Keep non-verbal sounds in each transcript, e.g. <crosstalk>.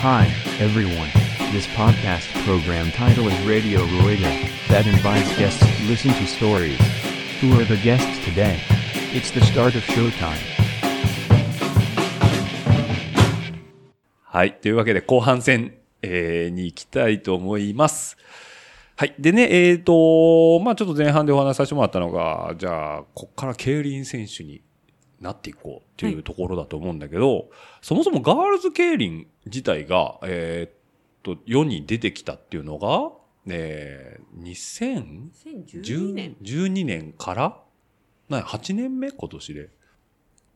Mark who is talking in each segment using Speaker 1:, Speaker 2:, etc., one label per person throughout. Speaker 1: Hi, everyone. This podcast program title is Radio Rueda, that invites guests to listen to stories. Who are the guests today? It's the start of showtime.
Speaker 2: はい。というわけで、後半戦、えーに行きたいと思います。はい。でね、えっ、と、まあちょっと前半でお話しさせてもらったのが、じゃあ、こっから競輪選手になっていこうっていうところだと思うんだけど、そもそもガールズ競輪自体が、えーっと、世に出てきたっていうのが、えー、
Speaker 3: 2012年
Speaker 2: 2012年から、な8年目今年で。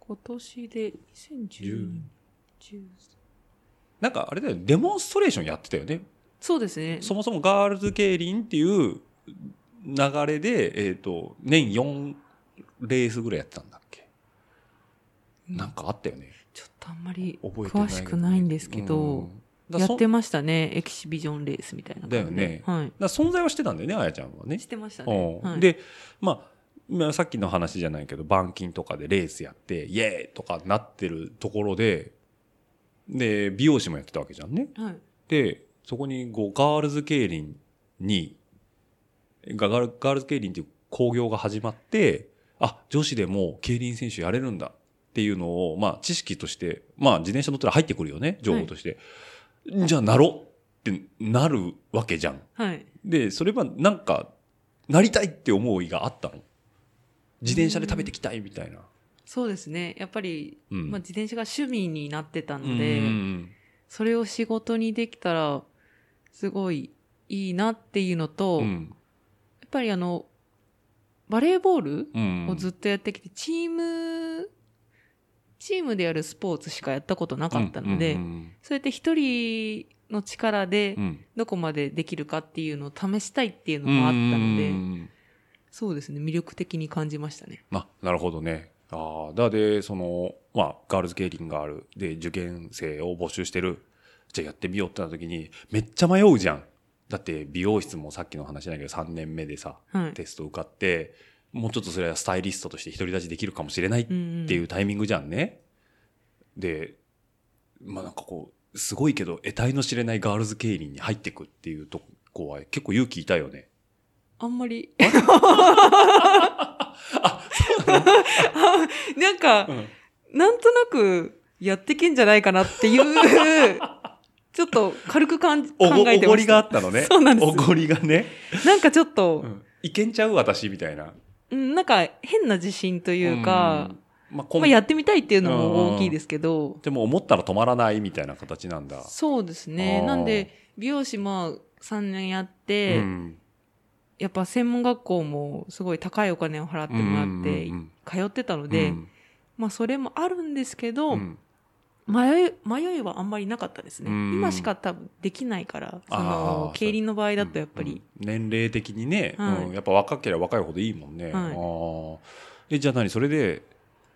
Speaker 3: 今年で2010年10
Speaker 2: なんかあれだよね、デモンストレーションやってたよね。
Speaker 3: そうですね
Speaker 2: そもそもガールズ競輪っていう流れで、えっ、と、年4レースぐらいやってたんだっけなんかあったよね。
Speaker 3: ちょっとあんまり
Speaker 2: 覚えてない、
Speaker 3: 詳しくないんですけ
Speaker 2: う
Speaker 3: ど
Speaker 2: ん、だか
Speaker 3: や
Speaker 2: らそ
Speaker 3: ってましたねエキシビジョンレースみたいな感じで
Speaker 2: だよね
Speaker 3: は
Speaker 2: だから存在はしてたんだよね、あやちゃんはいね
Speaker 3: し。てましたね、
Speaker 2: う
Speaker 3: は
Speaker 2: ん
Speaker 3: い、
Speaker 2: で、まあ、今さっきの話じゃないけど、板金とかでレースやって、イエーイとかなってるところで、で、美容師もやってたわけじゃんね。
Speaker 3: はい、
Speaker 2: で、そこにこうガールズ競輪に、がガールガールズ競輪っていう興行が始まって、あ、女子でも競輪選手やれるんだっていうのを、まあ知識として、まあ自転車乗ったら入ってくるよね、情報として。じゃあなろうってなるわけじゃん。
Speaker 3: はい、
Speaker 2: で、それはなんか、なりたいって思いがあったの。自転車で食べてきたいみたいな。
Speaker 3: そうですねやっぱり、
Speaker 2: うん
Speaker 3: まあ、自転車が趣味になってた
Speaker 2: う
Speaker 3: の
Speaker 2: ん
Speaker 3: で、それを仕事にできたらすごいいいなっていうのと、
Speaker 2: う
Speaker 3: や
Speaker 2: ん
Speaker 3: っぱりあのバレーボール
Speaker 2: うん。
Speaker 3: をずっとやってきて、チーム、チームでやるスポーツしかやったことなかったので、
Speaker 2: うん
Speaker 3: そうやって一人の力で
Speaker 2: うんうん
Speaker 3: どこまでできるかっていうのを試したいっていう
Speaker 2: う
Speaker 3: の
Speaker 2: ん
Speaker 3: もあったので、
Speaker 2: うん
Speaker 3: そうですね、魅力的に感じましたね。
Speaker 2: あ、なるほどね。ああ、だで、その、まあ、ガールズ競輪がある。で、受験生を募集してる。じゃあやってみようってなった時に、めっちゃ迷うじゃん。だって、美容室もさっきの話だけど、3年目でさ、
Speaker 3: はい。
Speaker 2: テスト受かって、もうちょっとそれはスタイリストとして独り立ちできるかもしれないっ
Speaker 3: うん
Speaker 2: ていうタイミングじゃんね。で、まあなんかこう、すごいけど、得体の知れないガールズ競輪に入ってくっていうとこは結構勇気いたよね。
Speaker 3: あんまり。 <laughs> なんか、
Speaker 2: ん。
Speaker 3: なんとなくやってけんじゃないかなっ
Speaker 2: <laughs>
Speaker 3: ていう、ちょっと軽く感じ考
Speaker 2: おご、
Speaker 3: え
Speaker 2: お
Speaker 3: て
Speaker 2: ご
Speaker 3: ま
Speaker 2: り
Speaker 3: し
Speaker 2: があ
Speaker 3: た。
Speaker 2: ったのね。
Speaker 3: <laughs> そうなんです
Speaker 2: おごりがね。
Speaker 3: なんかちょっと、
Speaker 2: いけんちゃう私みたいな。
Speaker 3: うんなんか変な自信というか、
Speaker 2: うん、まあ、
Speaker 3: まあ、
Speaker 2: や
Speaker 3: やってみたいっていうのも大きいですけど、
Speaker 2: でも思ったら止まらないみたいな形なんだ。
Speaker 3: そうです
Speaker 2: あ
Speaker 3: ね。
Speaker 2: ー
Speaker 3: なんで、美容師まあ3年やっ
Speaker 2: う
Speaker 3: て、
Speaker 2: ん、
Speaker 3: やっぱ専門学校もすごい高いお金を払ってもらって
Speaker 2: うんうん
Speaker 3: 通ってたの
Speaker 2: う
Speaker 3: で、
Speaker 2: ん
Speaker 3: まあそれもあるんですけ
Speaker 2: う
Speaker 3: ど、
Speaker 2: ん
Speaker 3: 迷い、迷いはあんまりなかったですね。
Speaker 2: うん
Speaker 3: 今しか多分できないから、そ
Speaker 2: あ
Speaker 3: の
Speaker 2: ー、
Speaker 3: 競輪の場合だとやっぱり、
Speaker 2: うん年齢的にね、
Speaker 3: はい
Speaker 2: うん、やっぱ若ければ若いほどいいもんね、
Speaker 3: はい
Speaker 2: あーえじゃあ何それで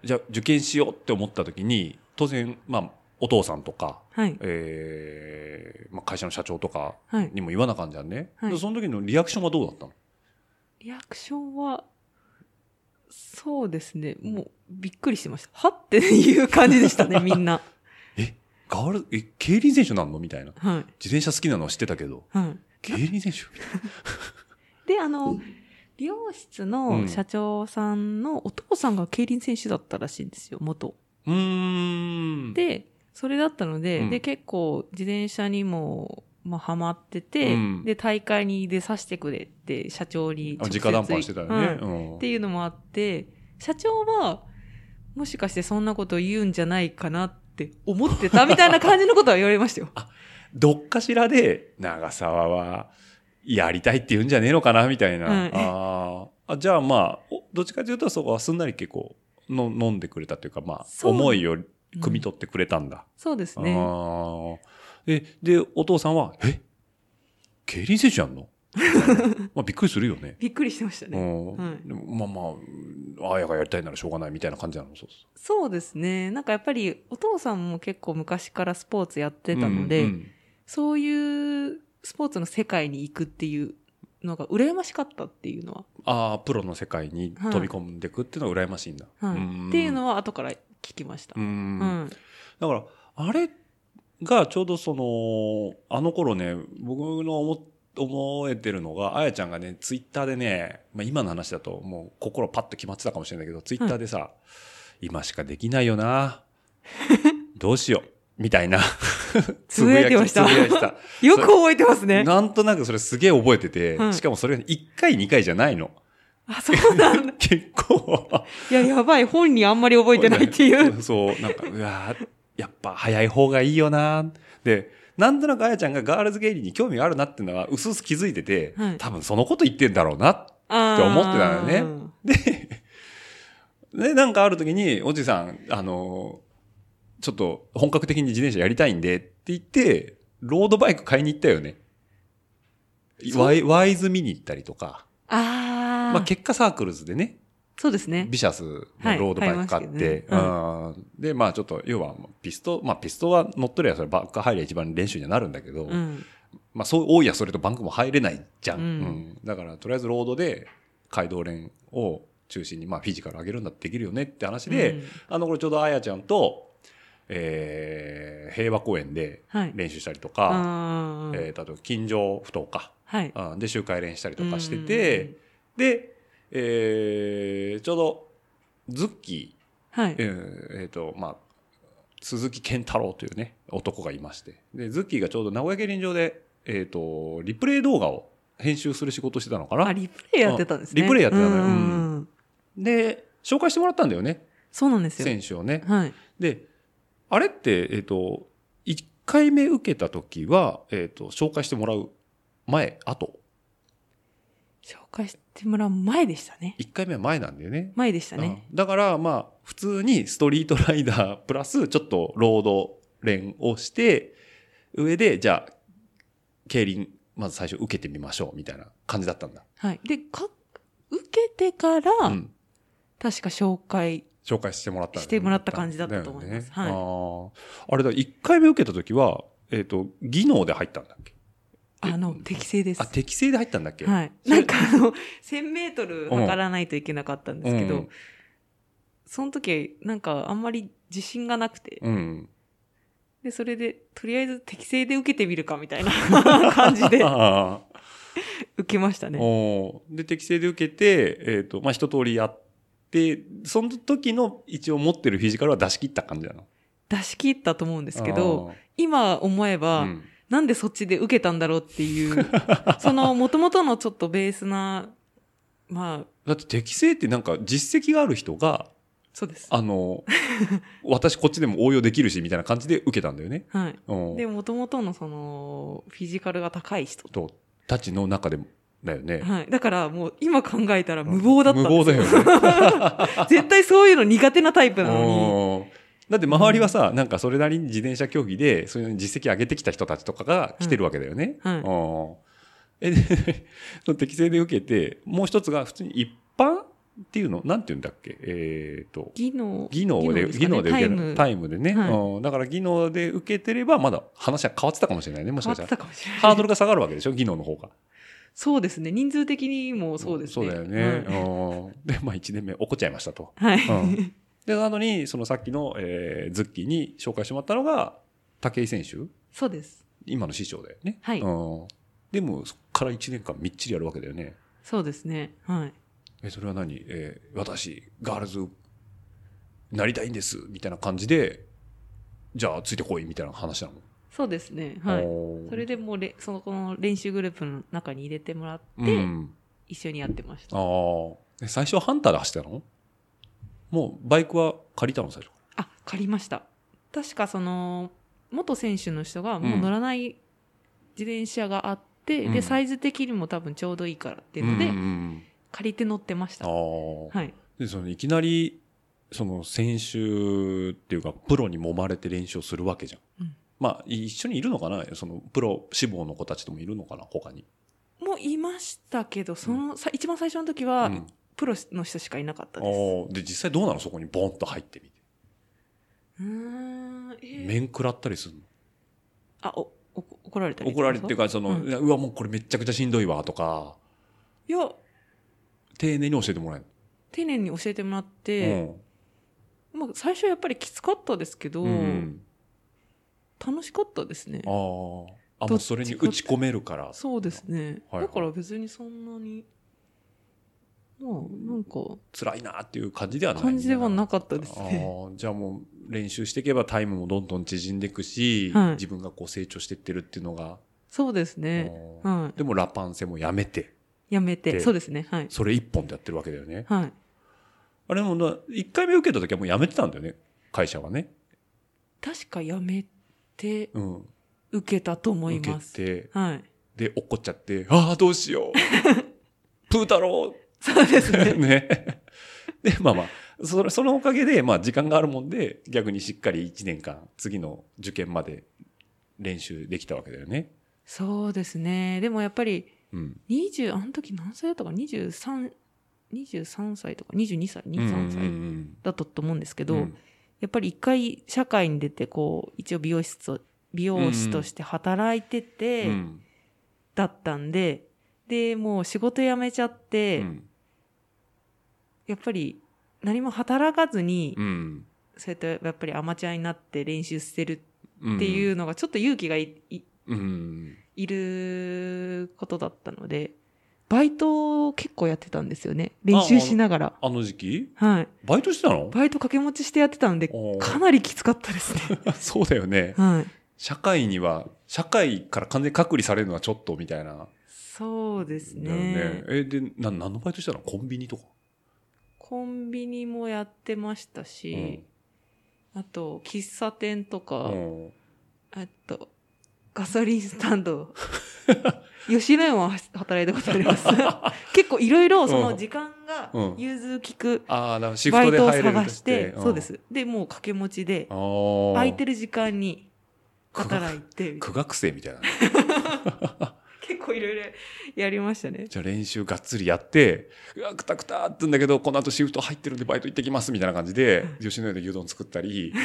Speaker 2: じゃあ受験しようって思った時に当然、まあ、お父さんとか、
Speaker 3: はい、
Speaker 2: えーまあ、会社の社長とか
Speaker 3: はい。
Speaker 2: にも言わなあかんじゃんね、
Speaker 3: はい
Speaker 2: でその時のリアクションはどうだったの
Speaker 3: リアクションは、そうですね。もう、びっくりしてました。はっていう感じでした
Speaker 2: <laughs>
Speaker 3: ね、みんな。
Speaker 2: ガールえ競輪選手なんのみたいな
Speaker 3: はい、
Speaker 2: 自転車好きなのは知ってたけど
Speaker 3: はい。
Speaker 2: 競輪選手
Speaker 3: で、あの、美容室の社長さんのお父さんが競輪選手だったらしいんですよ、元。
Speaker 2: うーん。、
Speaker 3: で、それだったので、
Speaker 2: うん
Speaker 3: で、結構自転車にも、まあ、ハマってて、
Speaker 2: うん
Speaker 3: で、大会に出させてくれって、社長に
Speaker 2: あ
Speaker 3: 直接。
Speaker 2: 直談判してたよね。
Speaker 3: はい
Speaker 2: うん
Speaker 3: っていうのもあって、社長は、もしかしてそんなこと言うんじゃないかなって思ってたみたいな感じのことは言われ
Speaker 2: <laughs>
Speaker 3: ましたよ。
Speaker 2: どっかしらで、長沢は、やりたいって言うんじゃねえのかな、みたいな。
Speaker 3: はい
Speaker 2: あーあじゃあまあ、おどっちかというと、そこはすんなり結構の、飲んでくれたというか、まあ、
Speaker 3: そう
Speaker 2: 思いを汲み取ってくれたんだ。
Speaker 3: そうです
Speaker 2: あ
Speaker 3: ね。
Speaker 2: ーで、で、お父さんは、え競輪選手やん
Speaker 3: <laughs>
Speaker 2: のまあ、びっくりするよね。
Speaker 3: びっくりしてました
Speaker 2: う
Speaker 3: ね。
Speaker 2: ん
Speaker 3: はい
Speaker 2: でもまあまあ、あやがやりたいならしょうがないみたいな感じなのそうそう
Speaker 3: そうですね。なんかやっぱりお父さんも結構昔からスポーツやってたの
Speaker 2: う
Speaker 3: で、
Speaker 2: んうん
Speaker 3: そういうスポーツの世界に行くっていうのが羨ましかったっていうのは、
Speaker 2: ああ、プロの世界に飛び込んでいくっていうのは羨ましいんだ。
Speaker 3: はい
Speaker 2: ん
Speaker 3: っていうのは後から聞きました。
Speaker 2: う
Speaker 3: うんん。
Speaker 2: だから、あれ、がちょうどその、あの頃ね、僕の思、思えてるのが、あやちゃんがね、ツイッターでね、まあ今の話だともう心パッと決まってたかもしれないけど、ツイッターでさ、今しかできないよ
Speaker 3: <laughs>
Speaker 2: な。どうしよう。みたいな。
Speaker 3: つぶやいてました
Speaker 2: つぶやいてた。
Speaker 3: よく覚えてます <laughs> ね。
Speaker 2: なんとなくそれすげえ覚えてて、
Speaker 3: うん
Speaker 2: しかもそれが1回2回じゃないの。
Speaker 3: あ、そうなんだ。
Speaker 2: 結構。
Speaker 3: いや、やばい。本にあんまり覚えてないっていう。
Speaker 2: そう、なんか、うわーやっぱ早い方がいいよなで、なんとなくあやちゃんがガールズゲイリーに興味があるなっていうのは、うすうす気づいてて、
Speaker 3: はい
Speaker 2: 多分そのこと言ってんだろうな。
Speaker 3: あ
Speaker 2: って思ってたのよで、なんかある時に、おじさん、あのーちょっと本格的に自転車やりたいんでって言って、ロードバイク買いに行ったよね。ワイワイズ見に行ったりとか、
Speaker 3: ああ、
Speaker 2: まあ結果サークルズでね、
Speaker 3: そうですね。
Speaker 2: ビシャスのロードバイク買って、
Speaker 3: はい買いますけどね
Speaker 2: うんで、まあちょっと、要はピスト、まあピストは乗っとりゃそれバンク入りゃ一番練習にはなるんだけど、
Speaker 3: うん。
Speaker 2: まあそう、多いやそれとバンクも入れないじゃん。
Speaker 3: うん
Speaker 2: うんだからとりあえずロードで街道連を中心に、まあフィジカル上げるんだってできるよねって話で、
Speaker 3: うん
Speaker 2: あの頃ちょうどあやちゃんと、えー平和公園で
Speaker 3: はい。
Speaker 2: 練習したりとか、
Speaker 3: あー
Speaker 2: えー、あと近所不登か、
Speaker 3: はい。
Speaker 2: うんで、周回練したりとかしてて、
Speaker 3: うん、
Speaker 2: で、えーちょうど、ズッキ
Speaker 3: はい
Speaker 2: ー、え。ーえーと、まあ、鈴木健太郎というね、男がいまして。で、ズッキーがちょうど名古屋競輪場で、えっ、と、リプレイ動画を編集する仕事をしてたのか
Speaker 3: あ、
Speaker 2: な。
Speaker 3: リプレイやってたんです
Speaker 2: あ
Speaker 3: ね。
Speaker 2: リプレイやってたのよ
Speaker 3: うんうん
Speaker 2: う
Speaker 3: うん
Speaker 2: で、紹介してもらったんだよね、
Speaker 3: そうなんですよ。
Speaker 2: 選手をね。
Speaker 3: はい。
Speaker 2: で、あれって、えっ、と、1回目受けた時は、えっ、と、紹介してもらう前、後。
Speaker 3: 紹介してもらう前でしたね。
Speaker 2: 1回目は前なんだよね。
Speaker 3: 前でしたね。
Speaker 2: うんだからまあ普通にストリートライダープラスちょっとロード練をして上でじゃあ競輪まず最初受けてみましょうみたいな感じだったんだ、
Speaker 3: はい。で、か、受けてから、
Speaker 2: うん
Speaker 3: 確か紹介。
Speaker 2: 紹介してもらったんだよね
Speaker 3: してもらった感じだったと思います
Speaker 2: だよね
Speaker 3: は
Speaker 2: あーあれだ1回目受けた時はえっ、と技能で入ったんだっけ
Speaker 3: あの、適正です
Speaker 2: あ。適正で入ったんだっけ、
Speaker 3: はい。
Speaker 2: それ
Speaker 3: なんかあの、1000メー <laughs> トル測らないといけなかったんですけど、
Speaker 2: うん
Speaker 3: その時、なんかあんまり自信がなくて、
Speaker 2: うん
Speaker 3: で、それで、とりあえず適正で受けてみるかみたいな <laughs> 感じ <laughs> で
Speaker 2: あー
Speaker 3: 受けましたね。
Speaker 2: おーで、適正で受けて、えっ、と、まあ、一通りやって、その時の一応持ってるフィジカルは出し切った感じなの。
Speaker 3: 出し切ったと思うんで
Speaker 2: です
Speaker 3: けど、、今思えば、
Speaker 2: うん
Speaker 3: なんでそっちで受けたんだろうっ
Speaker 2: <laughs>
Speaker 3: ていう、その元々のちょっとベースな、まあ、
Speaker 2: だって適正ってなんか実績がある人
Speaker 3: <laughs>
Speaker 2: が、
Speaker 3: そうです。
Speaker 2: あの、私こっちでも応用できるし、みたいな感じで受けたんだよね。
Speaker 3: はい。
Speaker 2: うん。
Speaker 3: で、元々のその、フィジカルが高い人。
Speaker 2: と、たちの中でも、だよね。
Speaker 3: はい。だからもう今考えたら無謀だったん
Speaker 2: 無
Speaker 3: ですよ
Speaker 2: 謀だよね。
Speaker 3: <laughs> 絶対そういうの苦手なタイプなの
Speaker 2: うんだって周りはさ、なんかそれなりに自転車競技で、そういう実績上げてきた人たちとかが来てるわけだよね。
Speaker 3: はい
Speaker 2: うんえ、 <laughs> でその適正で受けて、もう一つが普通に一般っていうのなんて言うんだっけえっ、と、
Speaker 3: に。技能。
Speaker 2: 技能で、技
Speaker 3: すかね
Speaker 2: 能で受け
Speaker 3: タイ
Speaker 2: る。
Speaker 3: ム
Speaker 2: タイムでね、
Speaker 3: はい
Speaker 2: うん。だから技能で受けてれば、まだ話は変わってたかもしれないね、もし
Speaker 3: 変わ
Speaker 2: か
Speaker 3: っ
Speaker 2: した
Speaker 3: て
Speaker 2: ら。
Speaker 3: たかもしれない。
Speaker 2: ハードルが下がるわけでしょ技能の方が。
Speaker 3: そうですね。人数的にもそうです
Speaker 2: そう
Speaker 3: ね。
Speaker 2: だよね。うんで、まあ1年目怒っちゃいましたと。
Speaker 3: はい。
Speaker 2: う
Speaker 3: はい <laughs>
Speaker 2: んで、なのに、そのさっきの、えーズッキーに紹介してもらったのが、武井選手
Speaker 3: そうです。
Speaker 2: 今の師匠だよね。
Speaker 3: はい
Speaker 2: うんでも、そっから1年間みっちりやるわけだよね。
Speaker 3: そうですね。はい。
Speaker 2: え、それは何えー私、ガールズ、なりたいんです、みたいな感じで、じゃあ、ついてこい、みたいな話なの。
Speaker 3: そうですね。はい。
Speaker 2: おー
Speaker 3: それでもうれ、そのこの練習グループの中に入れてもらっ
Speaker 2: う
Speaker 3: て、
Speaker 2: ん。
Speaker 3: 一緒にやってました。
Speaker 2: ああ。え最初はハンターで走ってたのもう、バイクは借りたの、最初。
Speaker 3: あ、借りました。確かその、元選手の人がもう乗らない自転車があっ
Speaker 2: う
Speaker 3: て、
Speaker 2: ん
Speaker 3: で、サイズ的にも多分ちょうどいいからっていうので、
Speaker 2: うんうんうん
Speaker 3: 借りて乗ってました。
Speaker 2: ああ。
Speaker 3: はい。
Speaker 2: で、その、いきなり、その、選手っていうか、プロに揉まれて練習をするわけじゃん。
Speaker 3: うん
Speaker 2: まあ、い一緒にいるのかなその、プロ志望の子たちともいるのかな他に。
Speaker 3: もいましたけど、その、さ一番最初の時は、
Speaker 2: うん
Speaker 3: プロの人しかいなかったです。う
Speaker 2: おーで、実際どうなのそこにボンと入ってみて。
Speaker 3: ーん。えー
Speaker 2: 面食らったりする
Speaker 3: あ、お、お怒られた
Speaker 2: の
Speaker 3: り
Speaker 2: 怒られるっていう
Speaker 3: か。
Speaker 2: か、その、
Speaker 3: うん
Speaker 2: いやうわ、もうこれめっちゃくちゃしんどいわ、とか、
Speaker 3: いや、
Speaker 2: 丁寧に教えてもらえる。
Speaker 3: 丁寧に教えてもらって、まあ、最初はやっぱりきつかったですけど、
Speaker 2: うん。うん。
Speaker 3: 楽しかったですね
Speaker 2: あ。ーあ、もうそれに打ち込めるから。
Speaker 3: そうですね。
Speaker 2: はいはい
Speaker 3: だから別にそんなに、まあ、なんか、
Speaker 2: 辛いなっていう感じではない
Speaker 3: 感じではなかったですね。
Speaker 2: あーじゃあもう練習していけばタイムもどんどん縮んでいくし、
Speaker 3: はい
Speaker 2: 自分がこう成長していってるっていうのが、
Speaker 3: そうですね。
Speaker 2: あー
Speaker 3: は
Speaker 2: でもラパンセもやめて、
Speaker 3: い。やめ
Speaker 2: で
Speaker 3: て。そうですね。はい。
Speaker 2: それ一本でやってるわけだよね。
Speaker 3: はい。
Speaker 2: あれもな、一回目受けた時はもうやめてたんだよね、会社はね。
Speaker 3: 確かやめて
Speaker 2: うん。
Speaker 3: 受けたと思い
Speaker 2: 受
Speaker 3: ます。
Speaker 2: けて、
Speaker 3: はい。
Speaker 2: で、怒っちゃって、ああ、どうし
Speaker 3: <laughs>
Speaker 2: よう。プー太郎
Speaker 3: そうですね。
Speaker 2: <laughs> ね。で、まあまあ、それそのおかげで、まあ時間があるもんで、逆にしっかり1年間、次の受験まで練習できたわけだよね。
Speaker 3: そうですね。でもやっぱり、
Speaker 2: うん。
Speaker 3: 20、あの時何歳だったか、23、23歳とか、22歳、
Speaker 2: うん
Speaker 3: 23
Speaker 2: うんう
Speaker 3: 歳
Speaker 2: ん
Speaker 3: だったと思うんですけど、
Speaker 2: うん
Speaker 3: やっぱり一回社会に出て、こう、一応美容室を、美容師として働いてて、
Speaker 2: うん
Speaker 3: だったんで、で、もう仕事辞めちゃって、
Speaker 2: うん
Speaker 3: やっぱり何も働かずに、
Speaker 2: うん
Speaker 3: そうやってやっぱりアマチュアになって練習してる
Speaker 2: うん
Speaker 3: っていううのがちょっと勇気がいい
Speaker 2: ん。
Speaker 3: いることだったので、バイトを結構やってたんですよね。練習しながら。
Speaker 2: あの時期
Speaker 3: はい。
Speaker 2: バイトしてたの <laughs>
Speaker 3: バイト掛け持ちしてやってたので
Speaker 2: おー、
Speaker 3: かなりきつかったですね。
Speaker 2: そうだよね。
Speaker 3: はい。
Speaker 2: 社会には、社会から完全に隔離されるのはちょっとみたいな。
Speaker 3: そうです
Speaker 2: だよね
Speaker 3: ね。
Speaker 2: え、で、な、何のバイトしてたのコンビニとか。
Speaker 3: コンビニもやってましたし、あと、喫茶店と
Speaker 2: う
Speaker 3: か、
Speaker 2: んうん
Speaker 3: あと、ガソリンスタンド。 <laughs> 吉野家も働いたことあ
Speaker 2: <laughs>
Speaker 3: ります。結構いろいろその時間が
Speaker 2: うん
Speaker 3: 融通きく
Speaker 2: ああ、だからシフ
Speaker 3: バ
Speaker 2: ト
Speaker 3: イ
Speaker 2: で
Speaker 3: トを
Speaker 2: 入れると
Speaker 3: 探して、
Speaker 2: ん
Speaker 3: そうです。で、もう掛け持ちで
Speaker 2: あ、あ。
Speaker 3: 空いてる時間に働
Speaker 2: <laughs>
Speaker 3: いて、みたい
Speaker 2: 苦
Speaker 3: な
Speaker 2: 学生みたいなね。
Speaker 3: 結構いろいろやりまし
Speaker 2: <laughs>
Speaker 3: たね。
Speaker 2: じゃあ練習がっつりやって、うわ、くたくたってんだけど、この後シフト入ってるんでバイト行ってきますみたいな感じで、吉野家で牛丼作ったり、 <laughs>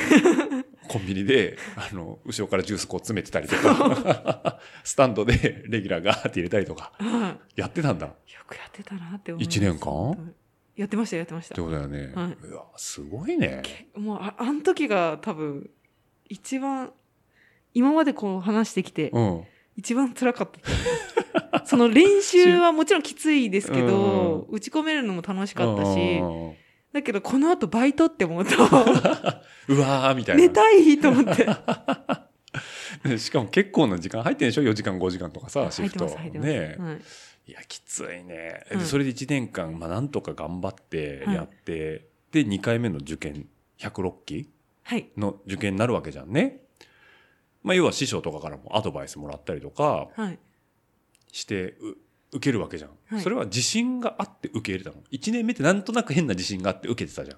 Speaker 2: コンビニで、あの、後ろからジュースこう詰めてたりとか、 <laughs> スタンドでレギュラーガーって入れたりとか、
Speaker 3: は
Speaker 2: やってたんだ。っ
Speaker 3: いよくやってたなって思います
Speaker 2: 一年間
Speaker 3: 本当にやってました、やってましてた。
Speaker 2: ことだよね。
Speaker 3: はいう
Speaker 2: わ、すごいね。
Speaker 3: けもうあ、あの時が多分、一番、今までこう話してきて、
Speaker 2: うん。
Speaker 3: 一番辛かったと思います。その
Speaker 2: <laughs>
Speaker 3: 練習はもちろんきついですけど、打ち込めるのも楽しかったし
Speaker 2: う、ん
Speaker 3: だけどこの後バイトって思うと、
Speaker 2: うわーみたいな。
Speaker 3: 寝たいと思
Speaker 2: <laughs>
Speaker 3: って。
Speaker 2: しかも結構な時間入ってんでしょ ?4 時間5時間とかさ、シ
Speaker 3: 入っ
Speaker 2: フ
Speaker 3: て
Speaker 2: ト。
Speaker 3: ます、入ってます。
Speaker 2: ね
Speaker 3: はい
Speaker 2: いや、きついね。
Speaker 3: うん
Speaker 2: でそれで1年間、まあ、なんとか頑張って
Speaker 3: はい
Speaker 2: やって、で、2回目の受験、106期
Speaker 3: はい。
Speaker 2: の受験になるわけじゃんね。まあ、要は師匠とかからもアドバイスもらったりとか
Speaker 3: はい。
Speaker 2: して、う受けるわけじゃん、
Speaker 3: はい
Speaker 2: それは自信があって受け入れたの。1年目ってなんとなく変な自信があって受けてたじゃん。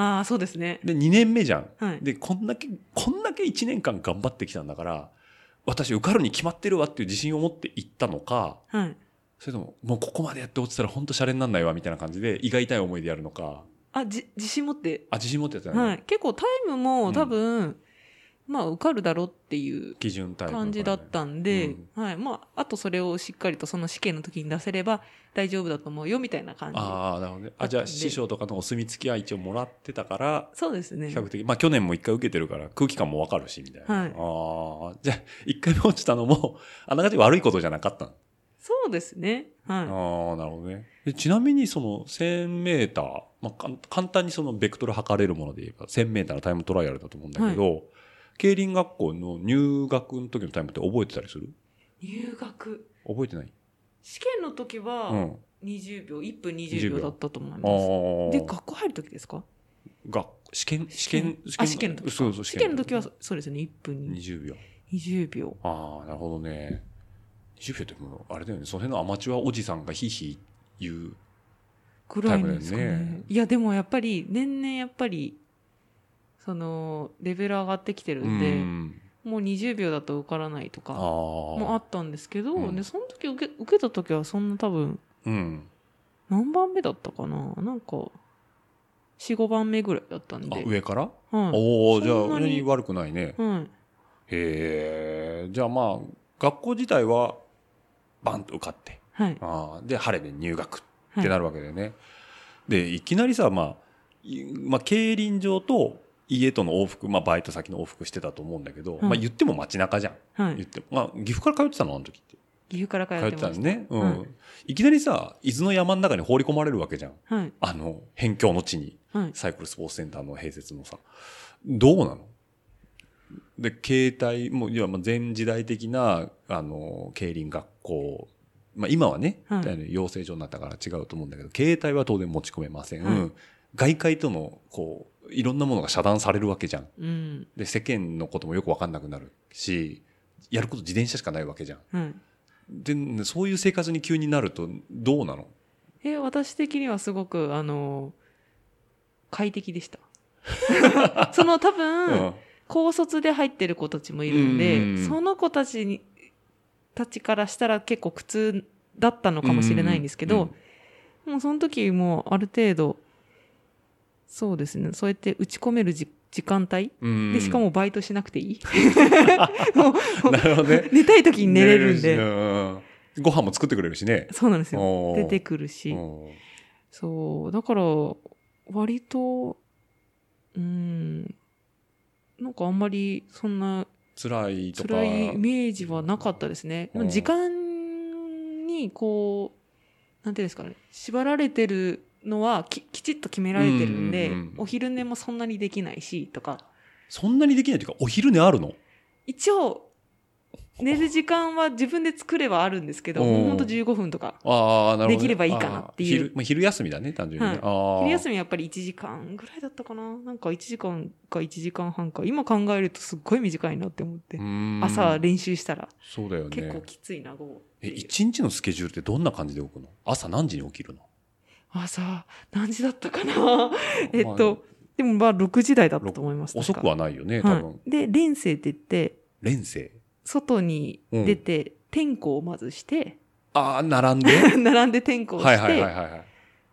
Speaker 3: ああ、そうですね。
Speaker 2: で、2年目じゃん。
Speaker 3: はい。
Speaker 2: で、こんだけ、こんだけ1年間頑張ってきたんだから、私受かるに決まってるわっていう自信を持って行ったのか、
Speaker 3: はい。
Speaker 2: それとも、もうここまでやって落ちたら本当シャレになんないわ、みたいな感じで、胃が痛い思いでやるのか、
Speaker 3: あ、じ、自信持って。
Speaker 2: あ、自信持ってやったね。
Speaker 3: はい。結構タイムも多分、まあ受かるだろうっていう
Speaker 2: 基準タイプの
Speaker 3: 感じだったんで、はい。まあ、あとそれをしっかりとその試験の時に出せれば大丈夫だと思うよみたいな感じ。
Speaker 2: ああ、なるほどね。あ、じゃあ、師匠とかのお墨付きは一応もらってたから、
Speaker 3: そうですね
Speaker 2: 比。較的、まあ去年も一回受けてるから空気感もわかるし、みたいな。
Speaker 3: はい
Speaker 2: ああ、じゃあ、一回目落ちたのも、あながち悪いことじゃなかったの。
Speaker 3: そうですね。は
Speaker 2: ああ、なるほどね。でちなみに、その、1000メーター、まあ、かん簡単にその、ベクトル測れるもので言えば、1000メーターのタイムトライアルだと思うんだけど、競輪学校の入学の時のタイムって覚えてたりする
Speaker 3: い。入学。
Speaker 2: 覚えてない
Speaker 3: 試験の時
Speaker 2: う
Speaker 3: は
Speaker 2: ん。
Speaker 3: 20秒、1分
Speaker 2: 20
Speaker 3: 20
Speaker 2: 秒
Speaker 3: 秒だったと思い
Speaker 2: あ
Speaker 3: ます。
Speaker 2: あ。
Speaker 3: で、学校入る時ですか
Speaker 2: が、試験、試験、
Speaker 3: あ、試験の時か。
Speaker 2: そうそう、
Speaker 3: 試験の時は
Speaker 2: 試
Speaker 3: そそうですね。1分に
Speaker 2: 20秒。
Speaker 3: 20秒。
Speaker 2: ああ、なるほどね。20秒ってもう、あれだよね、その辺のアマチュアおじさんがひいひい言う。
Speaker 3: ぐらいなんですかね
Speaker 2: 多分ね
Speaker 3: いやでもやっぱり年々やっぱりそのレベル上がってきてる
Speaker 2: うん
Speaker 3: で、
Speaker 2: ん。
Speaker 3: もう20秒だと受からないと
Speaker 2: ああ。
Speaker 3: かもあったんですけど、
Speaker 2: うん
Speaker 3: でその時受け受けた時はそんな多分
Speaker 2: うん。
Speaker 3: 何番目だったかななんか45番目ぐらいだったん
Speaker 2: あ
Speaker 3: で、
Speaker 2: 上から
Speaker 3: はい
Speaker 2: おおじゃあ
Speaker 3: そんな
Speaker 2: 俺
Speaker 3: に
Speaker 2: に悪くないね。
Speaker 3: はい、
Speaker 2: へえじゃあまあ学校自体はバンと受かって
Speaker 3: はい
Speaker 2: あーで晴れで入学
Speaker 3: はい
Speaker 2: ってなるわけだよね。でいきなりさ、まあいまあ、競輪場と家との往復、まあ、バイト先の往復してたと思うんだけど、
Speaker 3: うん
Speaker 2: まあ、言っても街中じゃん。
Speaker 3: は
Speaker 2: 言っ
Speaker 3: い。
Speaker 2: ても、まあ、岐阜から通ってたの、あの時って。
Speaker 3: 岐阜から通
Speaker 2: 通っ
Speaker 3: ってて
Speaker 2: た
Speaker 3: ま
Speaker 2: ん
Speaker 3: す。
Speaker 2: ね。う
Speaker 3: は
Speaker 2: ん。いきなりさ、伊豆の山の中に放り込まれるわけじゃん。
Speaker 3: はい。
Speaker 2: あの、辺境の地に、
Speaker 3: はい。
Speaker 2: サイクルスポーツセンターの併設のさ。どうなので、携帯、もう、いわば全時代的な、あの、競輪学校、まあ今はね、
Speaker 3: はい
Speaker 2: あの養成所になったから違うと思うんだけど、携帯は当然持ち込めません。
Speaker 3: はい
Speaker 2: うん外界との、こう、いろんなものが遮断されるわけじゃん。
Speaker 3: うん。
Speaker 2: で、世間のこともよくわかんなくなるし、やること自転車しかないわけじゃん。
Speaker 3: はい。
Speaker 2: でそういう生活に急になるとどうなの
Speaker 3: え、私的にはすごく、あの、快適でした。
Speaker 2: <laughs>
Speaker 3: その多分、高卒で入ってる子たちもいるんで、
Speaker 2: うん
Speaker 3: その子たちに、たちからしたら結構苦痛だったのかもしれないんですけど、もうその時もうある程度、そうですね、そうやって打ち込めるじ時間帯
Speaker 2: うん
Speaker 3: で、しかもバイトしなくてい <laughs> い。
Speaker 2: <laughs> なるほどね
Speaker 3: 寝たい時に寝れるん
Speaker 2: 寝し
Speaker 3: で。
Speaker 2: うんご飯も作ってくれるしね
Speaker 3: そうなんですよ。出
Speaker 2: 出
Speaker 3: てくるし。
Speaker 2: うん
Speaker 3: そう。だから、割と、うん、なんかあんまりそんな
Speaker 2: 辛いとか
Speaker 3: 辛いイメージはなかったですね。で
Speaker 2: うん
Speaker 3: も時間にこう、なんていうんですかね、縛られてるのはききちっと決められてるんで、
Speaker 2: うんうんうん
Speaker 3: お昼寝もそんなにできないしとか、
Speaker 2: そんなにできないというかお昼寝あるの
Speaker 3: 一応、寝る時間は自分で作ればあるんですけど、
Speaker 2: うん
Speaker 3: もうほんと15分とか。
Speaker 2: ああなるほどね、
Speaker 3: できればいいかなっていう
Speaker 2: あー昼,、まあ、昼休みだね単純にね、
Speaker 3: はい
Speaker 2: あ
Speaker 3: 昼休
Speaker 2: み
Speaker 3: みやっぱり1時間ぐらいだったかななんか1時間か1時間半か今考えるとすっごい短いなって思って、朝練習したら
Speaker 2: そうだよ
Speaker 3: 結構
Speaker 2: ね
Speaker 3: きついな午後
Speaker 2: え一日のスケジュールってどんな感じで置くの朝何時に起きるの
Speaker 3: 朝何時だったかなえっ
Speaker 2: まあ
Speaker 3: とでもまあ6時台だったと思います
Speaker 2: 遅くはないよね多
Speaker 3: 多分、
Speaker 2: 分、
Speaker 3: はい、で連生って言って
Speaker 2: 連生
Speaker 3: 外に出て、点呼をまずして、 <laughs>
Speaker 2: ああ並んで
Speaker 3: 並んで点呼をして、
Speaker 2: はいはいはいはいはい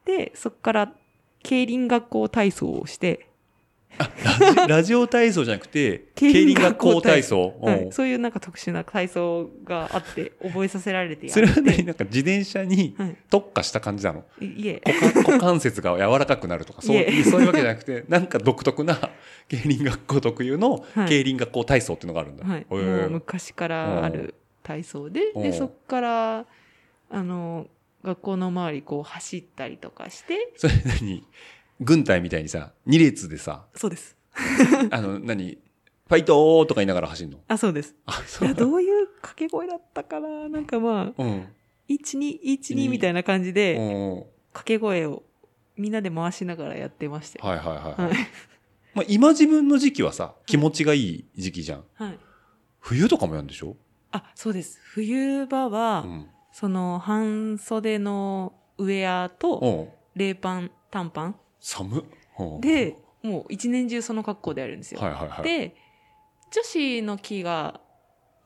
Speaker 3: で、そこから、競輪学校体操をして、
Speaker 2: ラジラジオ体操じゃなくて、競
Speaker 3: 競
Speaker 2: 輪
Speaker 3: 輪
Speaker 2: 学
Speaker 3: 学
Speaker 2: 校
Speaker 3: 校
Speaker 2: 体
Speaker 3: 体
Speaker 2: 操。
Speaker 3: はい
Speaker 2: うん
Speaker 3: そういうなんか特殊な体操があって、覚えさせられてや
Speaker 2: それは
Speaker 3: って
Speaker 2: 何なんか自転車に
Speaker 3: はい
Speaker 2: 特化した感じなの、
Speaker 3: いいえ、
Speaker 2: 股 <laughs> 股関節が柔らかくなるとかそう
Speaker 3: いえ
Speaker 2: そういうわけじゃなくて <laughs> なんか独特な競輪学校特有の
Speaker 3: はい
Speaker 2: 競輪学校体操っていうのがあるんだ、
Speaker 3: はい、
Speaker 2: へ
Speaker 3: も
Speaker 2: ー
Speaker 3: う昔からある体操で、
Speaker 2: うん
Speaker 3: で、そこから、あの、学校の周りこう走ったりとかして、
Speaker 2: それ何軍隊みたいにさ2列で
Speaker 3: <laughs>
Speaker 2: さ
Speaker 3: そうです。
Speaker 2: あの何ファイトーとか言いながら走るの <laughs>
Speaker 3: あ、そうです。
Speaker 2: あそ
Speaker 3: いう <laughs> や、どういう掛け声だったかななんかまあ、
Speaker 2: うん
Speaker 3: 1、2、1、2みたいな感じ
Speaker 2: う
Speaker 3: で、
Speaker 2: ん
Speaker 3: 掛け声をみんなで回しながらやってまして。
Speaker 2: はいはいはい、
Speaker 3: はい。
Speaker 2: <laughs> まあ、今自分の時期はさ気持ちがいい時期じゃん
Speaker 3: はい。
Speaker 2: 冬とかもやるんでしょ、
Speaker 3: あ、そうです。冬場は、
Speaker 2: うん
Speaker 3: その、半袖のウェア
Speaker 2: う
Speaker 3: と、
Speaker 2: ん、
Speaker 3: 冷パン、短パン
Speaker 2: 寒っ、うん
Speaker 3: で、もう一年中その格好でやるんですよ。
Speaker 2: はいはいはい、
Speaker 3: で、女子の木が、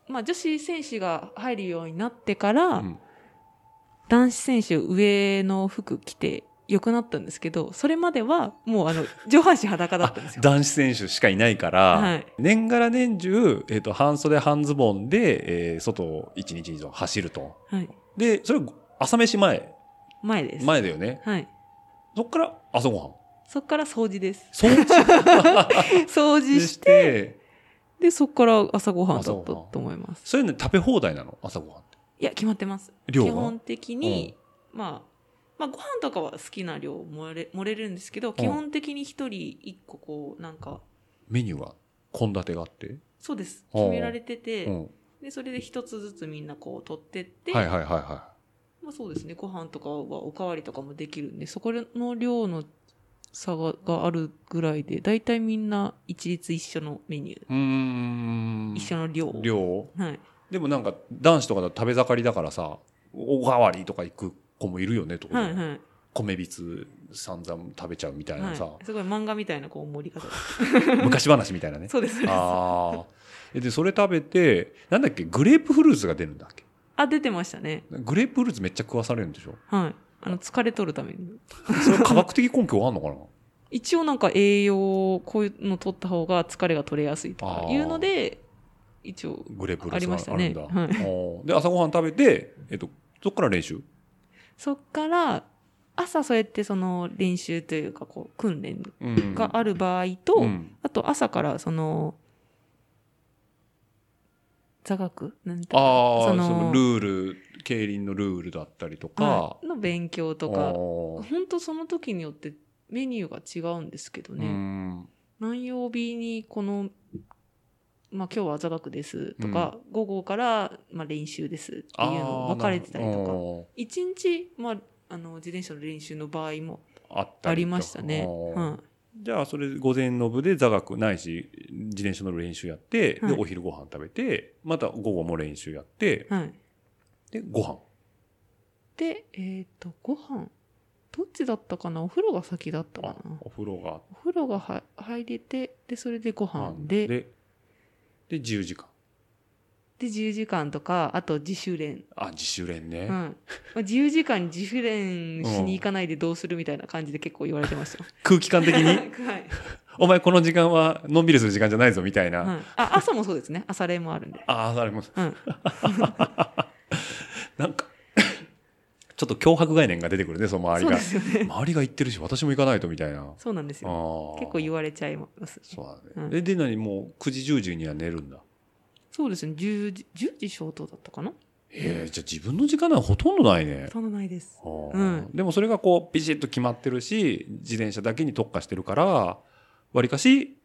Speaker 3: まあ女子選手が入るようになってから、
Speaker 2: うん
Speaker 3: 男子選手上の服着て良くなったんですけど、それまではもう
Speaker 2: <laughs>
Speaker 3: あの、上半身裸だったんですよ。
Speaker 2: 男子選手しかいないから、
Speaker 3: はい
Speaker 2: 年がら年中、えっと半袖半ズボンで、えー外を1日以上走ると
Speaker 3: はい。
Speaker 2: でそれ朝飯前
Speaker 3: 前です。
Speaker 2: 前だよね
Speaker 3: はい。
Speaker 2: そっから朝ごはん。
Speaker 3: そこから掃除です
Speaker 2: 掃除
Speaker 3: 掃除 <laughs> し、
Speaker 2: してて
Speaker 3: で、そこから朝ごはんだった
Speaker 2: 朝ご
Speaker 3: と
Speaker 2: はん
Speaker 3: 思います。
Speaker 2: そういうの食べ放題なの朝ごはんって
Speaker 3: いや、決まってます。
Speaker 2: 量は
Speaker 3: 基本的に、まあ、まあ、ご飯とかは好きな量盛れ盛れるんですけど、基本的に一人一個こう、なんか、
Speaker 2: メニューは献立があって、
Speaker 3: そうです。
Speaker 2: うん
Speaker 3: 決められてて、
Speaker 2: うん、
Speaker 3: で、それで一つずつみんなこう取ってって、
Speaker 2: はいはいはいは
Speaker 3: まあそうですね、ご飯とかはおかわりとかもできるんで、そこの量の差ががあるぐらいで、だいたいみんな一律一緒のメニュー、
Speaker 2: いうーん
Speaker 3: 一緒の量。
Speaker 2: 量
Speaker 3: はい。
Speaker 2: でもなんか男子とかだと食べ盛りだからさおかわりとか行く子もいるよねとか、
Speaker 3: はいはい。
Speaker 2: 米びつ散々食べちゃうみたいなさ、
Speaker 3: はい、すごい漫画みたいなこう盛り方です。
Speaker 2: 昔話みたいなね。
Speaker 3: そうです。そうです
Speaker 2: ああ。えで、それ食べて、なんだっけ、グレープフルーツが出るんだっけ
Speaker 3: あ、出てましたね。
Speaker 2: グレープフルーツめっちゃ食わされるんでしょ
Speaker 3: はい。あの、疲れとるために。
Speaker 2: それ科学的根拠があるのかな
Speaker 3: 一応なんか栄養、こういうの取った方が疲れが取れやすいと
Speaker 2: あ
Speaker 3: か
Speaker 2: ー
Speaker 3: いうので、一応、
Speaker 2: グレープフル
Speaker 3: ありま
Speaker 2: ー
Speaker 3: し
Speaker 2: ツ
Speaker 3: た
Speaker 2: がある
Speaker 3: ね
Speaker 2: んだ。
Speaker 3: はい
Speaker 2: あーで、朝ごはん食べて、えっと、そっから練習
Speaker 3: そっから、朝そうやってその練習というかこう訓練
Speaker 2: うん
Speaker 3: がある場合と、
Speaker 2: うん
Speaker 3: あと朝からその座学なんていう
Speaker 2: ああ
Speaker 3: か
Speaker 2: そのルール競輪のルールだったりとか
Speaker 3: はいの勉強と
Speaker 2: あ
Speaker 3: か
Speaker 2: ー
Speaker 3: 本当その時によってメニューが違うんですけど
Speaker 2: う
Speaker 3: ね、
Speaker 2: ん
Speaker 3: 何曜日にこの、まあ、今日は座学ですとか、午後から、まあ、練習ですっていうの
Speaker 2: あー
Speaker 3: 分かれてたりと
Speaker 2: なる
Speaker 3: か
Speaker 2: ほ
Speaker 3: 一日、まあ、あの自転車の練習の場合も
Speaker 2: どあったりとか
Speaker 3: ありましたね
Speaker 2: あ。ー
Speaker 3: うん
Speaker 2: じゃあそれ午前の部で座学ないし自転車の練習やって、
Speaker 3: はい
Speaker 2: でお昼ご飯食べてまた午後も練習やって
Speaker 3: はい、
Speaker 2: でご飯
Speaker 3: で、えっとご飯どっちだったかなお風呂が先だったか
Speaker 2: あ
Speaker 3: な
Speaker 2: お風呂があって
Speaker 3: お風呂がは入れてでそれでご飯でで
Speaker 2: でで自由時間
Speaker 3: 自由時間とかあと自主練、
Speaker 2: あ自主練ね、
Speaker 3: うんまあ、自由時間に自主練しに行かないでどうするみたいな感じで結構言われてましたよ
Speaker 2: 空気感的に
Speaker 3: <laughs> はい
Speaker 2: お前この時間はのんびりする時間じゃないぞみたいな、
Speaker 3: はい、あ朝もそうですね朝練もあるんで、
Speaker 2: ああなるほど
Speaker 3: うん、
Speaker 2: <laughs> なんかちょっと脅迫概念が出てくるねその周り
Speaker 3: そう
Speaker 2: が、
Speaker 3: ですよね
Speaker 2: 周りが行ってるし私も行かないとみたいなあ
Speaker 3: そうなんですよ
Speaker 2: あ
Speaker 3: 結構言われちゃいますね
Speaker 2: そうだね、
Speaker 3: うん
Speaker 2: えで何もう9時10時には寝るんだ
Speaker 3: そうですね10時 ,10 時消灯だったかな
Speaker 2: えー、じゃあ自分の時間なんかほとんどないね
Speaker 3: そんなないです
Speaker 2: はあ
Speaker 3: うん
Speaker 2: でもそれがこうビシッと決まってるし自転車だけに特化してるからわりかし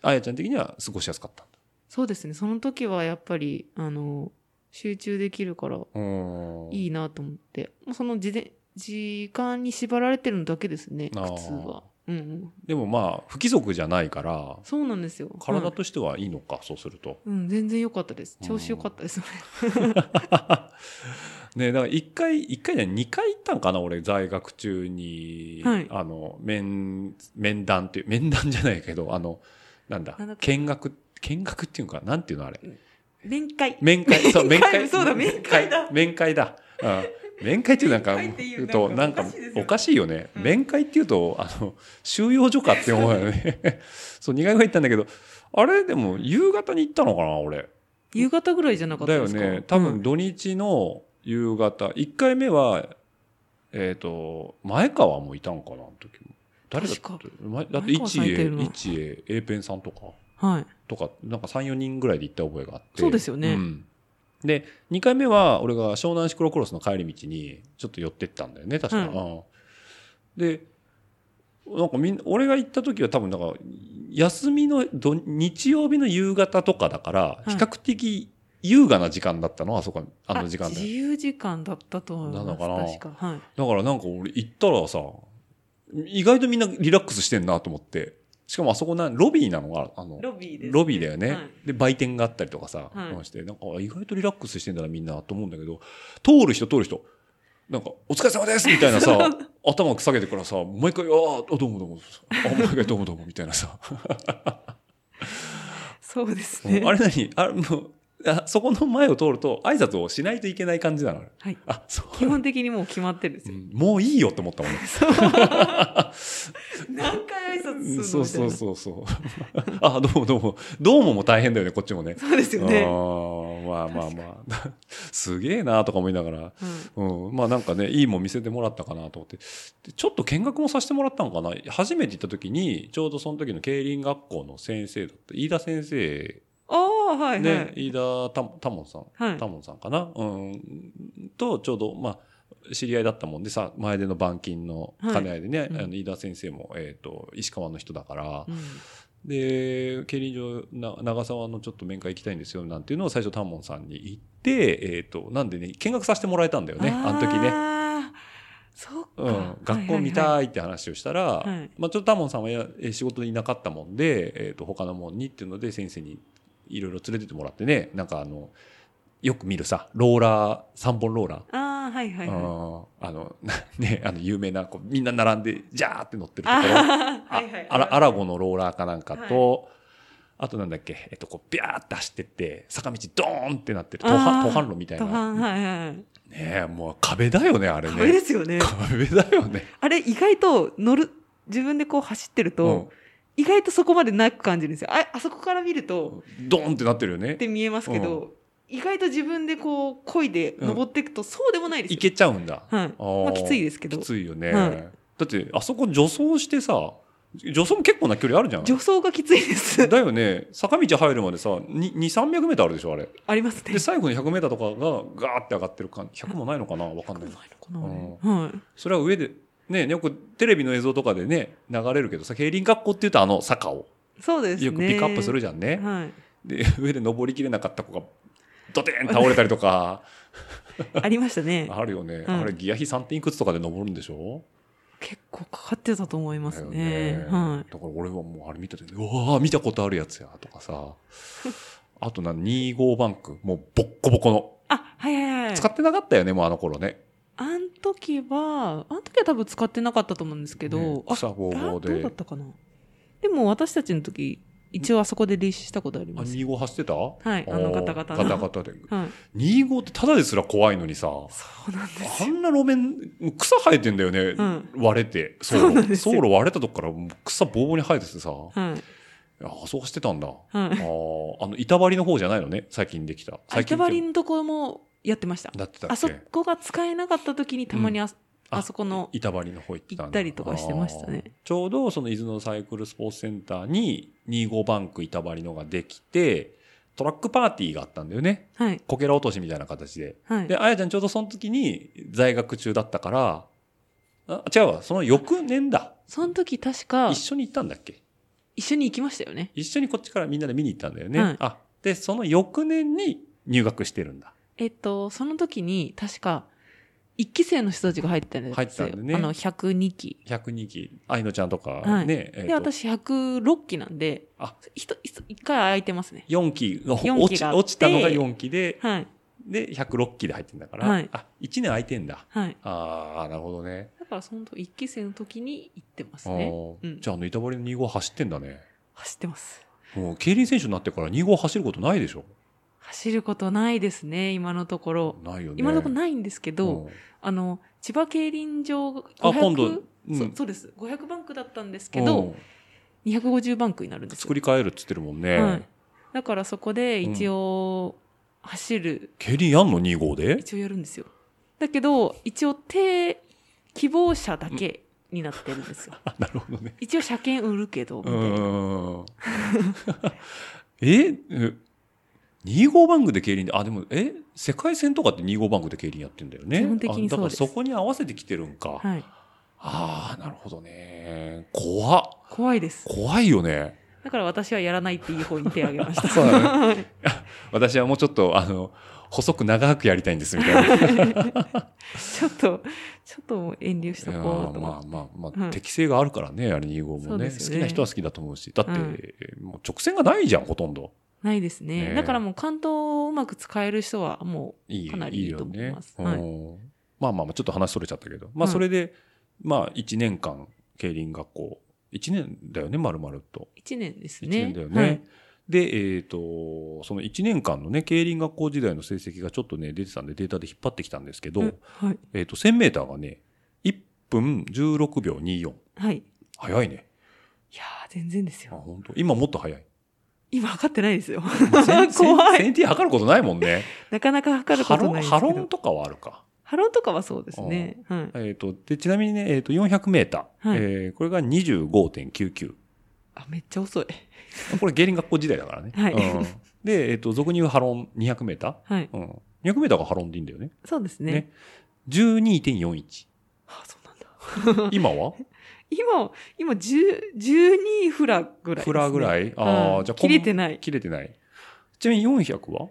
Speaker 2: あやちゃん的には過ごしやすかったんだ
Speaker 3: そうですねその時はやっぱりあの集中できるから
Speaker 2: うん
Speaker 3: いいなと思ってもうその自で時間に縛られてるのだけですね
Speaker 2: あー
Speaker 3: 普通は、うんうん、
Speaker 2: でもまあ不規則じゃないから
Speaker 3: そうなんですよ
Speaker 2: 体
Speaker 3: はい
Speaker 2: としてはいいのか、そうすると。
Speaker 3: うん、全然良かったです調子良かったですね、
Speaker 2: ねだから一回一回じゃない二回行ったんかな俺在学中に、
Speaker 3: はい
Speaker 2: あの面面談っていう面談じゃないけどあのなんだ
Speaker 3: なんだっけ
Speaker 2: 見学見学っていうかなんていうのあれ
Speaker 3: <laughs> 面会
Speaker 2: 面会そう面
Speaker 3: 面会
Speaker 2: 会
Speaker 3: そうだ面会だ
Speaker 2: 面会だ、うん、面会っていうなんか
Speaker 3: 面会っていう
Speaker 2: とな
Speaker 3: なんん
Speaker 2: か
Speaker 3: かおかしいですよ
Speaker 2: お
Speaker 3: ね
Speaker 2: かしいよね、
Speaker 3: うん
Speaker 2: 面会っていうとあの収容所かって思うよね <laughs> そう二回ぐらい行ったんだけどあれでも夕方に行ったのかな俺
Speaker 3: 夕方ぐらいじゃなかっ
Speaker 2: だ
Speaker 3: た
Speaker 2: よ
Speaker 3: ですか
Speaker 2: ね多
Speaker 3: う
Speaker 2: 分
Speaker 3: ん
Speaker 2: 土日の夕方、1回目はえっ、と前川もいたんかなあの時も誰だった
Speaker 3: 確
Speaker 2: 前だって
Speaker 3: 前川さんいてるの
Speaker 2: 1A 1A ペンさんとか
Speaker 3: はい
Speaker 2: とかなんか34人ぐらいで行った覚えがあって
Speaker 3: そうですよね
Speaker 2: んで2回目は俺が湘南シクロクロスの帰り道にちょっと寄ってったんだよね確か、
Speaker 3: うん
Speaker 2: うんでなんかみん俺が行った時は多分なんか休みの土日曜日の夕方とかだから
Speaker 3: い
Speaker 2: 比較的優雅な時間だったの、あそこあの時間
Speaker 3: 自
Speaker 2: で
Speaker 3: 由時間だったと思います
Speaker 2: なのかな
Speaker 3: 確かはい
Speaker 2: だからなんか俺行ったらさ意外とみんなリラックスしてんなと思ってしかもあそこなロビーなのがあの
Speaker 3: ロビーです、
Speaker 2: ロビーだよね、
Speaker 3: はい
Speaker 2: で売店があったりとかさ、
Speaker 3: はい
Speaker 2: うんしてなんか意外とリラックスしてんだなみんなと思うんだけど通る人通る人なんか「お疲れ様です」みたいなさ
Speaker 3: <laughs>
Speaker 2: 頭下げてからさ毎回「あーあどうもどうもあ毎回どうもどうも」みたいなさ
Speaker 3: そうです
Speaker 2: う
Speaker 3: <laughs> ね
Speaker 2: んあれ何あれもうあそこの前を通ると挨拶をしないといけない感じなのね
Speaker 3: はい
Speaker 2: あそう
Speaker 3: 基本的にもう決まってるんです
Speaker 2: う
Speaker 3: よ、
Speaker 2: んもういいよって思ったも
Speaker 3: <laughs>
Speaker 2: んね
Speaker 3: 何回挨拶するのみたいな
Speaker 2: そうそうそうそうあどうも <laughs> どうもどうもも大変だよねこっちもね
Speaker 3: そうですよ
Speaker 2: あ
Speaker 3: ね、
Speaker 2: ーまあまあまあ <laughs> すげえなとか思いながら
Speaker 3: うん
Speaker 2: うん、まあなんかねいいもん見せてもらったかなと思ってでちょっと見学もさせてもらったのかな初めて行った時にちょうどその時の競輪学校の先生だった飯田先生、
Speaker 3: ああはいはい、
Speaker 2: ね飯田たたもんさん、
Speaker 3: はい
Speaker 2: たもんさんかな、うん、とちょうどまあ知り合いだったもんでさ前での板金の兼ね合いでね、
Speaker 3: うん
Speaker 2: あの飯田先生も、えー、と石川の人だから、
Speaker 3: うん
Speaker 2: で競輪場な長沢のちょっと面会行きたいんですよなんていうのを最初タモンさんに行って、えー、となんでね見学させてもらえたんだよねあの時ね。
Speaker 3: あーそっか、
Speaker 2: うん、学校見
Speaker 3: は
Speaker 2: た
Speaker 3: い
Speaker 2: いって話をしたら、
Speaker 3: はい
Speaker 2: まあ、ちょっとタモンさんはやえー仕事にいなかったもんで、えー、と他のもんにっていうので先生にいろいろ連れてってもらってねなんかあのよく見るさローラー3本ローラー。
Speaker 3: ああはいはいはい
Speaker 2: うんあの、 <laughs> なね、あの、有名な、こう、みんな並んで、じゃーって乗ってるところ。
Speaker 3: あー
Speaker 2: あ
Speaker 3: <laughs> はいはい
Speaker 2: アラアラゴのローラーかなんかと、あとなんだっけ、えっと、こう、ビャーって走ってって、坂道ドーンってなってる、途
Speaker 3: あ
Speaker 2: 半
Speaker 3: ー
Speaker 2: 途半路みたい
Speaker 3: 途
Speaker 2: な。
Speaker 3: 半はいはい、
Speaker 2: ねえ、もう壁だよね、あれ
Speaker 3: 壁で
Speaker 2: ね。
Speaker 3: すよね
Speaker 2: 壁だよね。
Speaker 3: あれ意外と乗る自分でこう走ってると、
Speaker 2: うん
Speaker 3: 意外とそこまでなく感じるんですよああそこから見ると
Speaker 2: ドーンってなってるよね
Speaker 3: っ。て見えますけど、意外と自分でこう、漕いで登っていくと、そうでもないです
Speaker 2: い
Speaker 3: よ。
Speaker 2: けちゃうんだ。
Speaker 3: はい。
Speaker 2: ー
Speaker 3: まあ、きついですけど
Speaker 2: き。ついよね。
Speaker 3: はい
Speaker 2: だって、あそこ助走してさ、助走も結構な距離あるじゃん。
Speaker 3: 助走がきついです。
Speaker 2: だよね。坂道入るまでさ、に2、300メーターあるでしょ、あれ。
Speaker 3: ありますね
Speaker 2: で、。最後の100メーターとかがガーって上がってる感じ。100もないのかなわかんない。
Speaker 3: このはい。
Speaker 2: それは上で、ね、よくテレビの映像とかでね、流れるけどさ、競輪学校っていうとあの坂を
Speaker 3: そうですね。
Speaker 2: よくピックアップするじゃんね。
Speaker 3: はい。
Speaker 2: で、上で登りきれなかった子が、ドテーン倒れたりとか、
Speaker 3: ありましたね。
Speaker 2: あるよね。
Speaker 3: うん
Speaker 2: あれ、ギア比3点いくつとかで登るんでしょ
Speaker 3: 結構かかってたと思いま
Speaker 2: だ
Speaker 3: す
Speaker 2: よ
Speaker 3: ね。は
Speaker 2: だから俺はもうあれ見た時に、うわあ、見たことあるやつや、とかさ。 <laughs> あとな、25バンク。もうボッコボコの。
Speaker 3: い。あ、はいはいはい。
Speaker 2: 使ってなかったよね、もうあの頃ね。
Speaker 3: あん時は、あん時は多分使ってなかったと思うんですけど、
Speaker 2: ね
Speaker 3: あ、
Speaker 2: 草ぼう
Speaker 3: あ
Speaker 2: ぼう
Speaker 3: どうだ
Speaker 2: で
Speaker 3: っ。たかな。でも私たちの時、一応あそこで練習したことあり
Speaker 2: あ、
Speaker 3: ます。
Speaker 2: 25走ってたはい
Speaker 3: あのガタガタの
Speaker 2: ガタガタで。
Speaker 3: はい。
Speaker 2: 25ってただですら怖いのにさ。
Speaker 3: そうなんです。
Speaker 2: あんな路面、草生えてんだよね。
Speaker 3: ん
Speaker 2: 割れて。走
Speaker 3: そうなん
Speaker 2: 路。
Speaker 3: です
Speaker 2: 走
Speaker 3: よ
Speaker 2: 路割れたとこからもう草ぼうぼうに生えててさ。
Speaker 3: はい。
Speaker 2: いやあ、そう走ってたんだ。あ
Speaker 3: はい。
Speaker 2: ーあの、板張りの方じゃないのね。最近できた。
Speaker 3: あ
Speaker 2: 最近
Speaker 3: 板
Speaker 2: って
Speaker 3: 張りのところもやってました。
Speaker 2: だってたっけ
Speaker 3: あそこが使えなかった時にたまにあ,、
Speaker 2: あ
Speaker 3: あそこの、
Speaker 2: 板張りの方行ってたんだ
Speaker 3: 行ったりとかしてましたね
Speaker 2: あーちょうどその伊豆のサイクルスポーツセンターに25バンク板張りのができてトラックパーティーがあったんだよね
Speaker 3: はい。
Speaker 2: こけら落としみたいな形で
Speaker 3: はい。
Speaker 2: であやちゃんちょうどその時に在学中だったからあ違うわその翌年だ
Speaker 3: その時確か
Speaker 2: 一緒に行ったんだっけ
Speaker 3: 一緒に行きましたよね。
Speaker 2: 一緒にこっちからみんなで見に行ったんだよね、
Speaker 3: はい
Speaker 2: あでその翌年に入学してるんだ
Speaker 3: えっと、その時に確か一期生の人たちが入ってたんですよ。
Speaker 2: 入ってたんでね
Speaker 3: あの、102期。
Speaker 2: 102期愛のちゃんとか
Speaker 3: はい
Speaker 2: ね、えーと
Speaker 3: で、私106期なんで、
Speaker 2: あ
Speaker 3: ひとひと一回空いてますね。
Speaker 2: 4期が
Speaker 3: 四
Speaker 2: 落
Speaker 3: 期が
Speaker 2: ち
Speaker 3: あって
Speaker 2: 落ちたのが4期で
Speaker 3: はい。
Speaker 2: で、106期で入ってんだから、
Speaker 3: はい
Speaker 2: あ、1年空いてんだ。
Speaker 3: はい。
Speaker 2: ああ、なるほどね。
Speaker 3: だからその時一期生の時に行ってます
Speaker 2: あ
Speaker 3: ね。
Speaker 2: ー
Speaker 3: うん
Speaker 2: じゃあ、あの、板張りの2号走ってんだね。
Speaker 3: 走ってます。
Speaker 2: もう、競輪選手になってから2号走ることないでしょ
Speaker 3: 走ることないですね、今のところ。
Speaker 2: ないよね。
Speaker 3: 今のところ
Speaker 2: い
Speaker 3: ないんですけど、あの、千葉競輪場500、
Speaker 2: あ、今度、うん
Speaker 3: そうそうです。500バンクだったんですけど、、250バンクになるんですよ
Speaker 2: 作り変えるっつってるもんね。
Speaker 3: はい、だからそこで一応走る、
Speaker 2: 競輪やんの ?2 号で <laughs>
Speaker 3: 一応やるんですよだけど一応手希望者だけになってるんですよ、
Speaker 2: あ、なるほどね。
Speaker 3: 一応車検売るけど、
Speaker 2: うーん。ええ ?2 号バンクで競輪で、あ、でも、え世界戦とかって2号バンクで競輪やってんだよね。
Speaker 3: 基本的に
Speaker 2: あだか
Speaker 3: そう
Speaker 2: ら
Speaker 3: です
Speaker 2: そこに合わせてきてるんか。
Speaker 3: はい、
Speaker 2: ああ、なるほどね。怖っ。
Speaker 3: 怖いです
Speaker 2: 怖いよね。
Speaker 3: だから私はやらないっていう方に手を挙げ
Speaker 2: <laughs>
Speaker 3: ました
Speaker 2: そうだね。私はもうちょっと、あの、細く長くやりたいんです、みたいな。
Speaker 3: <laughs>
Speaker 2: い
Speaker 3: ちょっとちょっともう遠慮しと
Speaker 2: や
Speaker 3: こう
Speaker 2: ー
Speaker 3: と、
Speaker 2: まあまあま
Speaker 3: う
Speaker 2: あ、
Speaker 3: ん
Speaker 2: 適性があるからね、あれ2号
Speaker 3: そ
Speaker 2: も
Speaker 3: う
Speaker 2: ね。
Speaker 3: で
Speaker 2: 好
Speaker 3: す
Speaker 2: き
Speaker 3: よね
Speaker 2: な人は好きだと思うし。だって、
Speaker 3: うん
Speaker 2: もう直線がないじゃん、ほとんど。
Speaker 3: ないですね
Speaker 2: ねえ
Speaker 3: だからもう関東をうまく使える人はも
Speaker 2: いい、
Speaker 3: かなりいい
Speaker 2: よ
Speaker 3: と思い
Speaker 2: ね
Speaker 3: ます。
Speaker 2: う
Speaker 3: はい
Speaker 2: んまあまあまあ、ちょっと話それちゃったけど。まあ、
Speaker 3: うん
Speaker 2: それで、まあ、1年間、競輪学校。1年だよね、丸々と。
Speaker 3: う1年です
Speaker 2: 1
Speaker 3: ね
Speaker 2: 年だよね。
Speaker 3: はい
Speaker 2: で、えっ、と、その1年間のね、競輪学校時代の成績がちょっとね、出てたんで、データで引っ張ってきたんですけど、
Speaker 3: うんはい
Speaker 2: えっ、と、1000メーターがね、1分16秒24。
Speaker 3: はい、い
Speaker 2: 早いね。
Speaker 3: やー全然です
Speaker 2: あ、
Speaker 3: よ
Speaker 2: 本当。今もっと早
Speaker 3: <laughs>
Speaker 2: い。
Speaker 3: 今測ってないですよ <laughs> 怖
Speaker 2: 1000
Speaker 3: い
Speaker 2: 1000T 測ることないもんね。
Speaker 3: なかなか測るこ
Speaker 2: ハ
Speaker 3: と
Speaker 2: ロ
Speaker 3: な
Speaker 2: ン、
Speaker 3: いです
Speaker 2: ハ
Speaker 3: け
Speaker 2: ロ
Speaker 3: ど
Speaker 2: ンとかはあるか。
Speaker 3: ハロンとかはそうですね。はい。
Speaker 2: えっ、と、で、ちなみにね、えっ、と、400メーター。
Speaker 3: はい
Speaker 2: えーこれが25.99。
Speaker 3: あ、めっちゃ遅い。
Speaker 2: これ、競輪学校時代だからね。
Speaker 3: はい
Speaker 2: うんで、えっ、と、俗に言うハロン200メータ
Speaker 3: はい。
Speaker 2: ー。うん。200メーターがハロンでいいんだよね。
Speaker 3: そうですね。
Speaker 2: ね12.41。
Speaker 3: あ、そうなんだ。
Speaker 2: 今
Speaker 3: <laughs>
Speaker 2: は
Speaker 3: 今、今、10 12フラぐらいです
Speaker 2: フ
Speaker 3: ね、
Speaker 2: ラぐ
Speaker 3: い。
Speaker 2: らいああ、じゃあ
Speaker 3: 切れてない
Speaker 2: 切れてない。ちなみに400は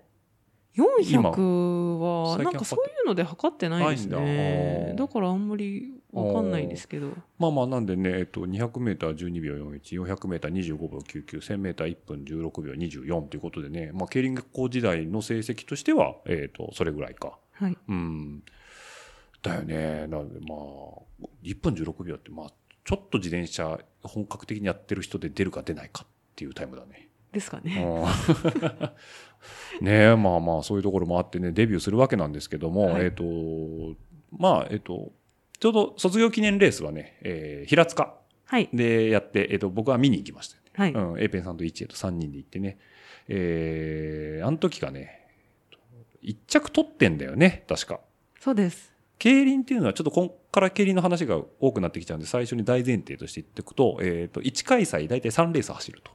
Speaker 3: 400は、
Speaker 2: 今
Speaker 3: なんかそういうので測ってないです
Speaker 2: ないんだ
Speaker 3: ね。
Speaker 2: あー
Speaker 3: だからあんまりわかんないですけど。
Speaker 2: まあまあなんでね、えっと、200メーター12秒41、400メーター25秒99、1000メーター1分16秒24ということでね、まあ、競輪学校時代の成績としては、えっと、それぐらいか。
Speaker 3: はい。
Speaker 2: うん。だよね。なのでまあ、1分16秒って、まあ、ちょっと自転車本格的にやってる人で出るか出ないかっていうタイムだね。
Speaker 3: ですかね。
Speaker 2: うんねえ、まあまあ、そういうところもあってね、デビューするわけなんですけども、
Speaker 3: はい
Speaker 2: えっ、と、まあ、えっ、と、ちょうど卒業記念レースはね、えー平塚
Speaker 3: はい。
Speaker 2: でやって、えっ、と、僕は見に行きましたよね。
Speaker 3: はい。
Speaker 2: うん、エーペンさんとイチエと3人で行ってね、えー、あの時がね、えっと一着取ってんだよね、確か。
Speaker 3: そうです。
Speaker 2: 競輪っていうのはちょっとこんから競輪の話が多くなってきちゃうんで、最初に大前提として言っておくと、えっ、と、1開催大体3レース走ると。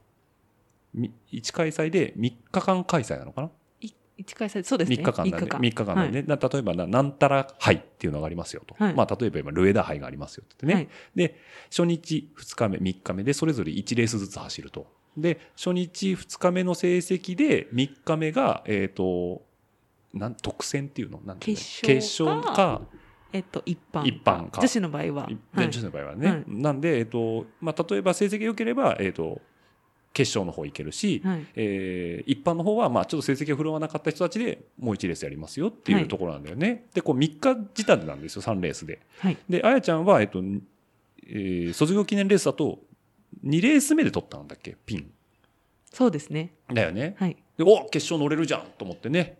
Speaker 2: 1開催で3日間開催なのかない
Speaker 3: 一回さそうですね。
Speaker 2: 3日間だね。3日間だね。な例えばな、なんたら杯っていうのがありますよと。
Speaker 3: はい
Speaker 2: まあ、例えば今、ルエダ杯がありますよってね。
Speaker 3: はい
Speaker 2: で、初日、2日目、3日目で、それぞれ1レースずつ走ると。で、初日、2日目の成績で、3日目が、えっ、と、なん、特選っていうのなんていうの
Speaker 3: 決勝
Speaker 2: 決勝
Speaker 3: か
Speaker 2: か、
Speaker 3: えっと、一般。
Speaker 2: 一般か
Speaker 3: 女子の場合は。はい
Speaker 2: 女子の場合はね、
Speaker 3: はい
Speaker 2: なんで、えっとまあ、例えば成績良ければ、えっと決勝の方行けるし、
Speaker 3: はい。
Speaker 2: えー一般の方はまあちょっと成績が振るわなかった人たちでもう1レースやりますよってい
Speaker 3: は
Speaker 2: う
Speaker 3: い
Speaker 2: ところなんだよね、でこう3日仕立てなんですよ3レースで
Speaker 3: はい。
Speaker 2: であやちゃんは、えっとえー卒業記念レースだと2レース目で取ったんだっけピン
Speaker 3: そうですね。
Speaker 2: だよね
Speaker 3: はい。
Speaker 2: でお決勝乗れるじゃんと思ってね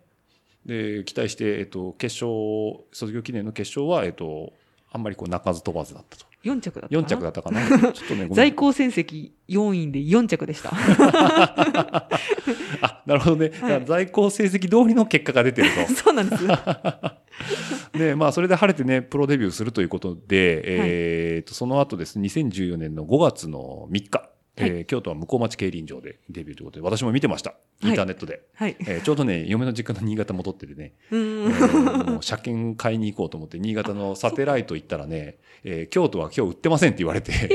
Speaker 2: で期待して、えっと決勝卒業記念の決勝は、えっとあんまりこう鳴かず飛ばずだったと。
Speaker 3: 四着だったかな。
Speaker 2: 4着だったかなちょっとね、ごめ
Speaker 3: 在
Speaker 2: ん。
Speaker 3: 校成績4位で4着でした。
Speaker 2: <laughs> あ、なるほどね。だから在校成績通りの結果が出てる
Speaker 3: そうなんです。は
Speaker 2: と。で、まあ、それで晴れてね、プロデビューするということで、えーと、その後ですね、2014年の5月の3日、えー京都は向町競輪場でデビューということで、私も見てました。
Speaker 3: い
Speaker 2: インターネットで。
Speaker 3: い。
Speaker 2: えーちょうどね、嫁の実家の新潟戻っててね、
Speaker 3: <laughs> う
Speaker 2: え
Speaker 3: ーん。
Speaker 2: ーもう車検買いに行こうと思って、新潟のサテライト行ったらね、えー京都は今日売ってませんって言われて、
Speaker 3: <laughs>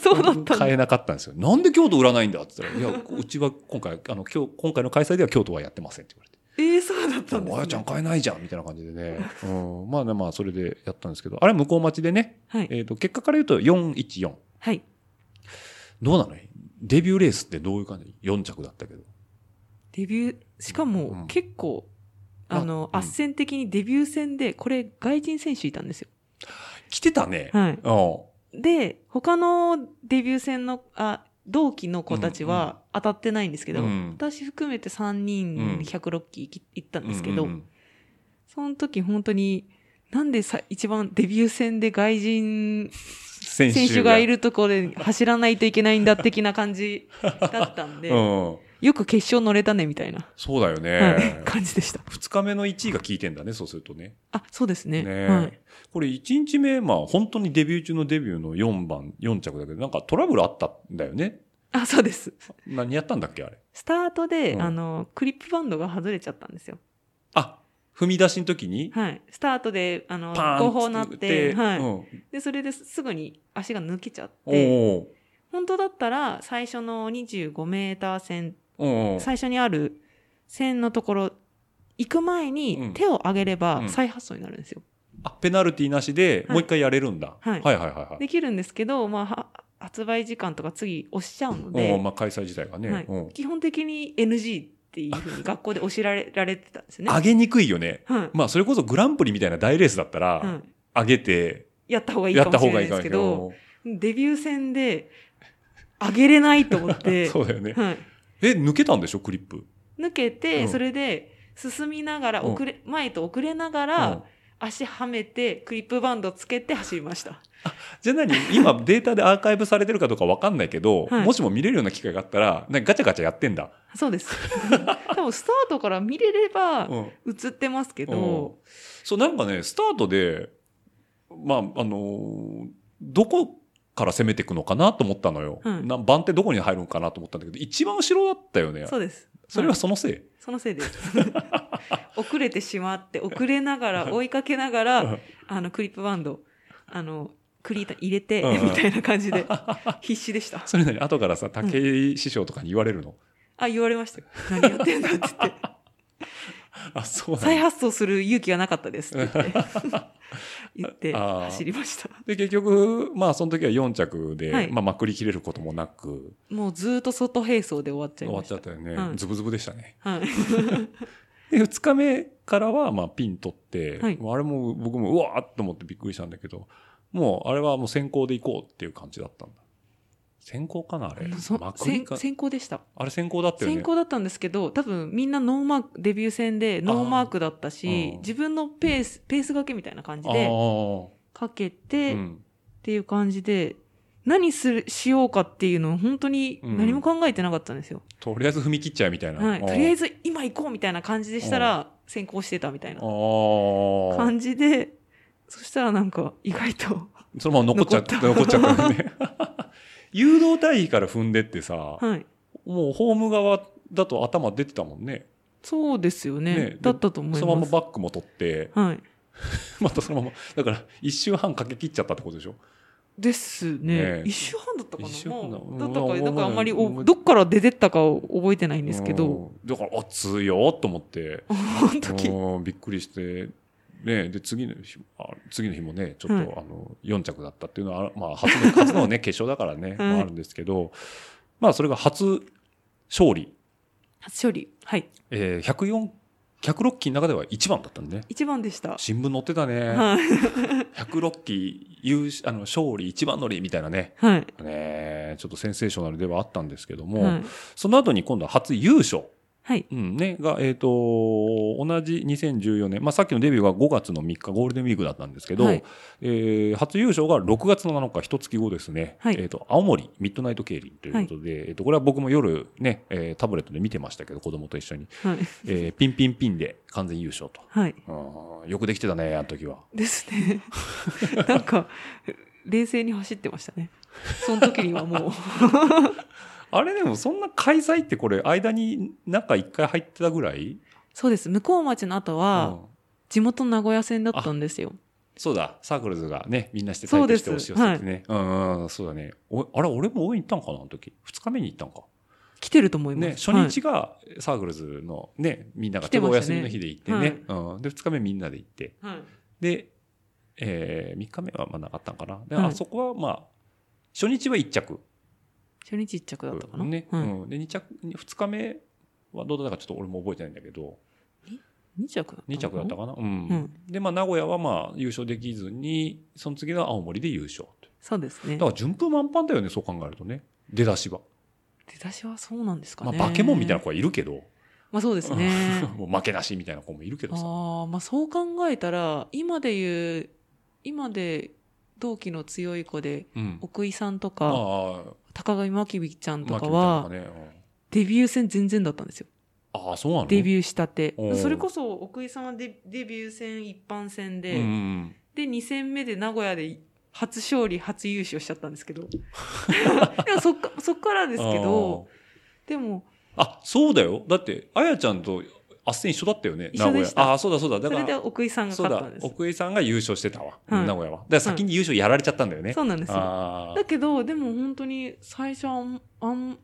Speaker 3: そうだったんだ
Speaker 2: 買えなかったんですよ。なんで京都売らないんだって言ったら、いや、うちは今回、あの、今日、今回の開催では京都はやってませんって言われて。
Speaker 3: ええ、そうだったんです
Speaker 2: あ
Speaker 3: ね。
Speaker 2: やちゃん買えないじゃんみたいな感じでね。うん。まあね、まあ、それでやったんですけど、あれ向こう町でね、
Speaker 3: はい。
Speaker 2: えっ、と、結果から言うと414。
Speaker 3: はい。
Speaker 2: どうなのデビューレースってどういう感じ ?4 着だったけど。
Speaker 3: デビュー、しか
Speaker 2: うん
Speaker 3: も結構、
Speaker 2: あ
Speaker 3: あの、
Speaker 2: うん
Speaker 3: 圧戦的にデビュー戦で、これ外人選手いたんですよ。
Speaker 2: 来てたね。
Speaker 3: はい。
Speaker 2: うん。
Speaker 3: で、他のデビュー戦の、あ、同期の子たち
Speaker 2: うんうん
Speaker 3: は当たってないんですけど、
Speaker 2: うん
Speaker 3: 私含めて3
Speaker 2: うん
Speaker 3: 人106期行き行ったんですけど、
Speaker 2: うんうんうん
Speaker 3: その時本当に、なんでさ、一番デビュー戦で外人
Speaker 2: 選
Speaker 3: 選手がい。るところで走らないといけないんだ的な感じだったん
Speaker 2: <laughs>
Speaker 3: で、
Speaker 2: うん。
Speaker 3: よく決勝乗れたねみたいな、
Speaker 2: そうだよ
Speaker 3: はい
Speaker 2: ね。
Speaker 3: 感じでした。
Speaker 2: 2日目の1位が効いてんだね、そうするとね。
Speaker 3: あ、そうですね。
Speaker 2: ねえ
Speaker 3: はい。
Speaker 2: これ1日目、まあ本当にデビュー中のデビューの4番、4着だけど、なんかトラブルあったんだよね。
Speaker 3: あ、そうです。
Speaker 2: 何やったんだっけ、あれ。
Speaker 3: スタートで、
Speaker 2: うん
Speaker 3: あの、クリップバンドが外れちゃったんですよ。
Speaker 2: あ、踏み出しの時に、
Speaker 3: はい。スタートで、あの、
Speaker 2: パーン
Speaker 3: 後方なって、はい、
Speaker 2: うん、
Speaker 3: で、それですぐに足が抜けちゃっ
Speaker 2: お
Speaker 3: て、
Speaker 2: ー
Speaker 3: 本当だったら最初の25メーター線、
Speaker 2: おー
Speaker 3: 最初にある線のところ、行く前
Speaker 2: う
Speaker 3: に
Speaker 2: ん
Speaker 3: 手を上げれ
Speaker 2: う
Speaker 3: ば
Speaker 2: ん
Speaker 3: 再発送になるんですよ。
Speaker 2: あ、ペナルティなしで
Speaker 3: はい
Speaker 2: もう一回やれるんだ。
Speaker 3: はい
Speaker 2: はいはいはいはい
Speaker 3: できるんですけど、まあ、は発売時間とか次押しちゃうの
Speaker 2: おー
Speaker 3: で、
Speaker 2: まあ開催自体がね、
Speaker 3: はい
Speaker 2: うん
Speaker 3: 基本的に NG っていうふうに学校で教えられられてたんですよね。
Speaker 2: 上げにくいよね。
Speaker 3: はい。
Speaker 2: まあそれこそグランプリみたいな大レースだったら、
Speaker 3: はい
Speaker 2: 上げて、
Speaker 3: やった方がいい
Speaker 2: や
Speaker 3: か
Speaker 2: った
Speaker 3: もし
Speaker 2: 方
Speaker 3: れな
Speaker 2: が
Speaker 3: い
Speaker 2: いい
Speaker 3: で
Speaker 2: か
Speaker 3: す
Speaker 2: もし
Speaker 3: け
Speaker 2: れ
Speaker 3: ど、
Speaker 2: ない
Speaker 3: デビュー戦で上げれないと思って、
Speaker 2: <laughs> そうだよね。
Speaker 3: はい、
Speaker 2: え、抜けたんでしょ、クリップ。
Speaker 3: 抜けて、
Speaker 2: うん
Speaker 3: それで進みながら
Speaker 2: うん
Speaker 3: 遅れ、前と遅れながら、
Speaker 2: うん
Speaker 3: 足はめてクリップバンドつけて走りました。
Speaker 2: じゃあ何今データでアーカイブされてるかどうかわかんないけど、
Speaker 3: はい
Speaker 2: もしも見れるような機会があったら、なんかガチャガチャやってんだ。
Speaker 3: そうです。
Speaker 2: <laughs>
Speaker 3: 多分スタートから見れれば
Speaker 2: うん。
Speaker 3: 映ってますけ
Speaker 2: うん
Speaker 3: ど、
Speaker 2: そう、なんかね、スタートで、まあ、あのーどこから攻めていくのかなと思ったのよ。
Speaker 3: はい
Speaker 2: な番手どこに入るのかなと思ったんだけど、一番後ろだったよね。
Speaker 3: そうです。
Speaker 2: それはそのせい。
Speaker 3: その
Speaker 2: <laughs>
Speaker 3: せいです。遅れてしまって、遅れながら、追いかけながら、あの、クリップバンド、あの、クリータ入れて、
Speaker 2: うんうん
Speaker 3: みたいな感じ
Speaker 2: <laughs>
Speaker 3: で、必死でした。
Speaker 2: それなりに後からさ、武井師匠とかに言われるの。
Speaker 3: あ、言われましたよ。何やってんだって
Speaker 2: <laughs>
Speaker 3: 言って。
Speaker 2: あ、そうなん
Speaker 3: 再
Speaker 2: だ。
Speaker 3: 発送する勇気がなかったですって
Speaker 2: <laughs>
Speaker 3: 言って言って
Speaker 2: あー
Speaker 3: 走りました。
Speaker 2: で、結局、まあ、その時は4着で、
Speaker 3: はい
Speaker 2: まあ、まくり切れることもなく、
Speaker 3: もうずっと外並走で終わっちゃ
Speaker 2: 終
Speaker 3: い
Speaker 2: わ
Speaker 3: ま
Speaker 2: っち
Speaker 3: した。
Speaker 2: ゃったよね。
Speaker 3: はい
Speaker 2: ズブズブでしたね。
Speaker 3: はい。
Speaker 2: で、二日目からは、まあ、ピン取って、
Speaker 3: はい
Speaker 2: もうあれも、僕も、うわーっと思ってびっくりしたんだけど、もう、あれはもう先行で行こうっていう感じだったんだ。先行かなあれ。
Speaker 3: そ
Speaker 2: まくり
Speaker 3: 先
Speaker 2: か
Speaker 3: 先行でした。
Speaker 2: あれ先行だったよね。
Speaker 3: 先行だったんですけど、多分みんなノーマーク、デビュー戦でノーマークだった
Speaker 2: あー
Speaker 3: し
Speaker 2: うん、
Speaker 3: 自分のペース、ペースがけみたいな感じ
Speaker 2: あ
Speaker 3: で、
Speaker 2: あ
Speaker 3: かけて、
Speaker 2: う
Speaker 3: っ
Speaker 2: ん。
Speaker 3: ていう感じで、何する、しようかっていうのを本当に何も考えてなかったんですよ。
Speaker 2: とりあえず踏み切っちゃえみたいな。
Speaker 3: はい。
Speaker 2: あー
Speaker 3: とりあえず今行こうみたいな感じでしたら、先行してたみたいな
Speaker 2: ああ。
Speaker 3: 感じで、そしたらなんか意外と、
Speaker 2: そのまま残っちゃった、残
Speaker 3: 残
Speaker 2: っ
Speaker 3: っ
Speaker 2: ち
Speaker 3: た
Speaker 2: ゃったからね。 <laughs> 誘導対比から踏んでってさ、
Speaker 3: はい。
Speaker 2: もうホーム側だと頭出てたもんね。
Speaker 3: そうですよね。
Speaker 2: ねで
Speaker 3: だったと思います。
Speaker 2: そのままバックも取って、
Speaker 3: はい。
Speaker 2: またそのまま、だから一周半かけ切っちゃったってことでしょ
Speaker 3: です
Speaker 2: ね
Speaker 3: ね。一週半だったかな
Speaker 2: 一週半だ
Speaker 3: もうだったか、
Speaker 2: うん
Speaker 3: だからあんまりお
Speaker 2: うん
Speaker 3: どっから出てったかを覚えてないんですけど、
Speaker 2: うんだから、あ、強っと思って。
Speaker 3: あの時、
Speaker 2: うんびっくりして、ね、で次の日あ次の日もねちょっと、
Speaker 3: はい
Speaker 2: あの4着だったっていうのは、まあ、初の <laughs> 初の、ね、決勝だからね、
Speaker 3: はい
Speaker 2: まああるんですけど、まあ、それが初勝利、
Speaker 3: 初処理。はい。
Speaker 2: えー、104 106期の中では1番だったんでね
Speaker 3: 一番でした。
Speaker 2: 新聞載ってたね、
Speaker 3: はい。
Speaker 2: 106期優勝あの勝利一番乗りみたいなね
Speaker 3: はい。
Speaker 2: ねちょっとセンセーショナルではあったんですけども、
Speaker 3: はい。
Speaker 2: その後に今度は初優勝。
Speaker 3: はい。
Speaker 2: うんね、が、えっ、と、同じ2014年、まあ、さっきのデビューが5月の3日、ゴールデンウィークだったんですけど、
Speaker 3: はい
Speaker 2: えー初優勝が6月の7日、一月後ですね、
Speaker 3: はい
Speaker 2: えっ、と、青森ミッドナイト競輪ということで、えっ、と、これは僕も夜ね、えータブレットで見てましたけど、子供と一緒に、
Speaker 3: はい。
Speaker 2: えーピンピンピンで完全優勝と。
Speaker 3: はい。
Speaker 2: うんよくできてたね、あの時は。
Speaker 3: です
Speaker 2: <laughs>
Speaker 3: ね。なんか、冷静に走ってましたね。その時には
Speaker 2: <laughs>
Speaker 3: もう。
Speaker 2: あれでも、そんな開催ってこれ、間に中1回入ってたぐらい
Speaker 3: そうです。向こう町の後
Speaker 2: う
Speaker 3: は
Speaker 2: ん、
Speaker 3: 地元名古屋線だったんですよ。
Speaker 2: そうだ、サークルズがね、みんなして対決して
Speaker 3: そう
Speaker 2: 押
Speaker 3: で
Speaker 2: し
Speaker 3: す
Speaker 2: 寄せてね。うん、うん、そうだね。おあれ、俺も応援行ったんかな、あの時。二日目に行ったんか。
Speaker 3: 来てると思います。
Speaker 2: ね、初日がサークルズのね、みんながちょうどお休みの日で行ってね。
Speaker 3: 来て
Speaker 2: うん、で、二日目みんなで行って。
Speaker 3: はい。はい。
Speaker 2: で、えー、三日目はまあなかったんかな。で、
Speaker 3: はい
Speaker 2: あそこはまあ、初日は一着。
Speaker 3: 初日一着だったかな。
Speaker 2: ね、
Speaker 3: はい
Speaker 2: うん。で、二着、二日目はどうだったかちょっと俺も覚えてないんだけど、
Speaker 3: 二着だった
Speaker 2: 二着だった
Speaker 3: か
Speaker 2: かな。う
Speaker 3: な。
Speaker 2: ん。
Speaker 3: うん。
Speaker 2: で、まあ、名古屋はまあ、優勝できずに、その次が青森で優勝と。
Speaker 3: そうですね
Speaker 2: だか。ら順風満帆だよね、そう考えるとね。出だしは。
Speaker 3: 出だしはそうなんですか
Speaker 2: まあ、
Speaker 3: ね。
Speaker 2: 化け物みたいな子はいるけど、。
Speaker 3: まあそうですね
Speaker 2: もう負けなしみたいな子もいるけどさ。
Speaker 3: <laughs> ああ、まあそう考えたら、今で言う、今で同期の強い子で、
Speaker 2: うん。
Speaker 3: 奥井さんと
Speaker 2: あ
Speaker 3: か、
Speaker 2: あ、
Speaker 3: 高上真備ちゃんと
Speaker 2: 負け
Speaker 3: か
Speaker 2: みたいなのが
Speaker 3: は、
Speaker 2: ね。うん
Speaker 3: デビュー戦全然だったんですよ。
Speaker 2: ああ、そうなの
Speaker 3: デ
Speaker 2: ュ
Speaker 3: ビューしたて
Speaker 2: おー。
Speaker 3: それこそ奥井さんはデデビュー戦一般戦で、
Speaker 2: うん。
Speaker 3: で、2戦目で名古屋で初勝利、初優勝しちゃったんです
Speaker 2: <laughs>
Speaker 3: けど。でもそっか、そっからで
Speaker 2: です
Speaker 3: けど、。でも、
Speaker 2: あ、そうだよ。だって、あやちゃんと、あっせん一緒だったよね、
Speaker 3: 一緒で
Speaker 2: 名古
Speaker 3: した
Speaker 2: 屋。ああ、そうだそうだ。だ
Speaker 3: そ
Speaker 2: か
Speaker 3: れで
Speaker 2: ら、
Speaker 3: 奥井さんが
Speaker 2: そう
Speaker 3: 勝っ
Speaker 2: だ
Speaker 3: たんで、す。
Speaker 2: 奥井さんが優勝してたわ、
Speaker 3: はい
Speaker 2: 名古屋は。だから先に優勝やられちゃったんだよね。
Speaker 3: そうなんですよ。
Speaker 2: ああ
Speaker 3: だけど、でも本当に最初はあん、あん、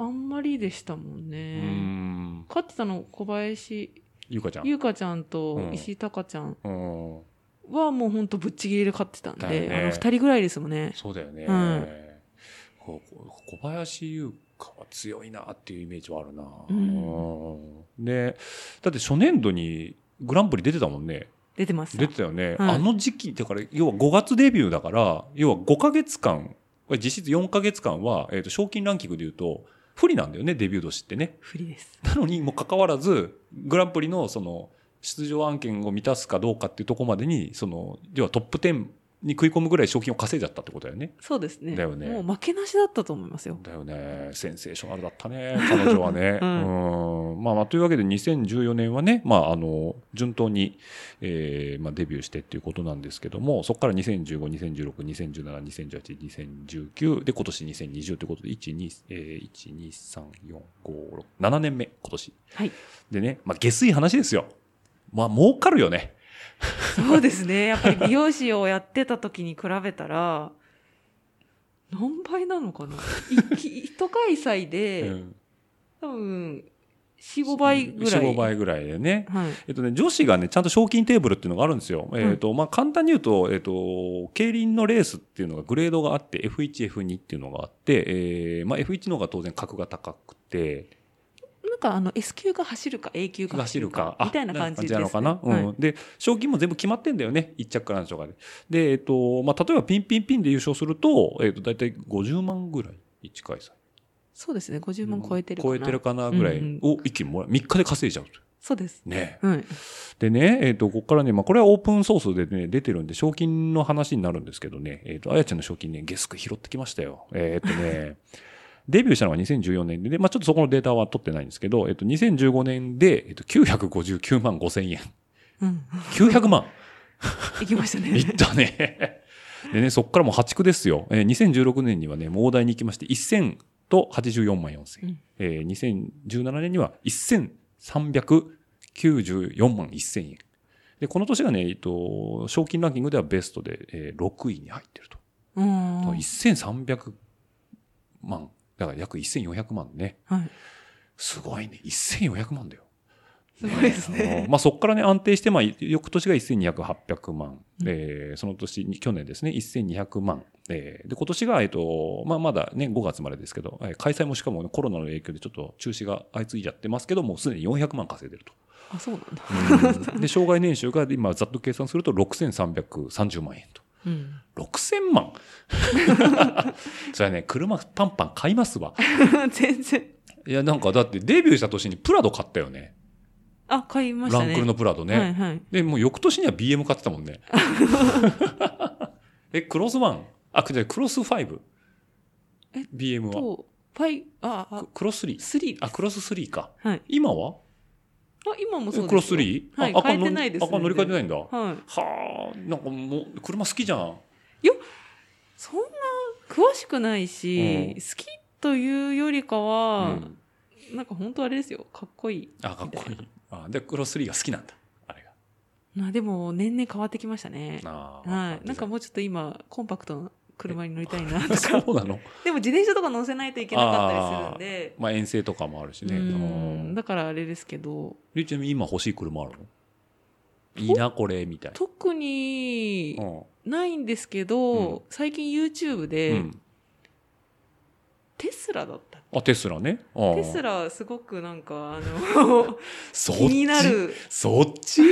Speaker 3: あんまりでしたもん
Speaker 2: う
Speaker 3: ね。
Speaker 2: ん。
Speaker 3: 勝ってたの小林
Speaker 2: ゆうかちゃん。
Speaker 3: 優香ちゃんと
Speaker 2: うん
Speaker 3: 石井隆ちゃん
Speaker 2: うん。
Speaker 3: はもう本当ぶっちぎりで勝ってたんで、
Speaker 2: だよね
Speaker 3: あの二人ぐらいですもんね。
Speaker 2: そうだよね。
Speaker 3: うん
Speaker 2: こうこう小林優香は強いなっていうイメージはあるな。
Speaker 3: うん
Speaker 2: うんで、だって初年度にグランプリ出てたもんね。
Speaker 3: 出てます。
Speaker 2: 出てたよね。
Speaker 3: はい
Speaker 2: あの時期、だから、要は5月デビューだから、要は5ヶ月間、これ実質4ヶ月間は、えーと賞金ランキングで言うと、不利なんだよね、デビュー年ってね。
Speaker 3: 不利です。
Speaker 2: なのにもかかわらず、グランプリのその出場案件を満たすかどうかっていうところまでに、その、要はトップ10に食い込むぐらい賞金を稼いじゃったってことだよね。
Speaker 3: そうですね。
Speaker 2: だよね
Speaker 3: もう負けなしだったと思いますよ。
Speaker 2: だよね。センセーショナルだったね。彼女はね。う、
Speaker 3: <laughs> うん
Speaker 2: まあまあ、というわけで2014年はね、まああの、順当に、えーまあデビューしてっていうことなんですけども、そこから2015、2016、2017、2018、2019、で、今年2020ということで、1、2、えー、1、2、3、4、5、6、7年目、今年。
Speaker 3: はい。
Speaker 2: でね、まあ下水話ですよ。まあ儲かるよね。
Speaker 3: そうですね。
Speaker 2: <laughs>
Speaker 3: やっぱり美容師をやってた時に比べたら、何倍なのかな
Speaker 2: <laughs>
Speaker 3: 一一開催で、
Speaker 2: うん
Speaker 3: 多分、4、5倍ぐらい。
Speaker 2: 4、5倍ぐらいでね。
Speaker 3: はい。
Speaker 2: えっとね、女子がね、ちゃんと賞金テーブルっていうのがあるんですよ。えっと、まあ、簡単に言うと、えっと、競輪のレースっていうのがグレードがあって、F1、F2 っていうのがあって、えーまあ、F1 の方が当然格が高くて、
Speaker 3: なんかあの S 級が走るか A 級が
Speaker 2: 走
Speaker 3: 走
Speaker 2: る
Speaker 3: る
Speaker 2: か
Speaker 3: か、
Speaker 2: あ
Speaker 3: みたいな感じです、ね。
Speaker 2: なのかな、うん
Speaker 3: はい
Speaker 2: で、賞金も全部決まってんだよね。1着からの賞がで。で、えっと、まあ、例えばピンピンピンで優勝すると、えっと、だいたい50万ぐらい、1回さ。
Speaker 3: そうですね、50万超えてるかな。
Speaker 2: 超えてるかなぐら
Speaker 3: うん
Speaker 2: いを一気にもらう。3日で稼いじゃうと。
Speaker 3: そうです。
Speaker 2: ねえ。
Speaker 3: はい。
Speaker 2: でね、えっ、と、ここからね、まあ、これはオープンソースでね、出てるんで、賞金の話になるんですけどね、えっ、と、あやちゃんの賞金ね、ゲスク拾ってきましたよ。えっ、とね、 <laughs> デビューしたのが2014年で、まあちょっとそこのデータは取ってないんですけど、えっと、2015年で、えっと、959万5千円。
Speaker 3: うん。 <laughs>
Speaker 2: 900万
Speaker 3: 行きましたね。
Speaker 2: いったね。 <laughs> でね、そこからもう破竹ですよ。えー、2016年にはね、もう大台に行きまして、1000と84万4千、
Speaker 3: うん
Speaker 2: えー、2017年には1394万1千円。で、この年がね、えっと、賞金ランキングではベストで、えー、6位に入ってると。
Speaker 3: うん。はい。
Speaker 2: 1300万。だから約1400万ね。すごいね。1400万だよ。
Speaker 3: すごいです
Speaker 2: あの
Speaker 3: ね。
Speaker 2: まあ、そこからね、安定して、まあ、翌年が1200、800万。えーその年に、去年ですね、1200万。えーで、今年が、えっと、まあ、まだね、5月までですけど、えー開催もしかも、ね、コロナの影響でちょっと中止が相次いじゃってますけど、もうすでに400万稼いでると。
Speaker 3: あ、そうなんだ。
Speaker 2: <laughs> で、障害年収が今、ざっと計算すると6330万円と。
Speaker 3: うん。 <laughs>
Speaker 2: 6000万 <laughs> それはね、車パンパン買いますわ。
Speaker 3: 全然。
Speaker 2: いや、なんかだってデビューした年にプラド買ったよね。
Speaker 3: あ、買いました
Speaker 2: ラ
Speaker 3: ね。
Speaker 2: ンクルのプラドね。
Speaker 3: はいはい。
Speaker 2: で、もう翌年には BM 買ってたもん
Speaker 3: <laughs>
Speaker 2: ね。え、クロスワンあ、じゃあクロスファイブ
Speaker 3: え
Speaker 2: ?BM は。
Speaker 3: と、ファイ、あ、あ
Speaker 2: ク、クロス3。
Speaker 3: スリー。
Speaker 2: あ、クロス3か。
Speaker 3: はい。
Speaker 2: 今は
Speaker 3: あ、今もそうですよ
Speaker 2: クロス 3?
Speaker 3: はい
Speaker 2: あ赤
Speaker 3: 変えてないですね
Speaker 2: 乗り赤乗り換えてないんだ。は
Speaker 3: はい。
Speaker 2: あ、なんかもう、車好きじゃん。
Speaker 3: そんな詳しくないし、
Speaker 2: うん
Speaker 3: 好きというよりか
Speaker 2: う
Speaker 3: は、
Speaker 2: ん。
Speaker 3: なんか本当あれですよかっこいい
Speaker 2: あ、かっこいい。あ、で、クロス3が好きなんだ。あれが。
Speaker 3: なでも年々変わってきましたね
Speaker 2: あー
Speaker 3: はいなんか、もうちょっと今コンパクトな車に乗りたいなとか
Speaker 2: そうなの
Speaker 3: でも自転車とか乗せないといけなかったりするんで
Speaker 2: まあ遠征とかもあるしね。
Speaker 3: う
Speaker 2: うんん
Speaker 3: だからあれですけど
Speaker 2: でちなみに今欲しい車あるのいいな、これ、みたいな。
Speaker 3: 特に
Speaker 2: うん
Speaker 3: ないんですけど、
Speaker 2: うん
Speaker 3: 最近 YouTube で、
Speaker 2: うん
Speaker 3: テスラだったっ
Speaker 2: あ、テスラね。
Speaker 3: け
Speaker 2: テ
Speaker 3: テスラすごくなんかあの
Speaker 2: そっち
Speaker 3: 気にな。る
Speaker 2: そっち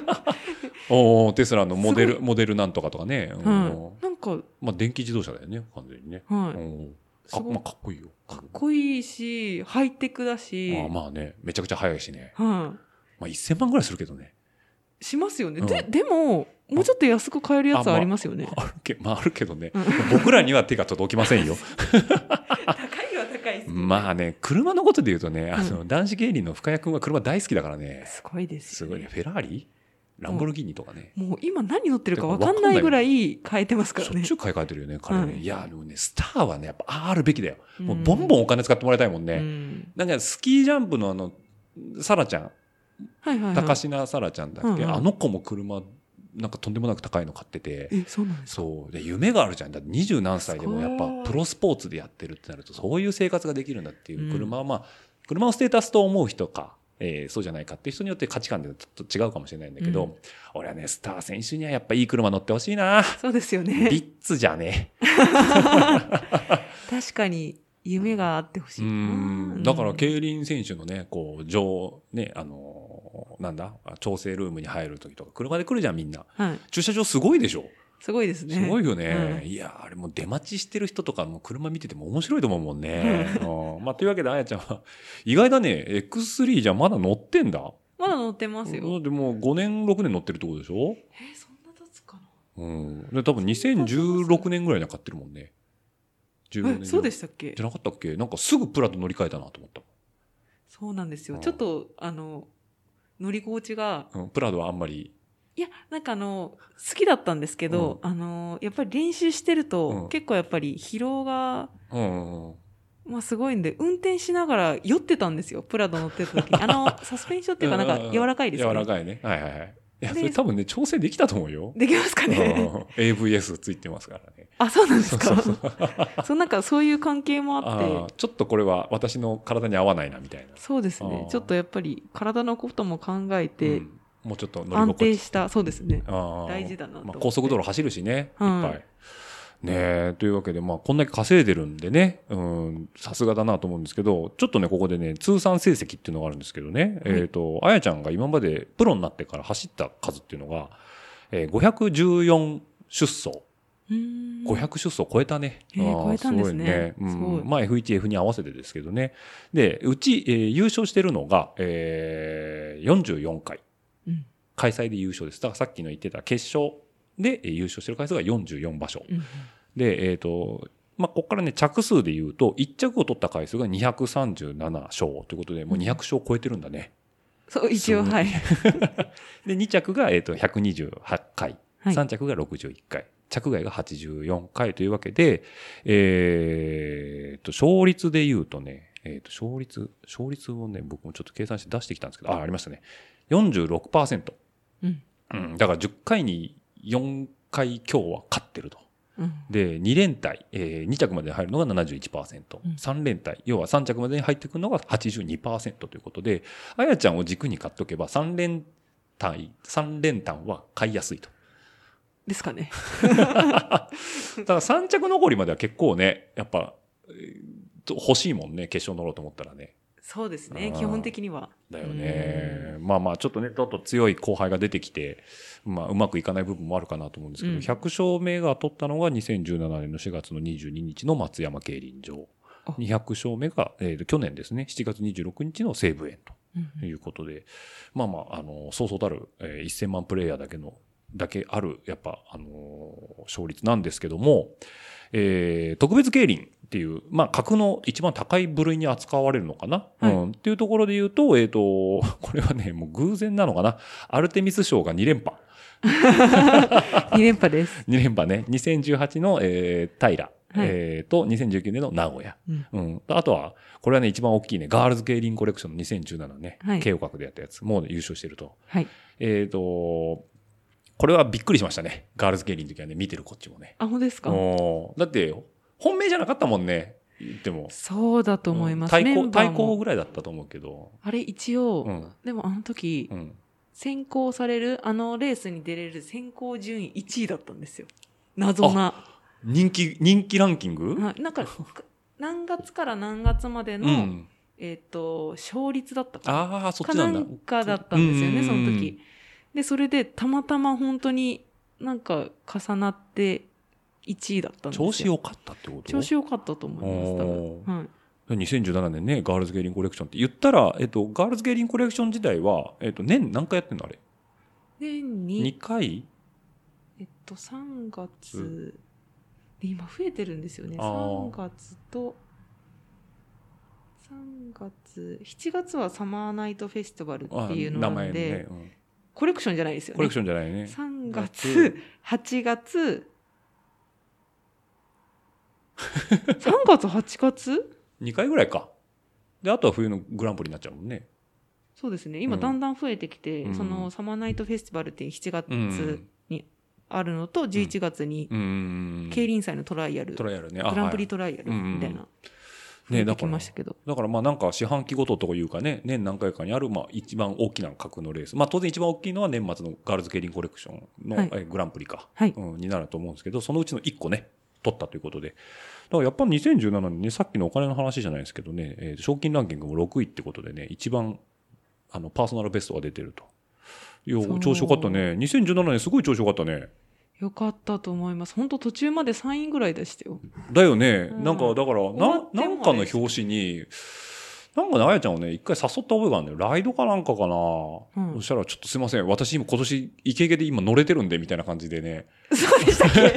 Speaker 3: <laughs>
Speaker 2: おーテスラのモデ
Speaker 3: す
Speaker 2: ル、モデルなんとかとかね。うん
Speaker 3: はいなんか
Speaker 2: まあ、電気自動車だよね、完全にね。
Speaker 3: はい、
Speaker 2: うん
Speaker 3: す
Speaker 2: か
Speaker 3: ごい
Speaker 2: まあ、かっこいいよ。かっ
Speaker 3: かっこいいし、ハイテクだし、
Speaker 2: あーまあね、めちゃくちゃ速いしね。
Speaker 3: は
Speaker 2: まあ、1000万ぐらいするけどね。 <laughs>
Speaker 3: い、しますよね。
Speaker 2: うん
Speaker 3: で、でも、もうちょっと安く買えるやつ
Speaker 2: あま
Speaker 3: は
Speaker 2: あ
Speaker 3: ありますよね。
Speaker 2: あるけ、まあ、あるけどね
Speaker 3: うん。
Speaker 2: 僕らには手が届きませ
Speaker 3: <laughs>
Speaker 2: んよ。
Speaker 3: 高いは高いです、
Speaker 2: まあね、車のことで言うとね、あの、男子芸人の深谷君は車大好きだからね。
Speaker 3: すごいです
Speaker 2: す
Speaker 3: よ、
Speaker 2: ごいね。フェラーリランボルギーニとかね。
Speaker 3: もう今何乗ってるか分かんないぐらい買えてますか
Speaker 2: し
Speaker 3: ら
Speaker 2: ょっ
Speaker 3: ね
Speaker 2: ちゅ。う買い替えてるよね、彼ね。
Speaker 3: うん
Speaker 2: いや、でもね、スターはね、やっぱあるべきだよ。もう
Speaker 3: うん
Speaker 2: ボンボンお金使ってもらいたいもん
Speaker 3: う
Speaker 2: ね。
Speaker 3: ん
Speaker 2: なんかスキージャンプのあの、サラちゃん、
Speaker 3: はいはい、は
Speaker 2: 高
Speaker 3: い。
Speaker 2: 階サラちゃんだっけ、
Speaker 3: うんうん
Speaker 2: あの子も車、なんかとんでもなく高いの買ってて。
Speaker 3: え、そうなんですか
Speaker 2: そう。で、夢があるじゃん。だって二十何歳でもやっ
Speaker 3: すごい
Speaker 2: ぱプロスポーツでやってるってなると、そういう生活ができるんだっていう車は、まあ、車をステータスと思う人か、えーそうじゃないかっていう人によって価値観でちょっと違うかもしれないんだけど、
Speaker 3: うん
Speaker 2: 俺はね、スター選手にはやっぱいい車乗ってほしい
Speaker 3: <laughs>
Speaker 2: な。
Speaker 3: そうですよ
Speaker 2: ビ
Speaker 3: ね。
Speaker 2: ッツじゃね。
Speaker 3: 確かに夢があってほし
Speaker 2: う
Speaker 3: いな。
Speaker 2: ん。だから、競輪選手のね、こう、上、ね、あのーなんだ、調整ルームに入る時とか、車で来るじゃん、みんな。
Speaker 3: はい。
Speaker 2: 駐車場すごいでしょ
Speaker 3: すごいですね。
Speaker 2: すごいよ
Speaker 3: うん
Speaker 2: ね。いや、あれもう出待ちしてる人とかも車見てても面白いと思うもんね。 <laughs> うんまあ、というわけで、あやちゃんは、意外だね、X3 じゃまだ乗ってんだ。だ
Speaker 3: まだ乗ってます
Speaker 2: って
Speaker 3: よ。
Speaker 2: もう5年、6年乗ってるってことでしょ
Speaker 3: えそんな経つかな
Speaker 2: うん。で、多分2016年ぐらいには買ってるもんね。14
Speaker 3: え
Speaker 2: 年。
Speaker 3: そうで
Speaker 2: し
Speaker 3: したっけ
Speaker 2: じゃなかったっけなんかすぐプラと乗り換えたなと思った。
Speaker 3: そうなんですよ。
Speaker 2: うん
Speaker 3: ちょっと、あの、乗り心地が、
Speaker 2: うん、プラドはあんまり。
Speaker 3: いや、なんかあの、好きだったんですけど、あの、やっぱり練習してると、
Speaker 2: うん
Speaker 3: 結構やっぱり疲労が、
Speaker 2: うん、うん。
Speaker 3: まあすごいんで、運転しながら酔ってたんですよ、プラド乗ってた時。
Speaker 2: <laughs>
Speaker 3: あの、サスペンションっていうかなんか柔らかいですよ
Speaker 2: 柔
Speaker 3: ね。
Speaker 2: らかいね。はいはいはい。いや、
Speaker 3: で
Speaker 2: それ多分ね、調整できたと思うよ。
Speaker 3: できますかね。
Speaker 2: うん AVS ついてますからね。
Speaker 3: あ、そうなんです
Speaker 2: そう
Speaker 3: か。そ
Speaker 2: そううそう。
Speaker 3: なんかそういう関係もあ
Speaker 2: あ
Speaker 3: っ
Speaker 2: ー
Speaker 3: て、
Speaker 2: ちょっとこれは私の体に合わないなみたいな。
Speaker 3: そうですね
Speaker 2: あ。ー
Speaker 3: ちょっとやっぱり体のことも考えて、
Speaker 2: うんもうちょっと乗り
Speaker 3: 安
Speaker 2: 心
Speaker 3: 定
Speaker 2: 地。
Speaker 3: した、そうですね。大
Speaker 2: 大
Speaker 3: 事だなと思
Speaker 2: ま
Speaker 3: っ
Speaker 2: あ、
Speaker 3: て
Speaker 2: 高速道路走るしね、いっ
Speaker 3: はい
Speaker 2: ぱい。ねえ、というわけで、まあ、こんだけ稼いでるんでね、うん、さすがだなと思うんですけど、ちょっとね、ここでね、通算成績っていうのがあるんですけどね、えっ、と、あやちゃんが今までプロになってから走った数っていうのが、えー、514出走。
Speaker 3: うーん
Speaker 2: 500出走超えたね。
Speaker 3: へー
Speaker 2: あー
Speaker 3: 超えたんですね
Speaker 2: ごいね。
Speaker 3: すごい
Speaker 2: うん、まあ F1、F2 に合わせてですけどね。で、うち、えー優勝してるのが、えー、44回。
Speaker 3: うん
Speaker 2: 開催で優勝です。だからさっきの言ってた決勝でえー優勝してる回数が44場所。
Speaker 3: うん
Speaker 2: で、えっ、と、まあ、ここからね、着数で言うと、1着を取った回数が237勝ということで、もう200勝を超えてるんだね。
Speaker 3: そう、一応、
Speaker 2: そう
Speaker 3: はい。
Speaker 2: で、2着が、えっ、と、128回。
Speaker 3: はい
Speaker 2: 3着が61回。着外が84回というわけで、えー、と、勝率で言うとね、えー、と、勝率、勝率をね、僕もちょっと計算して出してきたんですけど、あ、ありましたね。46%。
Speaker 3: うん。
Speaker 2: うん。だから10回に4回今日は勝ってると。
Speaker 3: うん。
Speaker 2: で、2連帯、え2着までに入るのが71%、
Speaker 3: うん
Speaker 2: 3連帯、要は3着までに入ってくるのが82%ということで、あやちゃんを軸に買っとけば、3連単、三連単は買いやす
Speaker 3: <laughs>
Speaker 2: いと。
Speaker 3: ですかね。
Speaker 2: ただ3着残りまでは結構ね、やっぱ、えーと欲しいもんね、決勝乗ろうと思ったらね。
Speaker 3: そうです
Speaker 2: あ
Speaker 3: ね、
Speaker 2: ー
Speaker 3: 基本的には。
Speaker 2: だよね。まあまあ、ちょっとね、ちょっと強い後輩が出てきて、まあ、うまくいかない部分もあるかなと思うんですけど、
Speaker 3: うん
Speaker 2: 100勝目が取ったのが2017年の4月の22日の松山競輪場。
Speaker 3: あ
Speaker 2: 200勝目が、えー去年ですね、7月26日の西武園
Speaker 3: うん。うん
Speaker 2: ということで、まあまあ、あの、そうそうたる、えー1000万プレイヤーだけの、だけある、やっぱ、あのー勝率なんですけども、えー特別競輪っていう、まあ、格の一番高い部類に扱われるのかな、
Speaker 3: はい
Speaker 2: うん。っていうところで言うと、えっ、と、これはね、もう偶然なのかなアルテミス賞が2連覇。
Speaker 3: 2連覇です。
Speaker 2: 2連覇ね。2018の、えー、平、
Speaker 3: はい
Speaker 2: えーと、2019年の名古屋。
Speaker 3: うん
Speaker 2: うん。あとは、これはね、一番大きいね、ガールズ競輪コレクションの2017ね、
Speaker 3: はい
Speaker 2: 慶応学でやったやつ。もう優勝してると。
Speaker 3: はい。
Speaker 2: えっ、と、これはびっくりしましたね。ガールズ競輪の時はね、見てるこっちもね。
Speaker 3: あ、本当ですか
Speaker 2: おーだって、本命じゃなかったもんね。言っても。
Speaker 3: そうだと思います。
Speaker 2: うん対
Speaker 3: メ
Speaker 2: 抗、
Speaker 3: ンバー
Speaker 2: 対
Speaker 3: も
Speaker 2: 抗ぐらいだったと思うけど。
Speaker 3: あれ、一応、
Speaker 2: うん。
Speaker 3: でもあの時、
Speaker 2: うん。
Speaker 3: 選考される、あのレースに出れる選考順位1位だったんですよ。謎な。
Speaker 2: 人気、人気ランキング
Speaker 3: はい
Speaker 2: <laughs>
Speaker 3: なんか、何月から何月までの、
Speaker 2: うん。
Speaker 3: えっ、と、勝率だったかな
Speaker 2: ああ、そっ
Speaker 3: か
Speaker 2: ち
Speaker 3: な
Speaker 2: なんだ。
Speaker 3: んかだったんですよ
Speaker 2: う
Speaker 3: ね、
Speaker 2: ん
Speaker 3: その時。で、それで、たまたま本当になんか重なって1位だったんですよ。
Speaker 2: 調子良かったってこと
Speaker 3: 調子良かったと思います、多分
Speaker 2: お。
Speaker 3: はい。
Speaker 2: 2017年ね、ガールズゲーリンコレクションって言ったら、えっと、ガールズゲーリンコレクション自体は、えっと、年何回やってんのあれ
Speaker 3: 年に
Speaker 2: ?2、回
Speaker 3: えっと、3月、で今増えてるんですよね。
Speaker 2: あー
Speaker 3: 3月と、3月、7月はサマーナイトフェスティバルっていうの
Speaker 2: 名
Speaker 3: な
Speaker 2: 前
Speaker 3: ん
Speaker 2: の
Speaker 3: で、
Speaker 2: ね、うん
Speaker 3: コレクションじゃないですよね。
Speaker 2: コレクションじゃないね。
Speaker 3: 3
Speaker 2: 夏
Speaker 3: 月、8月、3月、8月
Speaker 2: 2回ぐらいか。で、あとは冬のグランプリになっちゃうもんね。
Speaker 3: そうですね。今
Speaker 2: うん
Speaker 3: だんだん増えてきて、
Speaker 2: うん
Speaker 3: そのサマーナイトフェスティバルっていう7
Speaker 2: う
Speaker 3: 月
Speaker 2: ん。
Speaker 3: あるのと、11月に
Speaker 2: うん。
Speaker 3: 競輪祭のトライアル、
Speaker 2: トライアルね。あ
Speaker 3: グラン
Speaker 2: は
Speaker 3: プ
Speaker 2: い
Speaker 3: リトライアルみたいな。
Speaker 2: うんね
Speaker 3: 増えてきましたけど。
Speaker 2: だからまあなんか四半期ごとというかね、年何回かにあるまあ一番大きな格のレース。まあ当然一番大きいのは年末のガールズ競輪コレクションの
Speaker 3: はい
Speaker 2: えグランプリか、
Speaker 3: はい
Speaker 2: うん、になると思うんですけど、そのうちの1個ね、取ったということで。だからやっぱり2017年ね、さっきのお金の話じゃないですけどね、えー賞金ランキングも6位ってことでね、一番あのパーソナルベストが出てると。い
Speaker 3: そ
Speaker 2: や、
Speaker 3: う
Speaker 2: 調子よかったね。2017年すごい調子よかったね。
Speaker 3: よかったと思います。本当途中まで3位ぐらいでし
Speaker 2: <laughs>
Speaker 3: たよ。
Speaker 2: だよね。
Speaker 3: うん
Speaker 2: なんか、だから、
Speaker 3: 終わ
Speaker 2: な
Speaker 3: っ、ても
Speaker 2: なんかの表紙に、なんかね、あやちゃんをね、一回誘った覚えがあるんだよ。ライドかなんかかな、
Speaker 3: うん
Speaker 2: そしたら、ちょっとすいません。私今、今年、イケイケで今乗れてるんで、みたいな感じでね。
Speaker 3: そうでしたっけ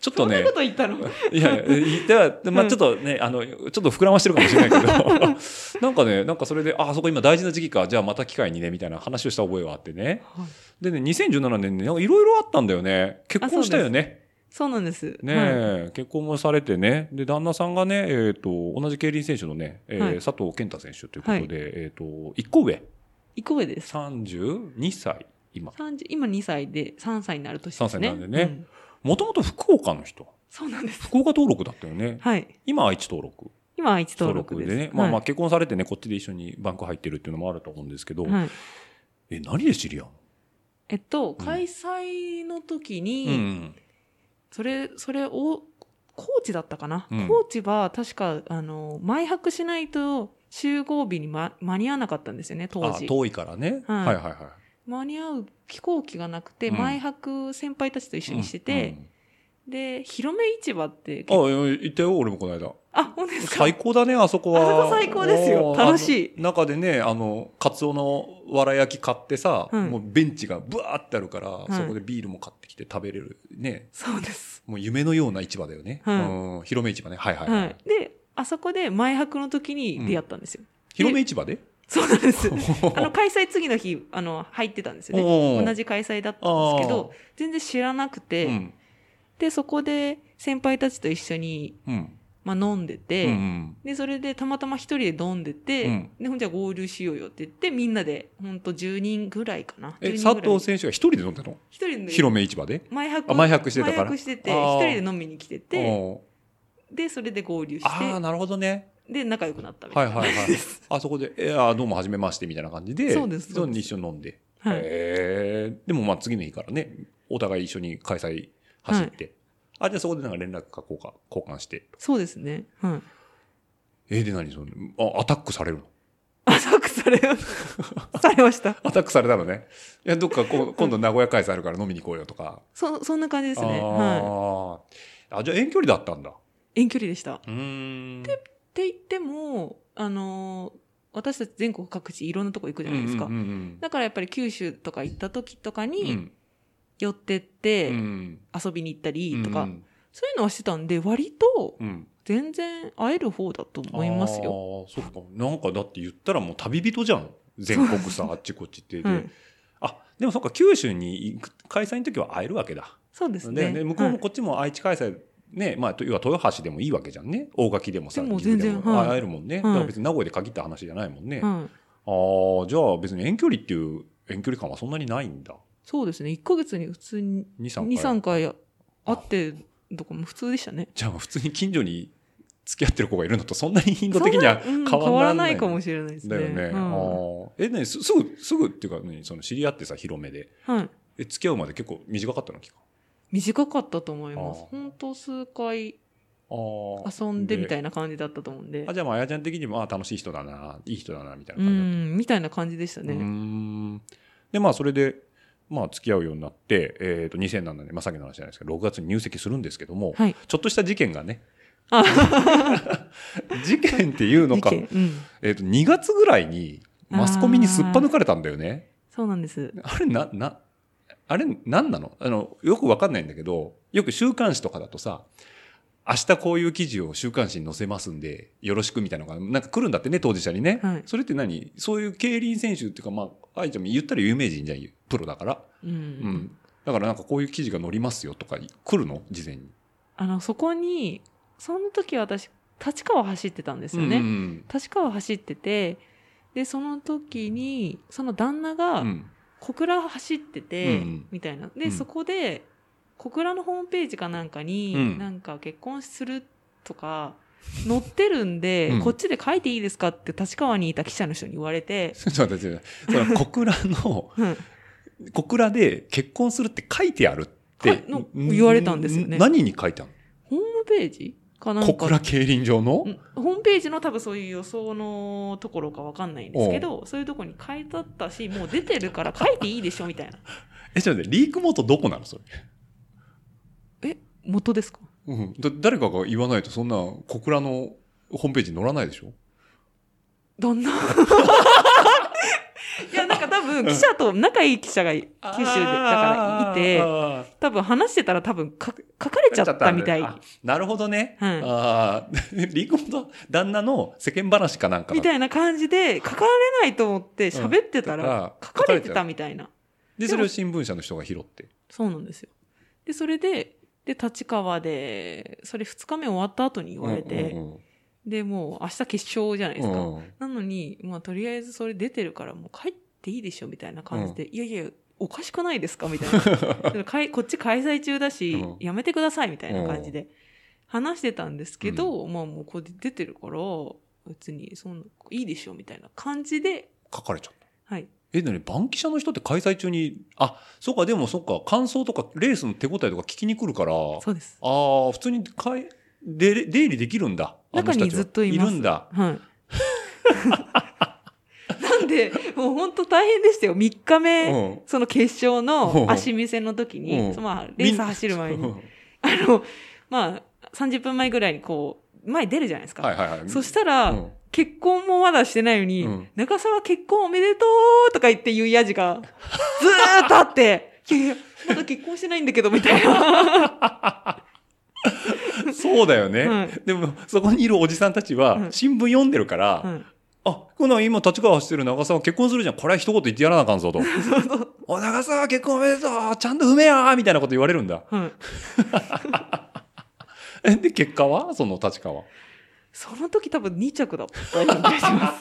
Speaker 2: ちょっ
Speaker 3: そ
Speaker 2: と
Speaker 3: んな
Speaker 2: ね
Speaker 3: こ、と言った
Speaker 2: <laughs>
Speaker 3: の
Speaker 2: いやいや、言ったらまあ
Speaker 3: うん
Speaker 2: ちょっとね、あの、ちょっと膨らましてるかもしれな
Speaker 3: <laughs>
Speaker 2: いけど、なんかね、なんかそれで、あ、あそこ今大事な時期か、じゃあまた機会にね、みたいな話をした覚えがあってね。
Speaker 3: はい
Speaker 2: でね、2017年ね、なんかいろいろあったんだよね。結婚したよね。
Speaker 3: そうなんです。
Speaker 2: ね
Speaker 3: はい
Speaker 2: え、結婚もされてね、で旦那さんがね、えー、と同じ競輪選手のね、えー
Speaker 3: はい
Speaker 2: 佐藤健太選手ということで、えー、と1個上、
Speaker 3: 一個上です。
Speaker 2: 32歳、今、
Speaker 3: 30今2歳で3歳になる年ですね。
Speaker 2: 3歳なんでね
Speaker 3: うん
Speaker 2: もともと福岡の人、
Speaker 3: そうなんです。
Speaker 2: 福岡登録だったよね、
Speaker 3: はい。
Speaker 2: 今、愛知登録、
Speaker 3: 今愛知登録です。
Speaker 2: ね、まあまあ
Speaker 3: は
Speaker 2: 結婚されてね、こっちで一緒にバンク入ってるっていうのもあると思うんですけど、
Speaker 3: いはい
Speaker 2: え、何で知り合うの、
Speaker 3: えっと、開催の時に、
Speaker 2: うん
Speaker 3: それ、それを、コーチだったかな、
Speaker 2: うん
Speaker 3: コーチは確か、あの、前泊しないと集合日に、ま、間に合わなかったんですよね、当
Speaker 2: あ
Speaker 3: 時。
Speaker 2: 遠いからね、
Speaker 3: はい
Speaker 2: はいはいは
Speaker 3: 間に合う飛行機がなくて、
Speaker 2: うん
Speaker 3: 前泊先輩たちと一
Speaker 2: い。
Speaker 3: 緒にしてて、で、広め市場って
Speaker 2: うん、うんあ、行ったよ、俺もこの間。
Speaker 3: あ、本当ですか
Speaker 2: 最高だね、あそこは。
Speaker 3: あそこ最高ですよ
Speaker 2: おー
Speaker 3: 楽しい
Speaker 2: あの中でね、あの、カツオのわら焼き買ってさ、
Speaker 3: うん
Speaker 2: もうベンチがブワーってあるから、
Speaker 3: い
Speaker 2: そこでビールも買ってきて食べれる。ね。
Speaker 3: そうです。
Speaker 2: もう夢のような市場だよね。
Speaker 3: はい
Speaker 2: うん広め市場ね。はいはい、はい
Speaker 3: はい。で、あそこで前泊の時に出会ったんですよ。
Speaker 2: 広め市場で。
Speaker 3: そうなんです
Speaker 2: お
Speaker 3: あの、開催次の日、あの、入ってたんですよね。
Speaker 2: ー
Speaker 3: <laughs> 同じ開催だったんですけど、全然知らなくて、
Speaker 2: うん。
Speaker 3: で、そこで先輩たちと一緒に、
Speaker 2: うん。
Speaker 3: まあ、飲んでて、
Speaker 2: うん
Speaker 3: で、それでたまたま一人で飲んでて、
Speaker 2: うん
Speaker 3: で、ほんじゃあ合流しようよって言って、みんなで、ほんと10人ぐらいかな。
Speaker 2: え、
Speaker 3: 10人
Speaker 2: 佐
Speaker 3: ぐらい
Speaker 2: 藤選手が一人で飲んでたの
Speaker 3: 一人で、
Speaker 2: 広め市場で
Speaker 3: 前
Speaker 2: あ
Speaker 3: 泊。
Speaker 2: 前泊してたから
Speaker 3: 前泊してて、
Speaker 2: あー
Speaker 3: 一人で飲みに来てて、
Speaker 2: おー
Speaker 3: で、それで合流し
Speaker 2: ああ、
Speaker 3: て、
Speaker 2: なるほどね。
Speaker 3: で、仲良くなったみた
Speaker 2: はいい
Speaker 3: な。
Speaker 2: はい
Speaker 3: <laughs>
Speaker 2: はい。あそこで、いやーどうもはじめましてみたいな感じで、
Speaker 3: そうですそうです
Speaker 2: 一緒に飲んで。
Speaker 3: はい
Speaker 2: へーでもまあ次の日からね、お互い一緒に開催走って。あ、じゃあそこでなんか連絡か交換交換して。
Speaker 3: そうですね。はい。
Speaker 2: えー、で何それあ、アタックされるの
Speaker 3: 浅くされ、
Speaker 2: <laughs>
Speaker 3: されました。
Speaker 2: アタックされたのね。いや、どっかこ
Speaker 3: <laughs>
Speaker 2: う今度名古屋開催あるから飲みに行こうよとか。
Speaker 3: そ、そんな感じですね。
Speaker 2: あ
Speaker 3: は
Speaker 2: ーあ、じゃあ遠距離だったんだ。
Speaker 3: い。遠距離でした。っ
Speaker 2: うーん。
Speaker 3: て言っても、あのー私たち全国各地いろんなとこ行くじゃないですか。
Speaker 2: うんうんうん
Speaker 3: だからやっぱり九州とか行った時とか
Speaker 2: うんう
Speaker 3: に
Speaker 2: ん
Speaker 3: 寄ってっ
Speaker 2: う
Speaker 3: て
Speaker 2: ん
Speaker 3: 遊びに行ったりと
Speaker 2: う
Speaker 3: か、
Speaker 2: ん
Speaker 3: そういうのはしてたんで、割と
Speaker 2: うん
Speaker 3: 全然会える方だと思いますよ。
Speaker 2: よ。あーそっか。なんかだって言ったらもう旅人じゃん。全国
Speaker 3: <laughs>
Speaker 2: さ、あっちこっちって。で
Speaker 3: はい、
Speaker 2: あ、でもそっか、九州に行く開催の時は会えるわけだ。
Speaker 3: そうです
Speaker 2: だよ
Speaker 3: ね。
Speaker 2: ね向こう
Speaker 3: は
Speaker 2: も
Speaker 3: い
Speaker 2: こっちも愛知開催、ね、まあ、と要は豊橋でもいいわけじゃんね。大垣でもさ、
Speaker 3: でも
Speaker 2: 岐阜で
Speaker 3: 全然はい
Speaker 2: 会えるもんね。だ
Speaker 3: い
Speaker 2: から別に名古屋で限った話じゃないもんね。あ
Speaker 3: はい
Speaker 2: あ、じゃあ別に遠距離っていう遠距離感はそんなにないんだ。
Speaker 3: そうですね。1ヶ月に普通に
Speaker 2: 2、3回。
Speaker 3: 2、3回会ってとかも普通でしたね。
Speaker 2: じゃあ普通に近所に付き合ってる子がいるのとそんなに頻度
Speaker 3: そん
Speaker 2: 的には
Speaker 3: な
Speaker 2: 変
Speaker 3: うん
Speaker 2: わらない。
Speaker 3: 変わらないかもしれないですね。
Speaker 2: だよね。
Speaker 3: は
Speaker 2: あーえ、ね、すすぐ、すぐっていうか、ね、その知り合ってさ、広めで。
Speaker 3: いはい。
Speaker 2: え、付き合うまで結構短かったの期間。
Speaker 3: 短かったと思います
Speaker 2: あー。
Speaker 3: 本当数回
Speaker 2: あ
Speaker 3: 遊んでみた
Speaker 2: い
Speaker 3: いな感じだったと思うんで
Speaker 2: あ、。じゃあ、まあ、あやちゃん的にも、あ楽しい人だな、いい人だな、みたいうな感
Speaker 3: ん、みたいな感じでした
Speaker 2: じだった。うー
Speaker 3: ね。
Speaker 2: ん。で、まあ、それで、まあ、付き合うようになって、えっ、と、2007年、まあ、さっきの話じゃないですけど、6月に入籍するんですけども、
Speaker 3: はい。
Speaker 2: ちょっとした事件がね、
Speaker 3: あ、
Speaker 2: 事件っていうの
Speaker 3: 事
Speaker 2: か、
Speaker 3: 件。うん。
Speaker 2: えっ、と、2月ぐらいに、マスコミにすっぱ抜かれたんだよね。
Speaker 3: そうなんです。
Speaker 2: <laughs> あれな、な、あれ何なのあの、よくわかんないんだけど、よく週刊誌とかだとさ、明日こういう記事を週刊誌に載せますんで、よろしくみたいなのが、なんか来るんだってね、当事者にね。
Speaker 3: はい
Speaker 2: それって何そういう競輪選手っていうか、まあ、愛ちゃんも言ったら有名人じゃん、プロだから。
Speaker 3: う。
Speaker 2: うんん。だからなんかこういう記事が載りますよとか、来るの事前に。
Speaker 3: あの、そこに、その時私、立川走ってたんですよ
Speaker 2: うん
Speaker 3: ね。立川走ってて、で、その時に、その旦那
Speaker 2: うんう
Speaker 3: が
Speaker 2: ん。う、ん。 <laughs>
Speaker 3: 小倉走ってて、
Speaker 2: うん
Speaker 3: みたいな。
Speaker 2: う
Speaker 3: で、
Speaker 2: ん
Speaker 3: そこで、小倉のホームページかなんかに、
Speaker 2: うん
Speaker 3: なんか結婚するとか、載ってるんで、
Speaker 2: うん
Speaker 3: こっちで書いていいですかって立川にいた記者の人に言われて、
Speaker 2: ちょっと待って、ちょっと待ってその小倉
Speaker 3: <laughs>
Speaker 2: の、
Speaker 3: うん
Speaker 2: 小倉で結婚するって書いてあるって
Speaker 3: かの言われたんですよね
Speaker 2: 何に書いてあるの
Speaker 3: ホームページかなん
Speaker 2: 小
Speaker 3: か。
Speaker 2: 倉競輪場の
Speaker 3: うんホームページの多分そういう予想のところかわかんないんですけど、そういうとこに書いてあったし、もう出てるから書いていいでしょみたいな。
Speaker 2: え、ちょっと待って、リーク元どこなのそれ。
Speaker 3: え、元ですか
Speaker 2: うん。だ誰かが言わないと、そんな、小倉のホームページに載らないでしょ
Speaker 3: 旦那いや、なんか多分、記者と、仲いい記者が九州で、だからいて、
Speaker 2: 書
Speaker 3: 多分話してたら多分か書かれちゃったみたい。
Speaker 2: なるほどね。
Speaker 3: はい
Speaker 2: あー <laughs> リーク元、旦那の世間話かなんか
Speaker 3: み
Speaker 2: い
Speaker 3: たいな感じで書かれないと思って喋ってたら
Speaker 2: うん
Speaker 3: 書かれてたみたいな。
Speaker 2: で、それを新聞社の人が拾って。
Speaker 3: そうなんですよ。で、それで、で、立川で、それ2日目終わった後に言われて、
Speaker 2: うんうん
Speaker 3: で、もう明日決勝じゃないですか。
Speaker 2: うんうん
Speaker 3: なのに、まあとりあえずそれ出てるからもう帰っていいでしょみたいな感じで、いやいや、おかしくないですかみたい
Speaker 2: <laughs>
Speaker 3: なでもかい。こっち開催中だし、
Speaker 2: うん
Speaker 3: やめてくださいみたいな感じで話してたんですけど、まあもうこれ出てるから、別にそんな、いいでしょみたいな感じで、
Speaker 2: 書かれちゃった。
Speaker 3: はい。
Speaker 2: え、なに、バンキシャの人って開催中に、あ、そうか、でもそうか、感想とか、レースの手応えとか聞きに来るから、
Speaker 3: そうです。
Speaker 2: ああ、普通にかい出れ出入りできるんだ。あの人たちは
Speaker 3: 中にずっといます <laughs>
Speaker 2: るんだ。
Speaker 3: はい。なんで、もう本当大変でしたよ。3日
Speaker 2: う
Speaker 3: 目、
Speaker 2: ん。
Speaker 3: その決勝
Speaker 2: うん
Speaker 3: の足見せの時に、
Speaker 2: うん
Speaker 3: まあレース走る前に
Speaker 2: う、ん
Speaker 3: あの、まあ、30分前ぐらいにこう、前出るじゃないですか。
Speaker 2: はいはいはい。
Speaker 3: <laughs> そしたら、
Speaker 2: うん
Speaker 3: 結婚もまだしてないのに、
Speaker 2: うん
Speaker 3: 中澤結婚おめでとうとか言って言うやじが、ずーっとあって、いやいや、まだ結婚してないんだけど、みたいな。
Speaker 2: そうだよね。
Speaker 3: はい
Speaker 2: でも、そこにいるおじさんたち
Speaker 3: う
Speaker 2: は、
Speaker 3: ん
Speaker 2: 新聞読んでるから、
Speaker 3: うん
Speaker 2: あ、この今、立川走ってる長澤結婚するじゃん。これは一言言ってやらなあかん
Speaker 3: <laughs>
Speaker 2: ぞと。お、長澤結婚おめでとうちゃんと踏めやみたいなこと言われるんだ。
Speaker 3: はい
Speaker 2: え、で、結果はその立川。
Speaker 3: その時多分2着だったような気がし
Speaker 2: <laughs>
Speaker 3: ま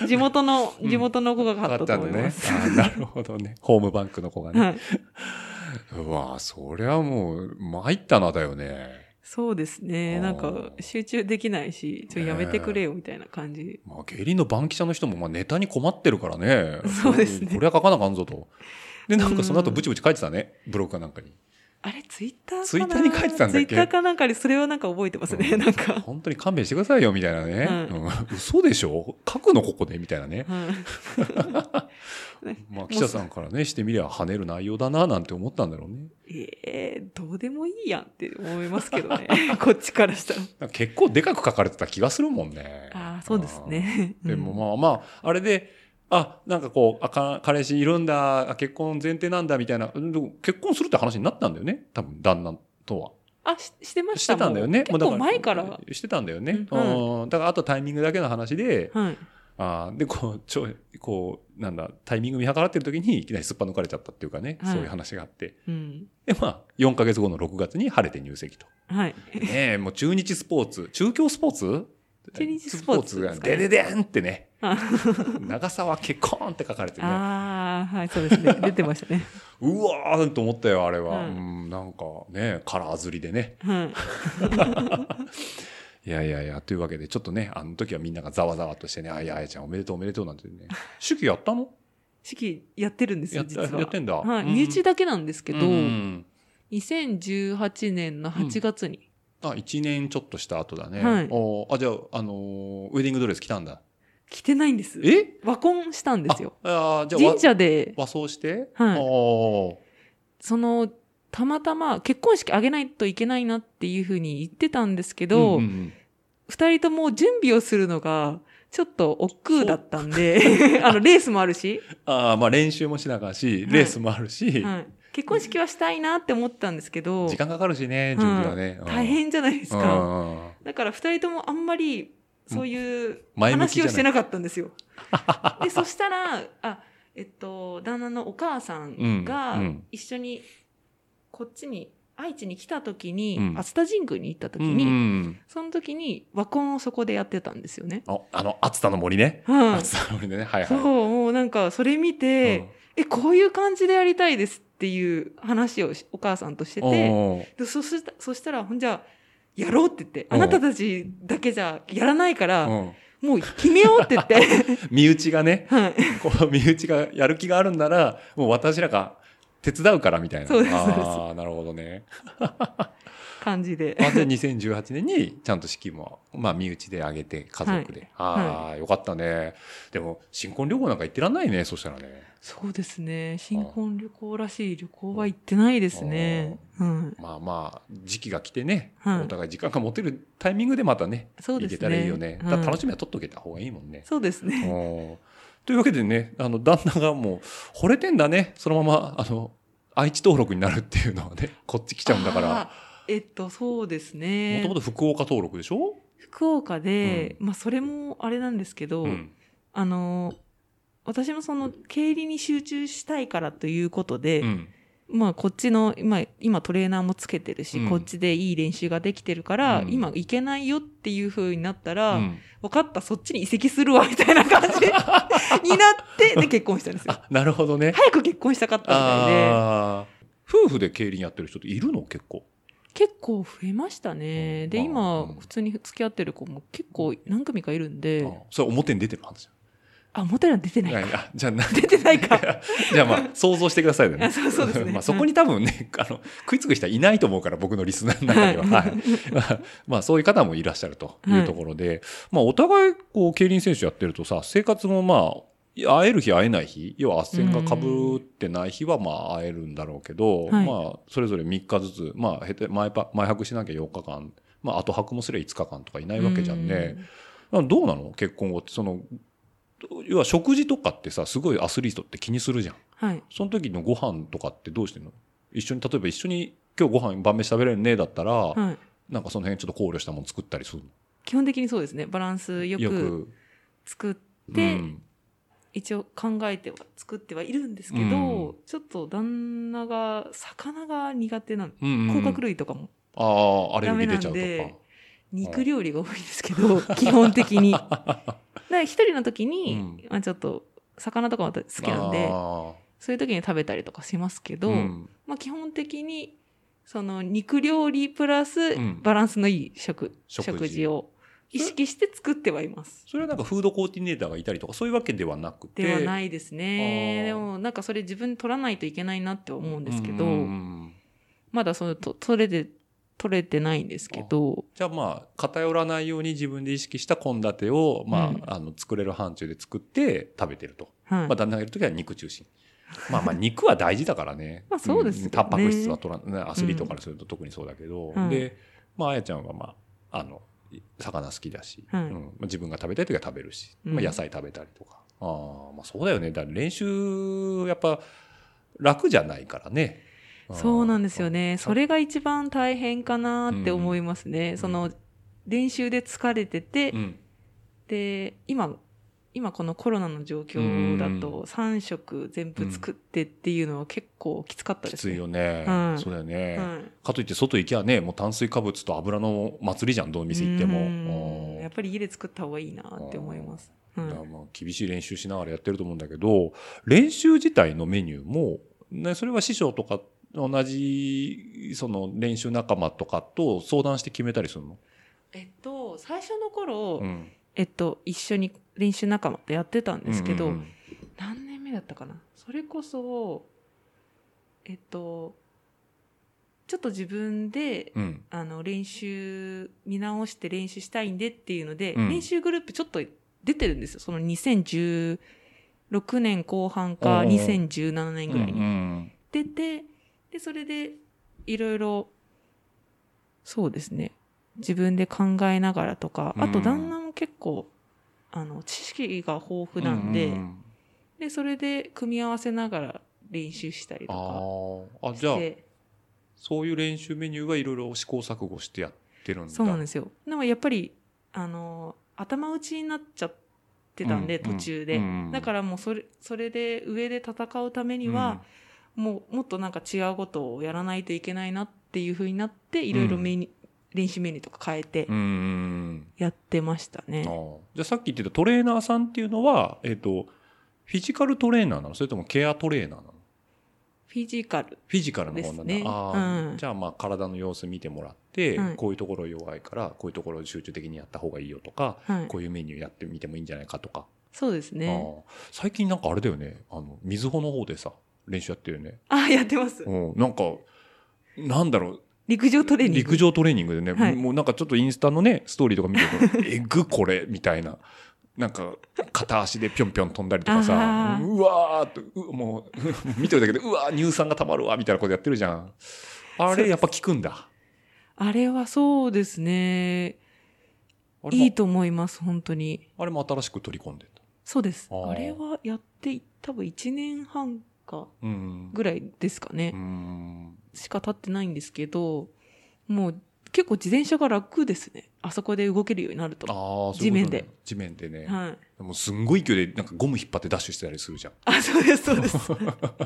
Speaker 3: す。地元の、
Speaker 2: ん
Speaker 3: 地元の子が買ったと思い
Speaker 2: ね
Speaker 3: ま
Speaker 2: あ
Speaker 3: す。
Speaker 2: ーなるほどね。ホームバンクの子が
Speaker 3: は
Speaker 2: ね。
Speaker 3: い、
Speaker 2: うわそりゃもう、参ったなだよね。
Speaker 3: そうですね。なん
Speaker 2: あ
Speaker 3: か
Speaker 2: ー
Speaker 3: 集中できないし、ちょっとやめてくれよみたいな感じ。
Speaker 2: まあ、芸人の番記者の人も、まあ、ネタに困ってるからね。
Speaker 3: そうですね
Speaker 2: これは書かなあかんぞと。で、なんかその後、ブチブチ書いてたね。ブログかなんかに。
Speaker 3: あれツイッターかな
Speaker 2: ツイッターに書いてたんだっけ
Speaker 3: ツイッターかなんかにそれはなんか覚えてますね。
Speaker 2: うん
Speaker 3: なんか。
Speaker 2: 本当に勘弁してくださいよ、みたいなね。
Speaker 3: う
Speaker 2: うん嘘でしょ書くのここでみたいなね。
Speaker 3: はい
Speaker 2: まあ、記者さんからね、してみりゃ跳ねる内容だな、なんて思ったんだろうね。
Speaker 3: ええどうでもいいやんって思いますけ
Speaker 2: <laughs>
Speaker 3: どね。こっちからしたら。
Speaker 2: なんか結構でかく書かれてた気がするもんね。
Speaker 3: ああ、そうですね。
Speaker 2: うん。でもまあまあ、あれで、あ、なんかこう、あか彼氏いるんだ、あ結婚前提なんだ、みたいな、うんでも結婚するって話になったんだよね。多分、旦那とは。
Speaker 3: あ、ししてまし
Speaker 2: したてたんだよね。
Speaker 3: もう結構前から。は。
Speaker 2: してたんだよね。
Speaker 3: う
Speaker 2: うん。だから、あとタイミングだけの話で、
Speaker 3: い。
Speaker 2: あーでこうちょこうなんだタイミング見計らってる時にいきなりすっぱ抜かれちゃったっていうかね、
Speaker 3: はい
Speaker 2: そういう話があって
Speaker 3: うん。
Speaker 2: でまあ4ヶ月後の6月に晴れて入籍と
Speaker 3: はい。
Speaker 2: ねえもう中日スポーツ中京スポーツ
Speaker 3: 中日スポー
Speaker 2: 中
Speaker 3: ツで
Speaker 2: 日ス
Speaker 3: す
Speaker 2: ポ
Speaker 3: か
Speaker 2: がでででんってね
Speaker 3: あ
Speaker 2: <laughs> 長沢結婚って書かれてね
Speaker 3: ああ、はい、そうですね。出てましたね。
Speaker 2: うわーと思ったよあれは、
Speaker 3: う
Speaker 2: うんん、なんかねカラー釣りでね
Speaker 3: はい。
Speaker 2: いやいやいやというわけでちょっとねあの時はみんながざわざわとしてね「あいやあやちゃんおめでとうおめでとう」なんてね「手記やった
Speaker 3: <laughs>
Speaker 2: の
Speaker 3: 式やってるんです
Speaker 2: やっ
Speaker 3: よ、実
Speaker 2: た
Speaker 3: は。
Speaker 2: やってんだ」
Speaker 3: はい。
Speaker 2: うん
Speaker 3: 身内だけなんですけど、
Speaker 2: うん
Speaker 3: 2018年の8月に。
Speaker 2: あ、1年ちょっとした後だね。
Speaker 3: はい
Speaker 2: おーあ、じゃあ、あのーウェディングドレス着たんだ。
Speaker 3: 着てないんです。
Speaker 2: え
Speaker 3: 和婚したんですよ。
Speaker 2: ああー、じゃあ、
Speaker 3: 神社で、
Speaker 2: 和和装して
Speaker 3: はい
Speaker 2: おー
Speaker 3: その、たまたま結婚式あげないといけないなっていうふうに言ってたんですけ
Speaker 2: うんう
Speaker 3: ど、
Speaker 2: んうん
Speaker 3: 二人とも準備をするのが、ちょっと億劫だったんで、あの、レースもあ
Speaker 2: <laughs>
Speaker 3: るし、
Speaker 2: あーまあ練習もしながらし、
Speaker 3: はい
Speaker 2: レースもあるし、
Speaker 3: はい、結婚式はしたいなって思ったんですけど
Speaker 2: 時、間かかるしね、準備はね。うん
Speaker 3: 大変じゃないです
Speaker 2: う
Speaker 3: か。
Speaker 2: んうんうん
Speaker 3: だから二人ともあんまり、そういう
Speaker 2: 前向きじ
Speaker 3: 話
Speaker 2: ゃ
Speaker 3: を
Speaker 2: ない
Speaker 3: してなかったんで
Speaker 2: <laughs>
Speaker 3: すよ。で、そしたら、あ、えっと、旦那のお母さんが
Speaker 2: うんうん
Speaker 3: 一緒に、こっちに、愛知に来た時に、
Speaker 2: うん
Speaker 3: 熱田神宮に行った時
Speaker 2: うん
Speaker 3: に、
Speaker 2: うん
Speaker 3: その時に和婚をそこでやってたんですよね。
Speaker 2: ああの、熱田の森ね。
Speaker 3: はい
Speaker 2: 熱田の森ね。はいはい。
Speaker 3: そう、もうなんか、それ見
Speaker 2: うん
Speaker 3: て、え、こういう感じでやりたいですっていう話をしお母さんとしてて、
Speaker 2: おー
Speaker 3: でそしたそしたら、ほんじゃあ、やろうって言って、
Speaker 2: う
Speaker 3: あ
Speaker 2: ん
Speaker 3: なたたちだけじゃやらないから、
Speaker 2: うん
Speaker 3: もう決めようって
Speaker 2: <laughs>
Speaker 3: 言って、
Speaker 2: 身内がね、
Speaker 3: はい。
Speaker 2: こう身内がやる気があるんなら、もう私らが手伝うからみたいな。
Speaker 3: そうですそうです
Speaker 2: ああ、なるほどね。
Speaker 3: 感じで。
Speaker 2: あで2018年にちゃんと式も、まあ、身内であげて家族で、ああ、よかったねでも新婚旅行なんか行ってらんないねそしたらね
Speaker 3: そうですね。新婚旅行らしい旅行は行ってないですね。うん。
Speaker 2: まあまあ時期が来てね、
Speaker 3: はい
Speaker 2: お互い時間が持てるタイミングでまたね
Speaker 3: そうで
Speaker 2: 行
Speaker 3: す
Speaker 2: け
Speaker 3: ね。
Speaker 2: たらいいよね、だから
Speaker 3: うん
Speaker 2: 楽しみは取っとけた方がいいもんね、
Speaker 3: そうです
Speaker 2: う
Speaker 3: ね。
Speaker 2: んというわけでねあの旦那がもう惚れてんだねそのままあの愛知登録になるっていうのはねこっち来ちゃうんだから
Speaker 3: あー。えっと、そうです
Speaker 2: も
Speaker 3: ね
Speaker 2: とも。と福岡登録でしょ、
Speaker 3: 福岡で、まあ、それもあれなんですけど、
Speaker 2: うん
Speaker 3: あの、私もその経理に集中したいからということで、
Speaker 2: うん
Speaker 3: まあこっちの、今、今トレーナーもつけてるし、
Speaker 2: うん
Speaker 3: こっちでいい練習ができてるから、
Speaker 2: うん
Speaker 3: 今行けないよっていう風になったら、
Speaker 2: うん
Speaker 3: 分かった、そっちに移籍するわ、みたいな感じ <laughs> になって、で結婚したんですよ。
Speaker 2: あなるほどね
Speaker 3: 早く結婚したかったみたいで、
Speaker 2: あー夫婦で競輪やってる人っているの結構。
Speaker 3: 結構増えましたね。で、
Speaker 2: うん
Speaker 3: 今
Speaker 2: うん、
Speaker 3: 普通に付き合ってる子も結構何組かいるんで、
Speaker 2: あそれ表に出てる話。
Speaker 3: あ、モテは出てない
Speaker 2: はい
Speaker 3: か。
Speaker 2: あじゃあな
Speaker 3: 出てないか。
Speaker 2: じゃあまあ想像してください
Speaker 3: あ <laughs>
Speaker 2: ね。
Speaker 3: そうそうです
Speaker 2: <laughs>
Speaker 3: ね
Speaker 2: まあそこに多分ね、あの、食いつく人はいないと思うから、僕のリスナーの中には。
Speaker 3: <laughs> は
Speaker 2: はい。 <laughs> まあそういう方もいらっしゃるというところで、まあお互い、こう、競輪選手やってるとさ、生活もまあ、会える日会えない日、要は斡旋が被ってない日はまあ会えるんだろうけど、
Speaker 3: はい
Speaker 2: まあそれぞれ3日ずつ、まあへて前パ前泊しなきゃ4日間まあ、後泊もすれば5日間とかいないわけじゃんね。なんどうなの結婚後って、その、要は食事とかってさ、すごいアスリートって気にするじゃん。
Speaker 3: うん。はい。
Speaker 2: その時のご飯とかってどうしてんの一緒に、例えば一緒に今日ご飯晩飯食べれるねだったら、
Speaker 3: はい。
Speaker 2: なんかその辺ちょっと考慮したもの作ったりするの
Speaker 3: 基本的にそうですね。バランスよく作っ
Speaker 2: う
Speaker 3: て、
Speaker 2: ん
Speaker 3: 一応考えては作ってはいるんですけど、
Speaker 2: うん
Speaker 3: ちょっと旦那が魚が苦手なの。
Speaker 2: うんうん
Speaker 3: 甲殻類とかも
Speaker 2: ああ、アレルギー出ちゃう
Speaker 3: ダメ
Speaker 2: と
Speaker 3: なん
Speaker 2: か
Speaker 3: で。肉料理が多いんですけ
Speaker 2: <laughs>
Speaker 3: ど、基本的に。だから一人の時に、
Speaker 2: うん
Speaker 3: まあちょっと魚とかも好きなんで、
Speaker 2: あ
Speaker 3: そういう時に食べたりとかしますけ
Speaker 2: ー
Speaker 3: ど、
Speaker 2: うん
Speaker 3: まあ基本的に、その肉料理プラス
Speaker 2: ん
Speaker 3: バランスのいい食、
Speaker 2: 食事
Speaker 3: 食事を意識して作ってはいます。
Speaker 2: それはなんかフードコーディネーターがいたりとか、そういうわけではなくて。
Speaker 3: ではいないです
Speaker 2: あ
Speaker 3: ね。
Speaker 2: ー
Speaker 3: でもなんかそれ自分取らないといけないなって思うんですけど、
Speaker 2: ど。
Speaker 3: まだそのと取れて、取れてないんですけど、
Speaker 2: じゃあまあ、偏らないように自分で意識した献立を、まあ、
Speaker 3: うん
Speaker 2: あの、作れる範疇で作って食べてると。
Speaker 3: <laughs> はい。
Speaker 2: まあ、。旦那がいるときは肉中心。まあまあ、肉は大事だからね
Speaker 3: <laughs> まあそうですよね
Speaker 2: んタンパク質は取らない、アスリートからすると特にそうだけど。
Speaker 3: うん
Speaker 2: で、まあ、あやちゃんはまあ、あの、魚好きだし、
Speaker 3: はい
Speaker 2: うんまあ、自分が食べたいときは食べるし、
Speaker 3: うん
Speaker 2: まあ、野菜食べたりとか。ああ、まあそうだよね。だから練習、やっぱ、楽じゃないからね。
Speaker 3: そうなんですよ
Speaker 2: ね。
Speaker 3: ね。それが一番大変かなって思いますね。
Speaker 2: ん
Speaker 3: その、練習で疲れてて、
Speaker 2: うん。
Speaker 3: で、今、今このコロナの状況だ
Speaker 2: うん
Speaker 3: と、3食全部作ってっていうのは結構きつかった
Speaker 2: き
Speaker 3: です
Speaker 2: つ
Speaker 3: ね。
Speaker 2: いよね。
Speaker 3: うん
Speaker 2: そうだよね。
Speaker 3: はい
Speaker 2: かといって外行きゃね、もう炭水化物と油の祭りじゃん、どの店行っても。
Speaker 3: うん
Speaker 2: うん
Speaker 3: やっぱり家で作った方がいいなって思います。うん
Speaker 2: だからまあ厳しい練習しながらやってると思うんだけど、練習自体のメニューも、ね、それは師匠とか同じ、その練習仲間とかと相談して決めたりするの
Speaker 3: えっと、最初の頃、
Speaker 2: ん。
Speaker 3: えっと、一緒に練習仲間とやってたんですけど、
Speaker 2: うんうんうん
Speaker 3: 何年目だったかなそれこそえっとちょっと自分で、
Speaker 2: うん。
Speaker 3: あの練習見直して練習したいんでっていうので、
Speaker 2: うん
Speaker 3: 練習グループちょっと出てるんですよその2016年後半か
Speaker 2: おうおう
Speaker 3: 2017年ぐらいに、
Speaker 2: うん
Speaker 3: 出てでそれでいろいろそうですね自分で考えながらとか、あ
Speaker 2: う
Speaker 3: と
Speaker 2: ん
Speaker 3: 旦那も結構あの知識が豊富なんで、
Speaker 2: ううん
Speaker 3: でそれで組み合わせながら練習したりとか
Speaker 2: あーあ、
Speaker 3: し
Speaker 2: じゃあ、
Speaker 3: て
Speaker 2: そういう練習メニューはいろいろ試行錯誤してやってるんだ。
Speaker 3: そうなんですよでもやっぱりあの頭打ちになっちゃってたんで、
Speaker 2: うんうん
Speaker 3: 途中で、
Speaker 2: うん
Speaker 3: だからもうそれそれで上で戦うためには、もうもっとなんか違うことをやらないといけないなっていう風になっていろいろメニュー練習メニューとか変えて
Speaker 2: うん、うんうん。
Speaker 3: やってましたね、
Speaker 2: ああじゃあさっき言ってたトレーナーさんっていうのは、えっとフィジカルトレーナーなのそれともケアトレーナーなの
Speaker 3: フィジカル
Speaker 2: フィジカルの方なんだ、
Speaker 3: ですね
Speaker 2: ああ
Speaker 3: うん
Speaker 2: じゃあまあ体の様子見てもらって、
Speaker 3: はい
Speaker 2: こういうところ弱いからこういうところを集中的にやった方がいいよとか、
Speaker 3: はい
Speaker 2: こういうメニューやってみてもいいんじゃないかとか、
Speaker 3: そうですね
Speaker 2: ああ最近なんかあれだよねあの水穂の方でさ練習やってるよね、
Speaker 3: あやってます
Speaker 2: うん、なんかなんだろう
Speaker 3: 陸上トレーニング
Speaker 2: 陸上トレーニングでね、
Speaker 3: はい
Speaker 2: もうなんかちょっとインスタのね、ストーリーとか見てると、 <laughs> えぐこれみたいな。なんか、片足でぴょんぴょん飛んだりとかさ
Speaker 3: あ、ー
Speaker 2: うわーっと、うもう、 <laughs> 見てるだけで、うわー、乳酸がたまるわ、みたいなことやってるじゃん。あれ、やっぱ効くんだ。
Speaker 3: あれはそうですね
Speaker 2: あれも
Speaker 3: いいと思います本当に
Speaker 2: あれも新しく取り込んでた。
Speaker 3: そうです。
Speaker 2: あー
Speaker 3: あれはやって、多分1年半か
Speaker 2: うん。
Speaker 3: ぐらいですかね
Speaker 2: う。ん。
Speaker 3: しか経ってないんですけど、もう結構自転車が楽ですね。あそこで動けるようになると。
Speaker 2: ああ
Speaker 3: は
Speaker 2: ー、そう
Speaker 3: 地
Speaker 2: いう
Speaker 3: 面
Speaker 2: ことね
Speaker 3: で。
Speaker 2: 地面でね。
Speaker 3: い。
Speaker 2: もうすんごい勢いで、なんかゴム引っ張ってダッシュしてたりするじゃん。 <laughs>
Speaker 3: あ、そうです、そうです。 <laughs>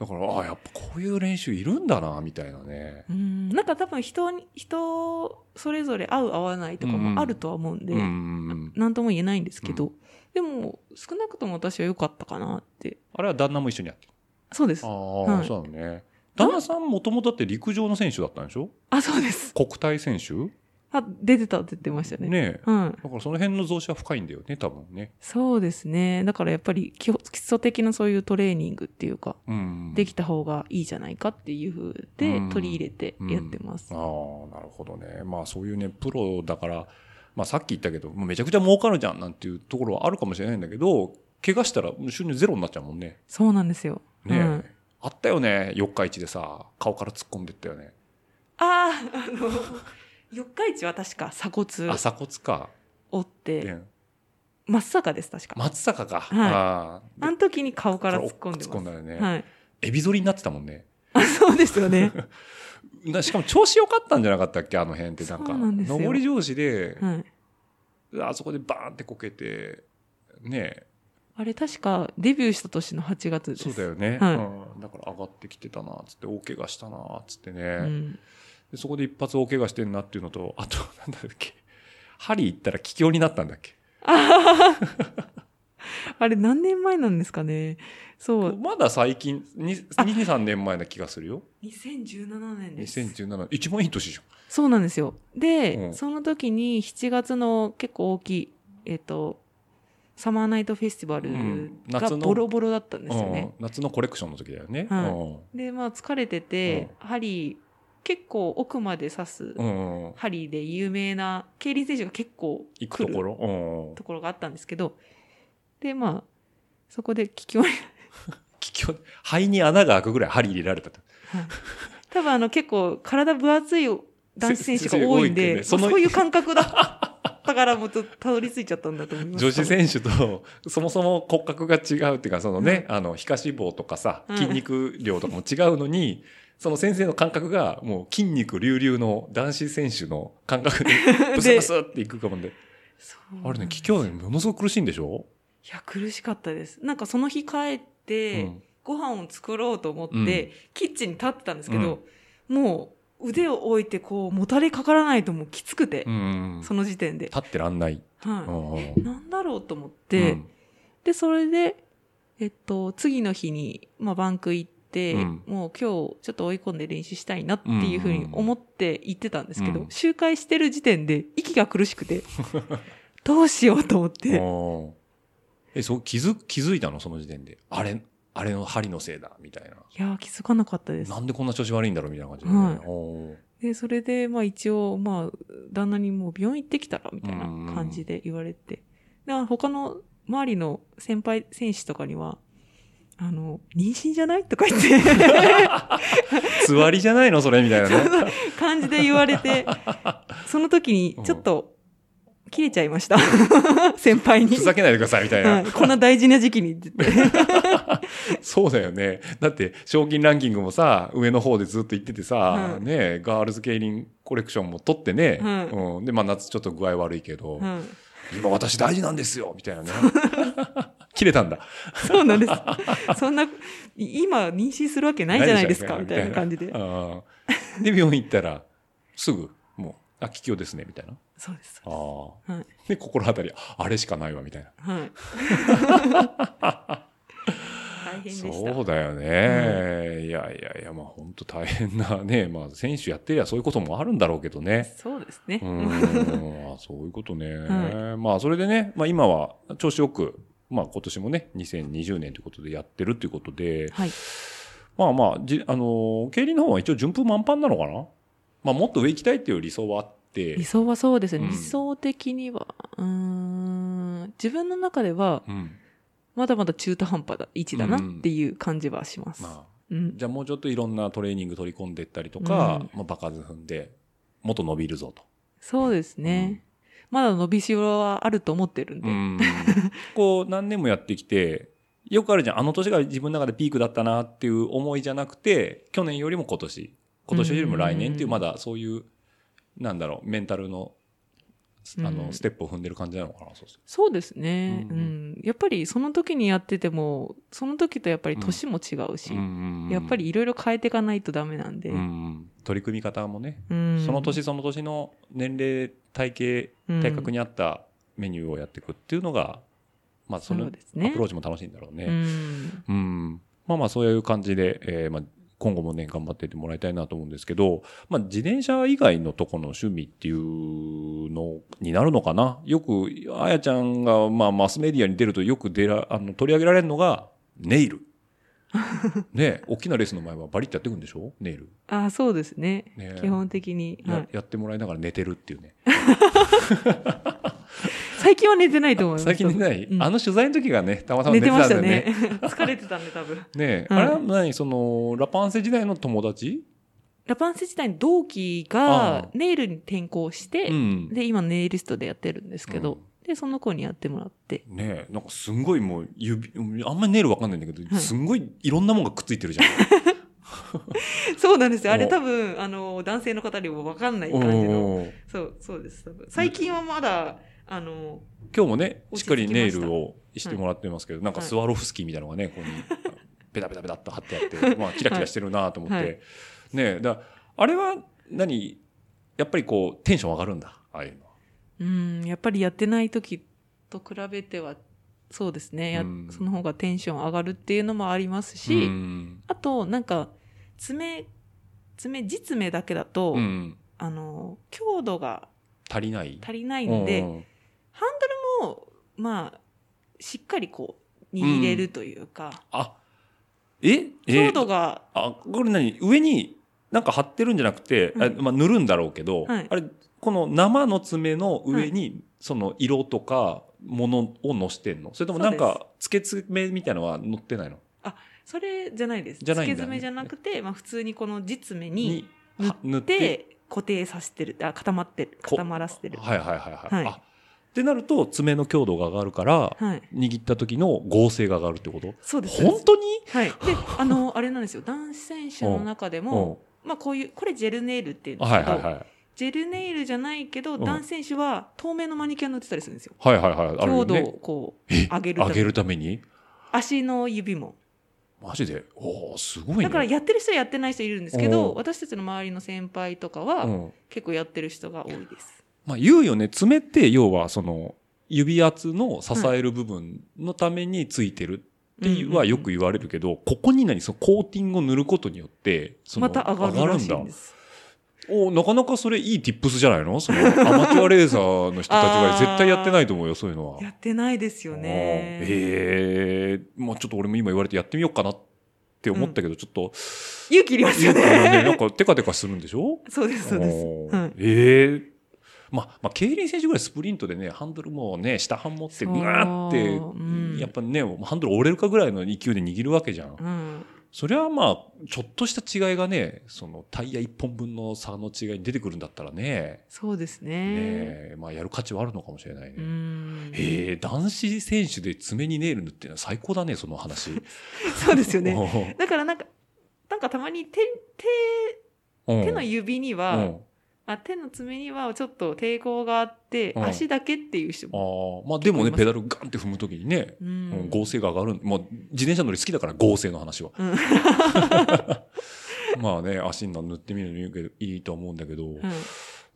Speaker 2: だから、ああ、やっぱこういう練習いるんだな、みたいなね。
Speaker 3: うん。なんか多分人に、人それぞれ合う合わないとかもあるとは思うんで、
Speaker 2: うん。
Speaker 3: なんとも言えないんですけど、でも少なくとも私は良かったかなって。
Speaker 2: あれは旦那も一緒にやってる
Speaker 3: そうです
Speaker 2: あ。あ、
Speaker 3: はい
Speaker 2: そうだね。旦那さんもともとだって陸上の選手だったんでしょ
Speaker 3: あ、そうです。
Speaker 2: 国体選手ね
Speaker 3: あ、出てたって言ってましたね。
Speaker 2: え。
Speaker 3: はい。
Speaker 2: だからその辺の増資は深いんだよね、多分ね。
Speaker 3: そうですね。だからやっぱり基本基礎的なそういうトレーニングっていうか、
Speaker 2: うん。
Speaker 3: できた方がいいじゃないかっていうふう
Speaker 2: う
Speaker 3: で
Speaker 2: ん
Speaker 3: 取り入れてやってます。
Speaker 2: ああ、なるほどね。まあそういうね、プロだから、まあさっき言ったけど、もうめちゃくちゃ儲かるじゃんなんていうところはあるかもしれないんだけど、怪我したら収入ゼロになっちゃうもんね。
Speaker 3: そうなんですよ。
Speaker 2: ねえ。
Speaker 3: うん
Speaker 2: あったよね、四日市でさ、顔から突っ込んでったよね。
Speaker 3: ああ、あの、四日市は確か鎖骨
Speaker 2: 朝骨か。
Speaker 3: 折って、
Speaker 2: うん
Speaker 3: 真っ逆です、確か。
Speaker 2: 松坂か。
Speaker 3: はい
Speaker 2: ああ
Speaker 3: あの時に顔から突っ込んで
Speaker 2: 突っ込ん
Speaker 3: ま
Speaker 2: だよ
Speaker 3: す。
Speaker 2: ね。
Speaker 3: はい。
Speaker 2: エビ反りになってたもんね。
Speaker 3: あ、 <laughs> そうですよね。
Speaker 2: なしかも調子良かったんじゃなかったっけあの辺ってなんか。
Speaker 3: そうなんですよ
Speaker 2: 上り調子で、
Speaker 3: <laughs> はい。
Speaker 2: あそこでバーンってこけて、ねえ
Speaker 3: あれ確かデビューした年の8月です。
Speaker 2: そうだよね、
Speaker 3: はい
Speaker 2: うん。だから上がってきてたな、つって、大怪我したな、つってね、
Speaker 3: うん。
Speaker 2: で。そこで一発大怪我してんなっていうのと、あと、なんだっけ。針行ったら気境になったんだっけ。
Speaker 3: あれ何年前なんですかね。そう。
Speaker 2: まだ最近、2、2 3年前な気がするよ。
Speaker 3: 2017年です。
Speaker 2: 2017、一番いい年じ
Speaker 3: そうなんですよ。で、
Speaker 2: うん
Speaker 3: その時に7月の結構大きい、えっ、と、サマーナイトフェスティバ
Speaker 2: う
Speaker 3: ル
Speaker 2: ん
Speaker 3: が
Speaker 2: 夏の
Speaker 3: ボロボロだったんです
Speaker 2: ゃ
Speaker 3: よ
Speaker 2: ん。うん
Speaker 3: ね。、
Speaker 2: 夏のコレクションの時だよね。
Speaker 3: はい
Speaker 2: うん
Speaker 3: で、まあ疲れてて、針、結構奥まで刺す
Speaker 2: うんうん、
Speaker 3: 針で有名な競輪選手が結構
Speaker 2: 行くところ、うん、
Speaker 3: ところがあったんですけど、で、まあ、そこで聞き終わり、
Speaker 2: 気胸肺に穴が開くぐらい針入れられたと
Speaker 3: <laughs> 多分あの結構体分厚い男子選手が多いんで、
Speaker 2: せ <laughs> せせ多いけどねその
Speaker 3: まあそういう感覚だったからもうちょっとたどり着いちゃったんだと思います。
Speaker 2: 女子選手とそもそも骨格が違うっていうかそのね、あの皮下脂肪とかさ
Speaker 3: うん
Speaker 2: 筋肉量とかも違うのに、その先生の感覚がもう筋肉隆々の男子選手の感
Speaker 3: <laughs>
Speaker 2: 覚でブスブスっていくかもんで
Speaker 3: そう
Speaker 2: あれね気胸炎ものすごく苦しいんでしょ、
Speaker 3: いや、苦しかったです。なんかその日帰って、
Speaker 2: うん
Speaker 3: ご飯を作ろうと思って、
Speaker 2: うん
Speaker 3: キッチンに立ってたんですけど、もう腕を置いてこう、もたれかからないともうきつくて、
Speaker 2: うん、立
Speaker 3: その時点で。
Speaker 2: ってらんない、う
Speaker 3: は
Speaker 2: ん
Speaker 3: い。なんだろうと思って、
Speaker 2: うん
Speaker 3: で、それで、えっと、次の日に、まあ、バンク行って、
Speaker 2: うん
Speaker 3: もう今日ちょっと追い込んで練習したいなっていうふうに思って行ってたんですけ
Speaker 2: う
Speaker 3: ど、
Speaker 2: ん
Speaker 3: 周回してる時点で息が苦し
Speaker 2: <laughs>
Speaker 3: くて、どうしようと思って、
Speaker 2: うんえそう気づ気づいたのその時点であれあれの針のせいだみたいない
Speaker 3: やー、気づかなかったです。
Speaker 2: なんでこんな調子悪いんだろうみたいな感じで、
Speaker 3: はい
Speaker 2: おー
Speaker 3: で、それで、まあ一応、まあ、旦那にもう病院行ってきたら、みたいな感じで言われて。だから他の周りの先輩、選手とかには、あの、妊娠じゃないとか言 <laughs> って、
Speaker 2: つわりじゃないのそれみたいなね。
Speaker 3: 感じで言われて、その時にちょっと、切れちゃいました。 <laughs> 先輩に。
Speaker 2: ふざけないでくださいみたい
Speaker 3: は。
Speaker 2: ない
Speaker 3: こんな大事な時期にって言って。 <laughs>
Speaker 2: そうだよね。だって、賞金ランキングもさ、上の方でずっと行っててさ、
Speaker 3: うん
Speaker 2: ねえガールズケイリンコレクションも取ってね、
Speaker 3: う
Speaker 2: うんで、まあ夏ちょっと具合悪いけど、
Speaker 3: うん
Speaker 2: 今私大事なんですよみたいなね。 <laughs> 切れたんだ。
Speaker 3: そうなんです。そんな、今妊娠するわけないじゃないですか、みたいな感じで。
Speaker 2: うんで、病院行ったら、すぐ、もう、あ、気境ですね、みたいな。
Speaker 3: そうです。
Speaker 2: あー
Speaker 3: はい。
Speaker 2: で、心当たり、あれしかないわ、みたいな。
Speaker 3: はい。大変でした。
Speaker 2: そうだよね、いやいやいや、まあ本当大変なね、まあ選手やってりゃそういうこともあるんだろうけどね。
Speaker 3: そうですね
Speaker 2: う。ん、あ <laughs> そういうことね。まあそれでね、まあ今は調子よく、まあ今年もね、2020年ということでやってるということで、
Speaker 3: はい。
Speaker 2: まあまあ、じあのー競輪の方は一応順風満帆なのかなまあもっと上行きたいっていう理想はあって
Speaker 3: 理、想はそうですね。
Speaker 2: うん
Speaker 3: 理想的には、うーん、自分の中では、
Speaker 2: うん。
Speaker 3: まだまだ中途半端だ、位置だなっていう感じはします。
Speaker 2: まあ、
Speaker 3: うん。
Speaker 2: じゃあもうちょっといろんなトレーニング取り込んでったりとか、
Speaker 3: うん
Speaker 2: まあ場数踏んで、もっと伸びるぞと。
Speaker 3: そうですね。まだ伸びしろはあると思ってるんで。
Speaker 2: うん、こう何年もやってきてよくあるじゃんあの年が自分の中でピークだったなっていう思いじゃなくて去年よりも今年今年よりも来年っていううんまだそういうなんだろうメンタルのあ
Speaker 3: う
Speaker 2: の
Speaker 3: ん
Speaker 2: ステップを踏んでる感じなのかなそうする
Speaker 3: そうですね、
Speaker 2: う
Speaker 3: うんん。やっぱりその時にやってても、その時とやっぱり年も違うし、
Speaker 2: とうん
Speaker 3: やっぱりいろいろ変えていかないとダメなんで。
Speaker 2: うん取り組み方もね
Speaker 3: うん
Speaker 2: その年その年の年齢体
Speaker 3: うん
Speaker 2: 型体格に合ったメニューをやっていくっていうのがまあその
Speaker 3: そ
Speaker 2: ア
Speaker 3: う
Speaker 2: プ
Speaker 3: ですね
Speaker 2: ローチも楽しいんだろうね。
Speaker 3: うん。
Speaker 2: うん。まあまあそういう感じで、えーまあ今後もね、頑張っていってもらいたいなと思うんですけど、まあ自転車以外のとこの趣味っていうのになるのかなよく、あやちゃんがまあマスメディアに出るとよく出ら、あの取り上げられるのが、ネ
Speaker 3: <laughs>
Speaker 2: イル。ね大きなレースの前はバリッとやっていくんでしょネイル。
Speaker 3: あそうですね。
Speaker 2: ね
Speaker 3: 基本的に、
Speaker 2: や
Speaker 3: はい。
Speaker 2: やってもらいながら寝てるっていうね。
Speaker 3: 最近は寝てないと思います。
Speaker 2: 最近寝てない、
Speaker 3: うん
Speaker 2: あの取材の時がね、たまたま
Speaker 3: 寝
Speaker 2: 寝て
Speaker 3: て
Speaker 2: たん
Speaker 3: まし
Speaker 2: だよ
Speaker 3: た
Speaker 2: ね。
Speaker 3: <laughs> ね。疲れてたんで多分。
Speaker 2: ねえ、
Speaker 3: は
Speaker 2: あ
Speaker 3: い
Speaker 2: れは何その、ラパンセ時代の友達
Speaker 3: ラパンセ自体の同期
Speaker 2: ああ
Speaker 3: がネイルに転校して、
Speaker 2: うん。
Speaker 3: で、今ネイリストでやってるんですけど、で、その子にやってもらって、
Speaker 2: ねえ、なんかすんごいもう指、あんまりネイルわかんないんだけど、
Speaker 3: はい
Speaker 2: すんごいいろんなもんがくっついてるじゃん。
Speaker 3: そうなんですよ。あれ
Speaker 2: お
Speaker 3: 多分、あの、男性の方にもわかんない
Speaker 2: お
Speaker 3: 感じの。
Speaker 2: ー
Speaker 3: そう、そうです。多分最近はまだ、あの、
Speaker 2: 今日もね、しっ
Speaker 3: 落ち着き
Speaker 2: かりネイルをしてもらってますけど、なんかスワロフスキーみたいなのがね、ここに、
Speaker 3: <laughs>
Speaker 2: ペタペタペタっと貼ってあって、まあ、キラキラしてるなと思って。
Speaker 3: はい
Speaker 2: ねえ、だあれは何、やっぱりこう、テンション上がるんだ、ああいうのは。
Speaker 3: うん、やっぱりやってない時と比べては、そうですね。や
Speaker 2: うん
Speaker 3: その方がテンション上がるっていうのもありますし、
Speaker 2: うん。
Speaker 3: あと、なんか、爪、爪、実名だけだと、
Speaker 2: うん。
Speaker 3: あの、強度が
Speaker 2: 足りない。
Speaker 3: 足りないので、
Speaker 2: うん
Speaker 3: ハンドルも、まあ、しっかりこう、握れるというか、
Speaker 2: あ、ええ
Speaker 3: 強度が、
Speaker 2: あ、これ何上になんか貼ってるんじゃなくて、あ
Speaker 3: はい
Speaker 2: まあ、塗るんだろうけど、
Speaker 3: はい
Speaker 2: あれ、この生の爪の上に、その色とか、ものをのしてんのそれともなん
Speaker 3: そうで
Speaker 2: か、付け爪みたいなのは乗ってないの
Speaker 3: それじゃないです。
Speaker 2: じゃないんだ
Speaker 3: 付け爪じゃなくて、まあ普通にこの実目に
Speaker 2: には塗っ
Speaker 3: 塗って固定させてる。あ、固まってる。
Speaker 2: こ
Speaker 3: 固まらせてる。
Speaker 2: はいはいはいはい。
Speaker 3: はい
Speaker 2: あってなると、爪の強度が上がるから、
Speaker 3: はい。
Speaker 2: 握った時の合成が上がるってこと
Speaker 3: そうです。そうで
Speaker 2: 本
Speaker 3: す
Speaker 2: 当に
Speaker 3: はい。で、あの、あれなんですよ。男子選手の中でも、まあこういう、これジェルネイルって言うん
Speaker 2: うん
Speaker 3: です
Speaker 2: は
Speaker 3: け
Speaker 2: い
Speaker 3: ど、
Speaker 2: はいはい。
Speaker 3: ジェルネイルじゃないけど、
Speaker 2: うん
Speaker 3: 男子選手は透明のマニキュア塗ってたりするんですよ。
Speaker 2: はいはいはい。ある
Speaker 3: 強
Speaker 2: よ
Speaker 3: 度
Speaker 2: ね
Speaker 3: を。こう、
Speaker 2: え
Speaker 3: 上げるた
Speaker 2: 上
Speaker 3: め
Speaker 2: げるために
Speaker 3: 足の指も。
Speaker 2: マジでおーすごいね。
Speaker 3: だからやってる人はやってない人いるんですけど、
Speaker 2: うん
Speaker 3: 私たちの周りの先輩とか
Speaker 2: う
Speaker 3: は
Speaker 2: ん、
Speaker 3: 結構やってる人が多いです。
Speaker 2: まあ、言うよね爪って要はその指圧の支える部分のためについてるっていう
Speaker 3: うん
Speaker 2: はよく言われるけど、ここに何そのコーティングを塗ることによってその
Speaker 3: また上がるらしいん
Speaker 2: 上
Speaker 3: です。
Speaker 2: おなかなかそれいい tips じゃないのそのアマチュアレーザーの人たちは
Speaker 3: あー
Speaker 2: 絶対やってないと思うよそういうのは。
Speaker 3: やってないですよね。
Speaker 2: あーええもうちょっと俺も今言われてやってみようかなって思ったけど、ちょっ
Speaker 3: <laughs>
Speaker 2: と、
Speaker 3: 勇気いりますよ
Speaker 2: ねなん
Speaker 3: ね。
Speaker 2: かテカテカするんでしょ
Speaker 3: <laughs> そうです、そうです。
Speaker 2: おー
Speaker 3: はい
Speaker 2: ええまあ、まあ、競輪選手ぐらいスプリントでね、ハンドルもね、下半持って、
Speaker 3: そう
Speaker 2: ぐわーって、
Speaker 3: うん
Speaker 2: やっぱね、ハンドル折れるかぐらいの勢いで握るわけじゃん。
Speaker 3: うん、
Speaker 2: それはまあ、ちょっとした違いがね、そのタイヤ一本分の差の違いに出てくるんだったらね、
Speaker 3: そうです
Speaker 2: ね
Speaker 3: ね。
Speaker 2: えまあ、やる価値はあるのかもしれないね。
Speaker 3: うん
Speaker 2: ええ男子選手で爪にネイル塗ってるのは最高だね、その話。
Speaker 3: そうですよ
Speaker 2: <laughs>
Speaker 3: ね。
Speaker 2: ね。
Speaker 3: だからなんか、なんかたまに手、手、手の指には、
Speaker 2: うん
Speaker 3: あ、手の爪にはちょっと抵抗があって、
Speaker 2: うん
Speaker 3: 足だけっていう人
Speaker 2: あ
Speaker 3: も。
Speaker 2: ーまあ、でもね、ペダルガンって踏むときにね、う
Speaker 3: う
Speaker 2: ん
Speaker 3: ん
Speaker 2: 合成が上がる。まあ、自転車乗り好きだから合成の話は。
Speaker 3: うん
Speaker 2: <laughs> まあね、足に塗ってみるのいいけどいいと思うんだけど。
Speaker 3: はい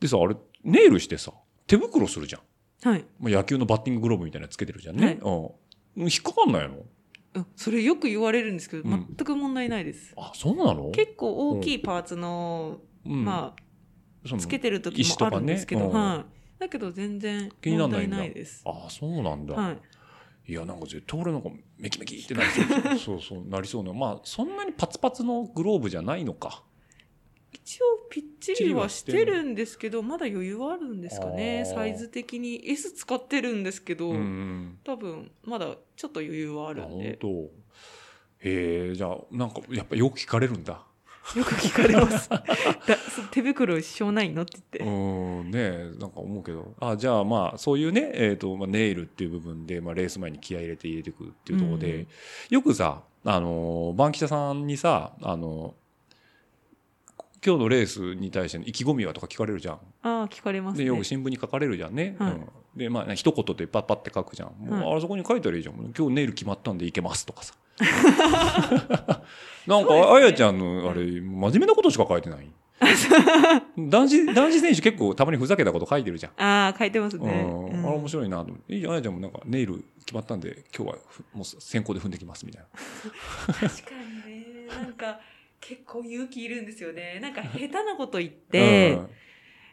Speaker 2: でさ、あれ、ネイルしてさ、手袋するじゃん。
Speaker 3: はい。
Speaker 2: まあ、野球のバッティンググローブみたいなのつけてるじゃん
Speaker 3: は
Speaker 2: ね
Speaker 3: い。
Speaker 2: うん。引っかかんないの
Speaker 3: うんそれよく言われるんですけど、
Speaker 2: うん
Speaker 3: 全く問題ないです。
Speaker 2: あ、そうなの
Speaker 3: 結構大きいパーツの、
Speaker 2: うん
Speaker 3: ま
Speaker 2: そ
Speaker 3: あ、
Speaker 2: の
Speaker 3: つけてる時もあるんですけ
Speaker 2: 石
Speaker 3: ど、
Speaker 2: とかねうん
Speaker 3: はい。だけど全然
Speaker 2: 気になら
Speaker 3: 問
Speaker 2: ない
Speaker 3: 題
Speaker 2: んだ
Speaker 3: ないです。
Speaker 2: あ、そうなんだ。
Speaker 3: はい。
Speaker 2: いや、なんか絶対俺なんかメキメキってなり
Speaker 3: <laughs>
Speaker 2: そう。そうそう、なりそうな。まあ、そんなにパツパツのグローブじゃないのか。
Speaker 3: 一応ぴっちりはしてるんですけど、まだ余裕はあるんですかね。
Speaker 2: あー
Speaker 3: サイズ的に S 使ってるんですけど、
Speaker 2: うん。
Speaker 3: 多分まだちょっと余裕はあ
Speaker 2: あ
Speaker 3: るん
Speaker 2: 本
Speaker 3: で、
Speaker 2: 当。へえ、じゃあ、なんか、やっぱよく聞かれるんだ。
Speaker 3: よく聞かれます。だ手袋しょうないのって
Speaker 2: う
Speaker 3: 言って。
Speaker 2: ーんねえなんか思うけどあじゃあまあそういうね、えーとまあ、ネイルっていう部分で、まあ、レース前に気合い入れて入れてくっていうところで、
Speaker 3: うん
Speaker 2: よくさあのーバンキシャさんにさあの今日のレースに対しての意気込みはとか聞かれるじゃん。
Speaker 3: ああ、聞かれます
Speaker 2: で、
Speaker 3: ね。
Speaker 2: よく新聞に書かれるじゃんね。
Speaker 3: はい
Speaker 2: うん、で、まあ、一言でパッパって書くじゃん。もう、
Speaker 3: は
Speaker 2: あそこに書いたらいいじゃん。今日ネイル決まったんで行けますとかさ。
Speaker 3: <laughs>
Speaker 2: なん
Speaker 3: そうです
Speaker 2: か、
Speaker 3: ね
Speaker 2: あやちゃんの、あれ、真面目なことしか書いて
Speaker 3: <laughs>
Speaker 2: ない。男子、男子選手結構たまにふざけたこと書いてるじゃん。
Speaker 3: ああ、書いてます
Speaker 2: うん、あ
Speaker 3: ね。
Speaker 2: れ
Speaker 3: うん
Speaker 2: 面白いなと思って。いいじゃん、あやちゃんもなんか、ネイル決まったんで、今日はふもう先行で踏んできますみたいな。
Speaker 3: 確かにねなんか結構勇気いるんですよねなんか下手なこと言って、
Speaker 2: うん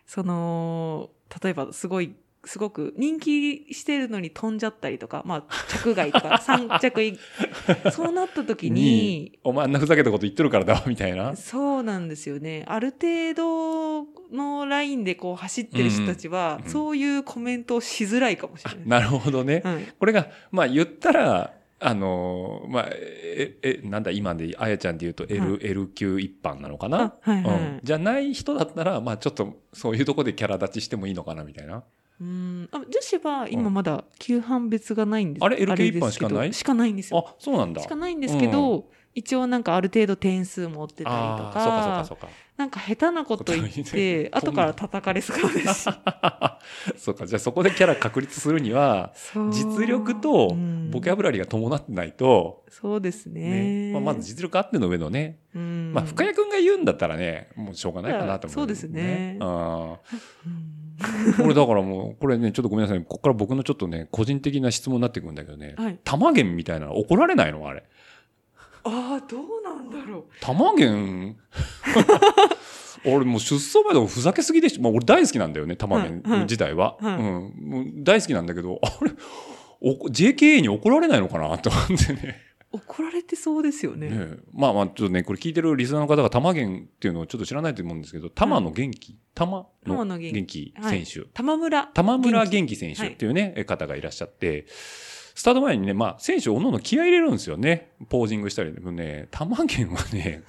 Speaker 3: その例えばすごいすごく人気してるのに飛んじゃったりとか、まあ、着外と <laughs> か三着いそうなった時に
Speaker 2: お前あんなふざけたこと言ってるからだ、みたいな。
Speaker 3: そうなんですよねある程度のラインでこう走ってる人たちは、
Speaker 2: うんうん
Speaker 3: そういうコメントをしづらいかもしれない。
Speaker 2: なるほどね。
Speaker 3: はい
Speaker 2: これが、まあ言ったら、あのー、まあ、え、え、なんだ、今で、あやちゃんで言うと L、
Speaker 3: は
Speaker 2: L 級一般なのかな
Speaker 3: あ、はいは
Speaker 2: う
Speaker 3: いはい
Speaker 2: ん。。じゃない人だったら、まあちょっと、そういうとこでキャラ立ちしてもいいのかな、みたいな。
Speaker 3: うんあ女子は今まだ旧判別がないんです
Speaker 2: あれ LK
Speaker 3: です
Speaker 2: 一
Speaker 3: けど
Speaker 2: 般しかない
Speaker 3: しかないんですよ
Speaker 2: あ、そうなんだ。
Speaker 3: しかないんですけど、一応なんかある程度点数持ってたりと
Speaker 2: あ
Speaker 3: か
Speaker 2: あ、そうかそうかそうか。
Speaker 3: なんか下手なこと言っ
Speaker 2: こと言って
Speaker 3: て後から叩かれそうですし
Speaker 2: そうか、じゃあそこでキャラ確立するには、
Speaker 3: そ
Speaker 2: <laughs>
Speaker 3: う
Speaker 2: 実力と
Speaker 3: うん
Speaker 2: ボキャブラリーが伴ってないと、
Speaker 3: そうですね
Speaker 2: ねまあ、まず実力あっての上のね、
Speaker 3: うん
Speaker 2: まあ、深谷君が言うんだったらね、もうしょうがないかなと思う、
Speaker 3: そうですね
Speaker 2: あ
Speaker 3: うん
Speaker 2: ー <laughs> これだからもう、これね、ちょっとごめんなさい。ここから僕のちょっとね、個人的な質問になってくるんだけどね。
Speaker 3: はい
Speaker 2: 玉源みたいなの怒られないのあれ。
Speaker 3: ああどうなんだろう
Speaker 2: 玉源 <laughs> 俺もう出走前でもふざけすぎでしょ。まあ俺大好きなんだよね、玉
Speaker 3: はい
Speaker 2: 源
Speaker 3: はい
Speaker 2: 自体は。
Speaker 3: はい
Speaker 2: うん。もう大好きなんだけど、あれ、お JKA に怒られないのかなと思ってね。
Speaker 3: 怒られてそうですよね
Speaker 2: ねえまあまあ、ちょっとね、これ聞いてるリスナーの方が玉源っていうのをちょっと知らないと思うんですけど、玉の元気、玉
Speaker 3: 玉
Speaker 2: の
Speaker 3: の
Speaker 2: 元
Speaker 3: 元
Speaker 2: 気
Speaker 3: は
Speaker 2: 選
Speaker 3: い
Speaker 2: 手、
Speaker 3: 玉村
Speaker 2: 玉村
Speaker 3: 元気
Speaker 2: 元気選手っていうね、方がいらっしゃって、スタート前にね、まあ、選手おのおの気合い入れるんですよね。ポージングしたり。でもね、玉源は
Speaker 3: <laughs>
Speaker 2: ね、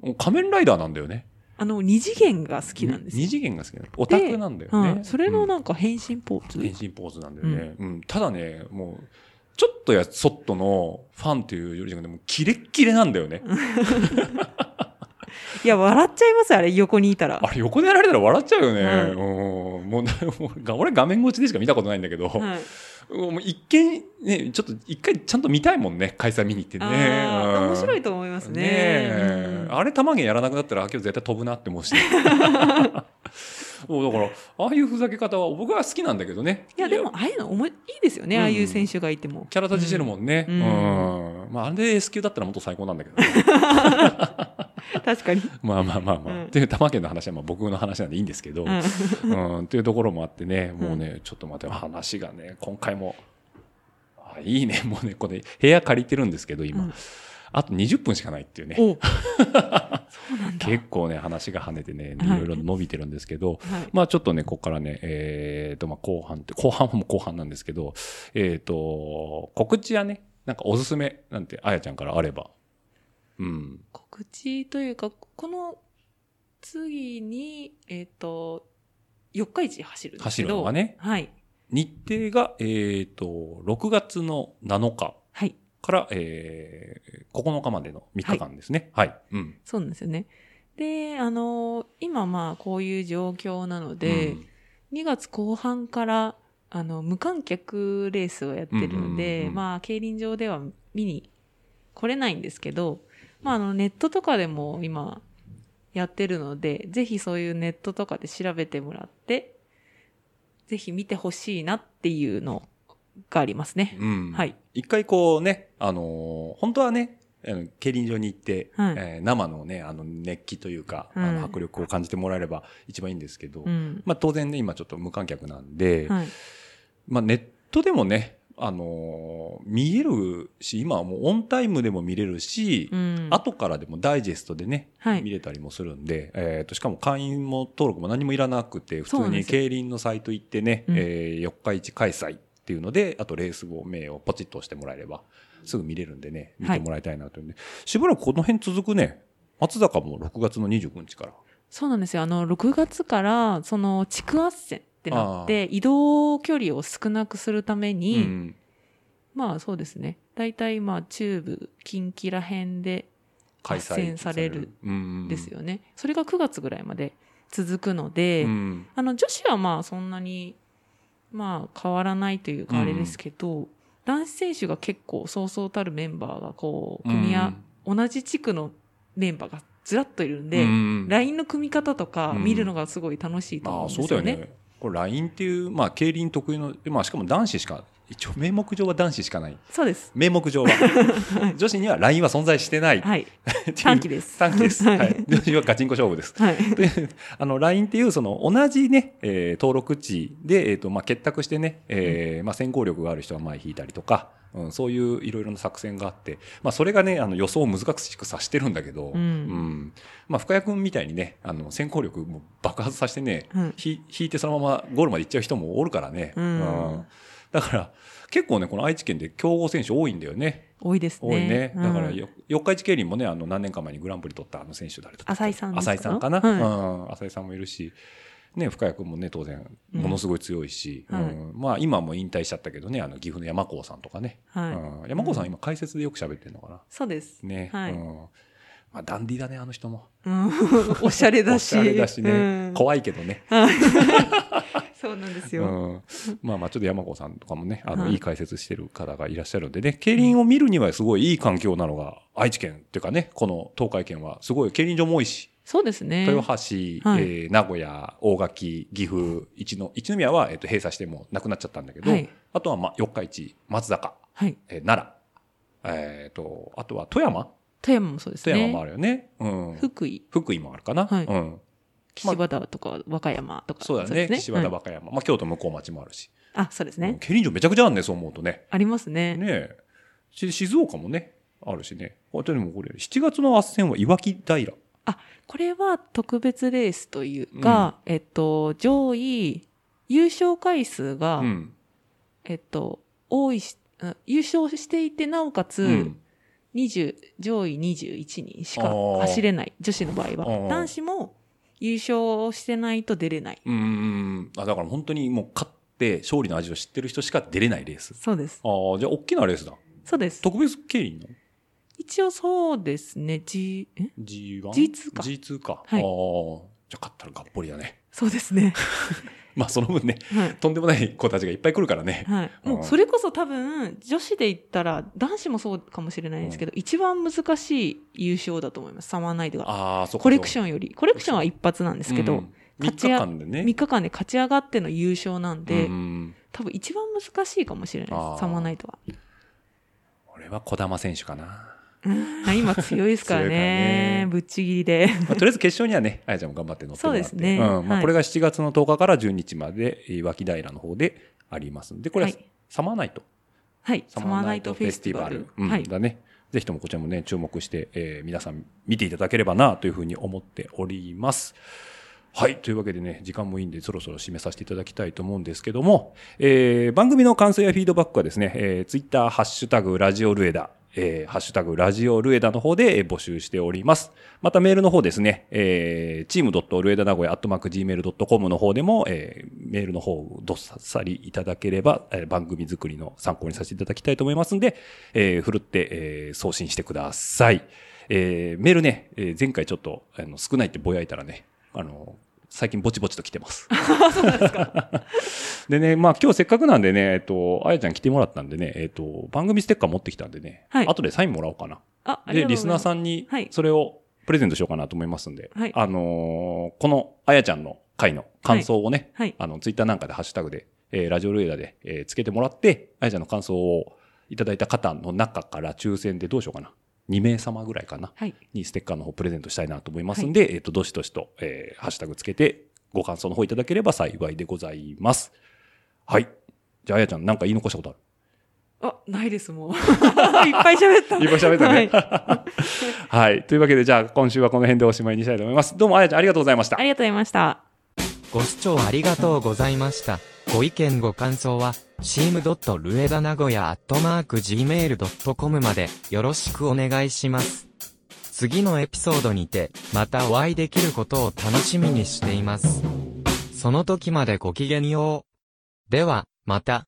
Speaker 2: もう仮面ライダーなんだよね。
Speaker 3: あの二次元が好きなんですよ
Speaker 2: 二次元が好きなの。オタクなんだよ
Speaker 3: はい
Speaker 2: ね。
Speaker 3: それの
Speaker 2: うん
Speaker 3: なんか変身ポーズ、
Speaker 2: 変身ポーズなんだよね。うん。ただね、もう、ちょっとやそっとのファンっていうよりじゃなくて、もうキレッキレなんだよね。
Speaker 3: いや、笑っちゃいます、あれ、横にいたら。
Speaker 2: あれ横でやられたら笑っちゃうよね。
Speaker 3: はい
Speaker 2: うん <laughs> もうなもうが俺画面越しでしか見たことないんだけど、
Speaker 3: はい、
Speaker 2: もう一見、ね、ちょっと一回ちゃんと見たいもんね、開催見に行ってね。
Speaker 3: あー
Speaker 2: うん
Speaker 3: 面白いと思いますね。
Speaker 2: ねえ
Speaker 3: うん
Speaker 2: あれ玉毛やらなくなったら、あ今日絶対飛ぶなって思う
Speaker 3: <laughs>
Speaker 2: し。もうだから、ああいうふざけ方は僕は好きなんだけどね。
Speaker 3: いや、でも、ああいうのおも、いいですよね、
Speaker 2: うん
Speaker 3: ああいう選手がいても。
Speaker 2: キャラ立ちしてるもんね。う。
Speaker 3: うんん
Speaker 2: まあ、あれで S 級だったらもっと最高なんだけどね、 <laughs>
Speaker 3: 確かに。
Speaker 2: まあまあまあまあ。
Speaker 3: うん
Speaker 2: っていう玉県の話はまあ僕の話なんでいいんですけど、 <laughs>
Speaker 3: うん
Speaker 2: うん、っていうところもあってね、もうね、ちょっと待って、話がね、今回も、あいいね、 <laughs> もうね、これ、部屋借りてるんですけど、今、
Speaker 3: うん
Speaker 2: あと20分しかないっていうね、
Speaker 3: おそうなんだ。
Speaker 2: 結構ね、話が跳ねてね、い
Speaker 3: はい
Speaker 2: ろいろ伸びてるんですけど、
Speaker 3: はい。
Speaker 2: まあちょっとね、ここからね、えっ、と、まあ後半って、後半も後半なんですけど、えっ、と、告知やね、なんかおすすめなんて、あやちゃんからあれば。うん。
Speaker 3: 告知というか、この次に、えっ、と、四日市走るんです
Speaker 2: 走
Speaker 3: け
Speaker 2: る
Speaker 3: ど。
Speaker 2: のがね、
Speaker 3: はい。
Speaker 2: 日程が、えっ、と、6月の7日。
Speaker 3: はい。
Speaker 2: から、えー、9日までの3日間ですね。はい。うん。
Speaker 3: そうなんですよね。で、あの今まあ、こういう状況なので、2月後半からあの無観客レースをやってるので、
Speaker 2: うんうんうんうん
Speaker 3: まあ競輪場では見に来れないんですけど、まあ、あのネットとかでも今やってるのでぜひそういうネットとかで調べてもらってぜひ見てほしいなっていうのがありますね。
Speaker 2: うん。うん
Speaker 3: はい。
Speaker 2: 一回こうね、あのー本当はね、あの競輪場に行って、
Speaker 3: はい
Speaker 2: えー生のね、あの熱気というか、
Speaker 3: はい
Speaker 2: あの迫力を感じてもらえれば一番いいんですけど、
Speaker 3: うん
Speaker 2: まあ当然ね、今ちょっと無観客なんで、
Speaker 3: はい、
Speaker 2: まあネットでもね、あのー見えるし、今はもうオンタイムでも見れるし、
Speaker 3: うん
Speaker 2: 後からでもダイジェストでね、
Speaker 3: はい
Speaker 2: 見れたりもするんで、えー、としかも会員も登録も何もいらなくて普
Speaker 3: そう
Speaker 2: 通
Speaker 3: なんで
Speaker 2: に
Speaker 3: すよ
Speaker 2: 競輪のサイト行ってね、
Speaker 3: うん
Speaker 2: えー4日市開催っていうのであとレースを名をポチッと押してもらえればすぐ見れるんでね見てもらいたいなというんで、しばらくこの辺続くね松坂も6月の29日から
Speaker 3: そうなんですよあの6月からその地区斡旋ってなって移動距離を少なくするために、
Speaker 2: うん
Speaker 3: まあそうですね。大体まあ中部、近畿ら辺で
Speaker 2: 開催
Speaker 3: 斡旋される
Speaker 2: うん
Speaker 3: ですよね。それが9月ぐらいまで続くので、
Speaker 2: うん
Speaker 3: あの女子はまあそんなにまあ変わらないという
Speaker 2: う
Speaker 3: か
Speaker 2: ん
Speaker 3: あれですけど、男子選手が結構そうそうたるメンバーがこう、
Speaker 2: うん
Speaker 3: 組み合、同じ地区のメンバーがずらっといるんで、
Speaker 2: うん
Speaker 3: LINE の組み方とか見るのがすごい楽しいと
Speaker 2: あ
Speaker 3: 思う
Speaker 2: あ
Speaker 3: んで
Speaker 2: そう
Speaker 3: す
Speaker 2: だ
Speaker 3: よ
Speaker 2: よ
Speaker 3: ね。
Speaker 2: ねこれ LINE っていう、まあ、競輪得意の、まあ、しかも男子しか一応名目上は男子しかない
Speaker 3: そうです。
Speaker 2: 名目上は、女子には LINE は存在してない <laughs>
Speaker 3: はい。
Speaker 2: っていう
Speaker 3: 短期です。
Speaker 2: 短期です、
Speaker 3: <laughs> はい
Speaker 2: はい、女子はガチンコ勝負です
Speaker 3: はい。
Speaker 2: であの LINE っていうその同じね、えー登録地で、えーとまあ、結託してね、えーまあ、先行力がある人は前引いたりとか、うん、そういういろいろな作戦があって、まあ、それがねあの予想を難しくさしてるんだけど、
Speaker 3: うん
Speaker 2: んまあ、深谷君みたいにねあの先行力も爆発させてね、
Speaker 3: うん
Speaker 2: ひ引いてそのままゴールまで行っちゃう人もおるからね、
Speaker 3: うん
Speaker 2: うんだから、結構ね、この愛知県で強豪選手多いんだよね。
Speaker 3: 多いですね。
Speaker 2: 多いね。だから
Speaker 3: うん
Speaker 2: よ、四日市競輪もね、あの、何年か前にグランプリ取ったあの選手誰だったっけ
Speaker 3: 浅井さんですか
Speaker 2: 浅井さんかな。
Speaker 3: はい
Speaker 2: うん。浅井さんもいるし、ね、深谷君もね、当然、ものすごい強いし、
Speaker 3: うん
Speaker 2: うんまあ、今はもう引退しちゃったけどね、あの、岐阜の山高さんとかね。
Speaker 3: はい。
Speaker 2: うん、山高さん今解説でよく喋ってるのかな。
Speaker 3: そうです。
Speaker 2: ね。
Speaker 3: はい
Speaker 2: うん。まあ、ダンディだね、あの人も。
Speaker 3: うん、 <laughs> おしゃれだし。
Speaker 2: おしゃれだしね。
Speaker 3: うん
Speaker 2: 怖いけどね。
Speaker 3: そうなんです
Speaker 2: う
Speaker 3: よ。
Speaker 2: ん。まあまあ、ちょっと山子さんとかもね、あの、
Speaker 3: はい
Speaker 2: い、い解説してる方がいらっしゃるんでね、競輪を見るにはすごいいい環境なのが、愛知県っていうかね、この東海県は、すごい競輪場も多いし、
Speaker 3: そうですね。
Speaker 2: 豊橋、
Speaker 3: はい
Speaker 2: えー名古屋、大垣、岐阜、一の一宮は、えっと閉鎖してもうなくなっちゃったんだけど、
Speaker 3: はい
Speaker 2: あとは、まあ、四日市、松坂、
Speaker 3: はい。
Speaker 2: えー奈良、えっ、と、あとは富山
Speaker 3: 富山もそうですね。
Speaker 2: 富山もあるよね。うん。
Speaker 3: 福井、
Speaker 2: 福井もあるかな。
Speaker 3: はい
Speaker 2: うん。
Speaker 3: 岸和田とか和歌山とか、
Speaker 2: そうだね。
Speaker 3: です
Speaker 2: 岸和田、
Speaker 3: はい
Speaker 2: 和歌山。まあ、京都向こう町もあるし。
Speaker 3: あ、そうですね。
Speaker 2: 競輪場めちゃくちゃあるね、そう思うとね。
Speaker 3: ありますね。
Speaker 2: ねえ。し静岡もね、あるしね。あとでもこれ、7月の斡旋は岩木平。
Speaker 3: これは特別レースというか、えっと、上位、優勝回数が、
Speaker 2: うん。
Speaker 3: えっと、多いし、うん優勝していて、なおかつ、
Speaker 2: うん。
Speaker 3: 20上位21人し
Speaker 2: あ
Speaker 3: か
Speaker 2: ー
Speaker 3: 走れない女子の場合
Speaker 2: あー
Speaker 3: は男子も優勝してないと出れない
Speaker 2: うんうん。あ、だから本当にもう勝って勝利の味を知ってる人しか出れないレース。
Speaker 3: そうです
Speaker 2: ああ、じゃあ大きなレースだ。
Speaker 3: そうです
Speaker 2: 特別競輪の
Speaker 3: 一応そうですね G え
Speaker 2: ?G1?
Speaker 3: G2 か
Speaker 2: G2 か。
Speaker 3: はい
Speaker 2: ああ。じゃあ勝ったらがっぽりだね。 <laughs>
Speaker 3: そうですね
Speaker 2: まあその分ね、
Speaker 3: はい、
Speaker 2: とんでもない子たちがいっぱい来るからね。
Speaker 3: はい、もうそれこそ多分女子で言ったら男子もそうかもしれないですけど、一番難しい優勝だと思いますサマーナイトが
Speaker 2: ああ、そっか。
Speaker 3: コレクシ
Speaker 2: ョン
Speaker 3: ョンよりコレクションは一発なんで
Speaker 2: です
Speaker 3: けど、
Speaker 2: 3日間でね。
Speaker 3: 3日間で勝ち上がっての優勝なんで、
Speaker 2: うん
Speaker 3: 多分一番難しいかもしれない
Speaker 2: あ
Speaker 3: で
Speaker 2: ー
Speaker 3: すサマーナイトは
Speaker 2: 俺は児玉選手かな。
Speaker 3: うん今強いですから
Speaker 2: 強いからね
Speaker 3: ね。ぶっちぎりで。
Speaker 2: まあ、とりあえず決勝にはね、あやちゃんも頑張って乗ってもらって。
Speaker 3: そうですね
Speaker 2: んま
Speaker 3: は
Speaker 2: あ、
Speaker 3: い
Speaker 2: これが7月の10日から12日まで、えー脇平の方でありますんで、これは
Speaker 3: はい
Speaker 2: サマーナイト。
Speaker 3: はい。サマーナイトフェスティバル。
Speaker 2: うん
Speaker 3: はい。
Speaker 2: だね。ぜひともこちらもね、注目して、えー皆さん見ていただければな、というふうに思っております。はい。というわけでね、時間もいいんで、そろそろ締めさせていただきたいと思うんですけども、えー番組の感想やフィードバックはですね、えツイッター Twitter、ハッシュタグ、ラジオルエダ、えーハッシュタグ、ラジオルエダの方でえー募集しております。またメールの方ですね、えー、チームドットルエダ名古屋アットマーク Gmail.com の方でも、えーメールの方をどっさりいただければ、えー番組作りの参考にさせていただきたいと思いますんで、えー、ふるって、えー送信してください。えーメールね、えー前回ちょっとあの少ないってぼやいたらね、あの、最近ぼちぼちと来て
Speaker 3: <laughs>
Speaker 2: ます。でね、まあ今日せっかくなんでね、えっと、あやちゃん来てもらったんでね、えっと、番組ステッカー持ってきたんでね、
Speaker 3: はい
Speaker 2: 後でサインもらおうかな。
Speaker 3: あ、あり
Speaker 2: で、
Speaker 3: がとう
Speaker 2: リ
Speaker 3: ご
Speaker 2: ス
Speaker 3: ざい
Speaker 2: ナー
Speaker 3: ます。
Speaker 2: さんに
Speaker 3: はい
Speaker 2: それをプレゼントしようかなと思いますんで、
Speaker 3: はい
Speaker 2: あのーこのあやちゃんの回の感想をね、
Speaker 3: はい。
Speaker 2: あの、ツイッターなんかでハッシュタグで、えーラジオルエダで、えーつけてもらって、あやちゃんの感想をいただいた方の中から抽選でどうしようかな。2名様ぐらいかな。
Speaker 3: はい。
Speaker 2: にステッカーの方プレゼントしたいなと思いますんで、えっ、と、どしどしと、えーハッシュタグつけて、ご感想の方いただければ幸いでございます。はい。じゃあ、あやちゃん、なんか言い残したことある
Speaker 3: あ、ないです、もう。いっ <laughs> ぱい喋った。
Speaker 2: <laughs> いっぱい喋ったね
Speaker 3: はい。
Speaker 2: <laughs> はい。というわけで、じゃあ、今週はこの辺でおしまいにしたいと思います。どうも、あやちゃん、ありがとうございました
Speaker 3: あ。りがとうございました。
Speaker 4: ご視聴ありがとうございました。ご意見ご感想は、s e a m ルエダ名古屋 gmail.com までよろしくお願いします。次のエピソードにて、またお会いできることを楽しみにしています。その時までごきげんよう。では、また。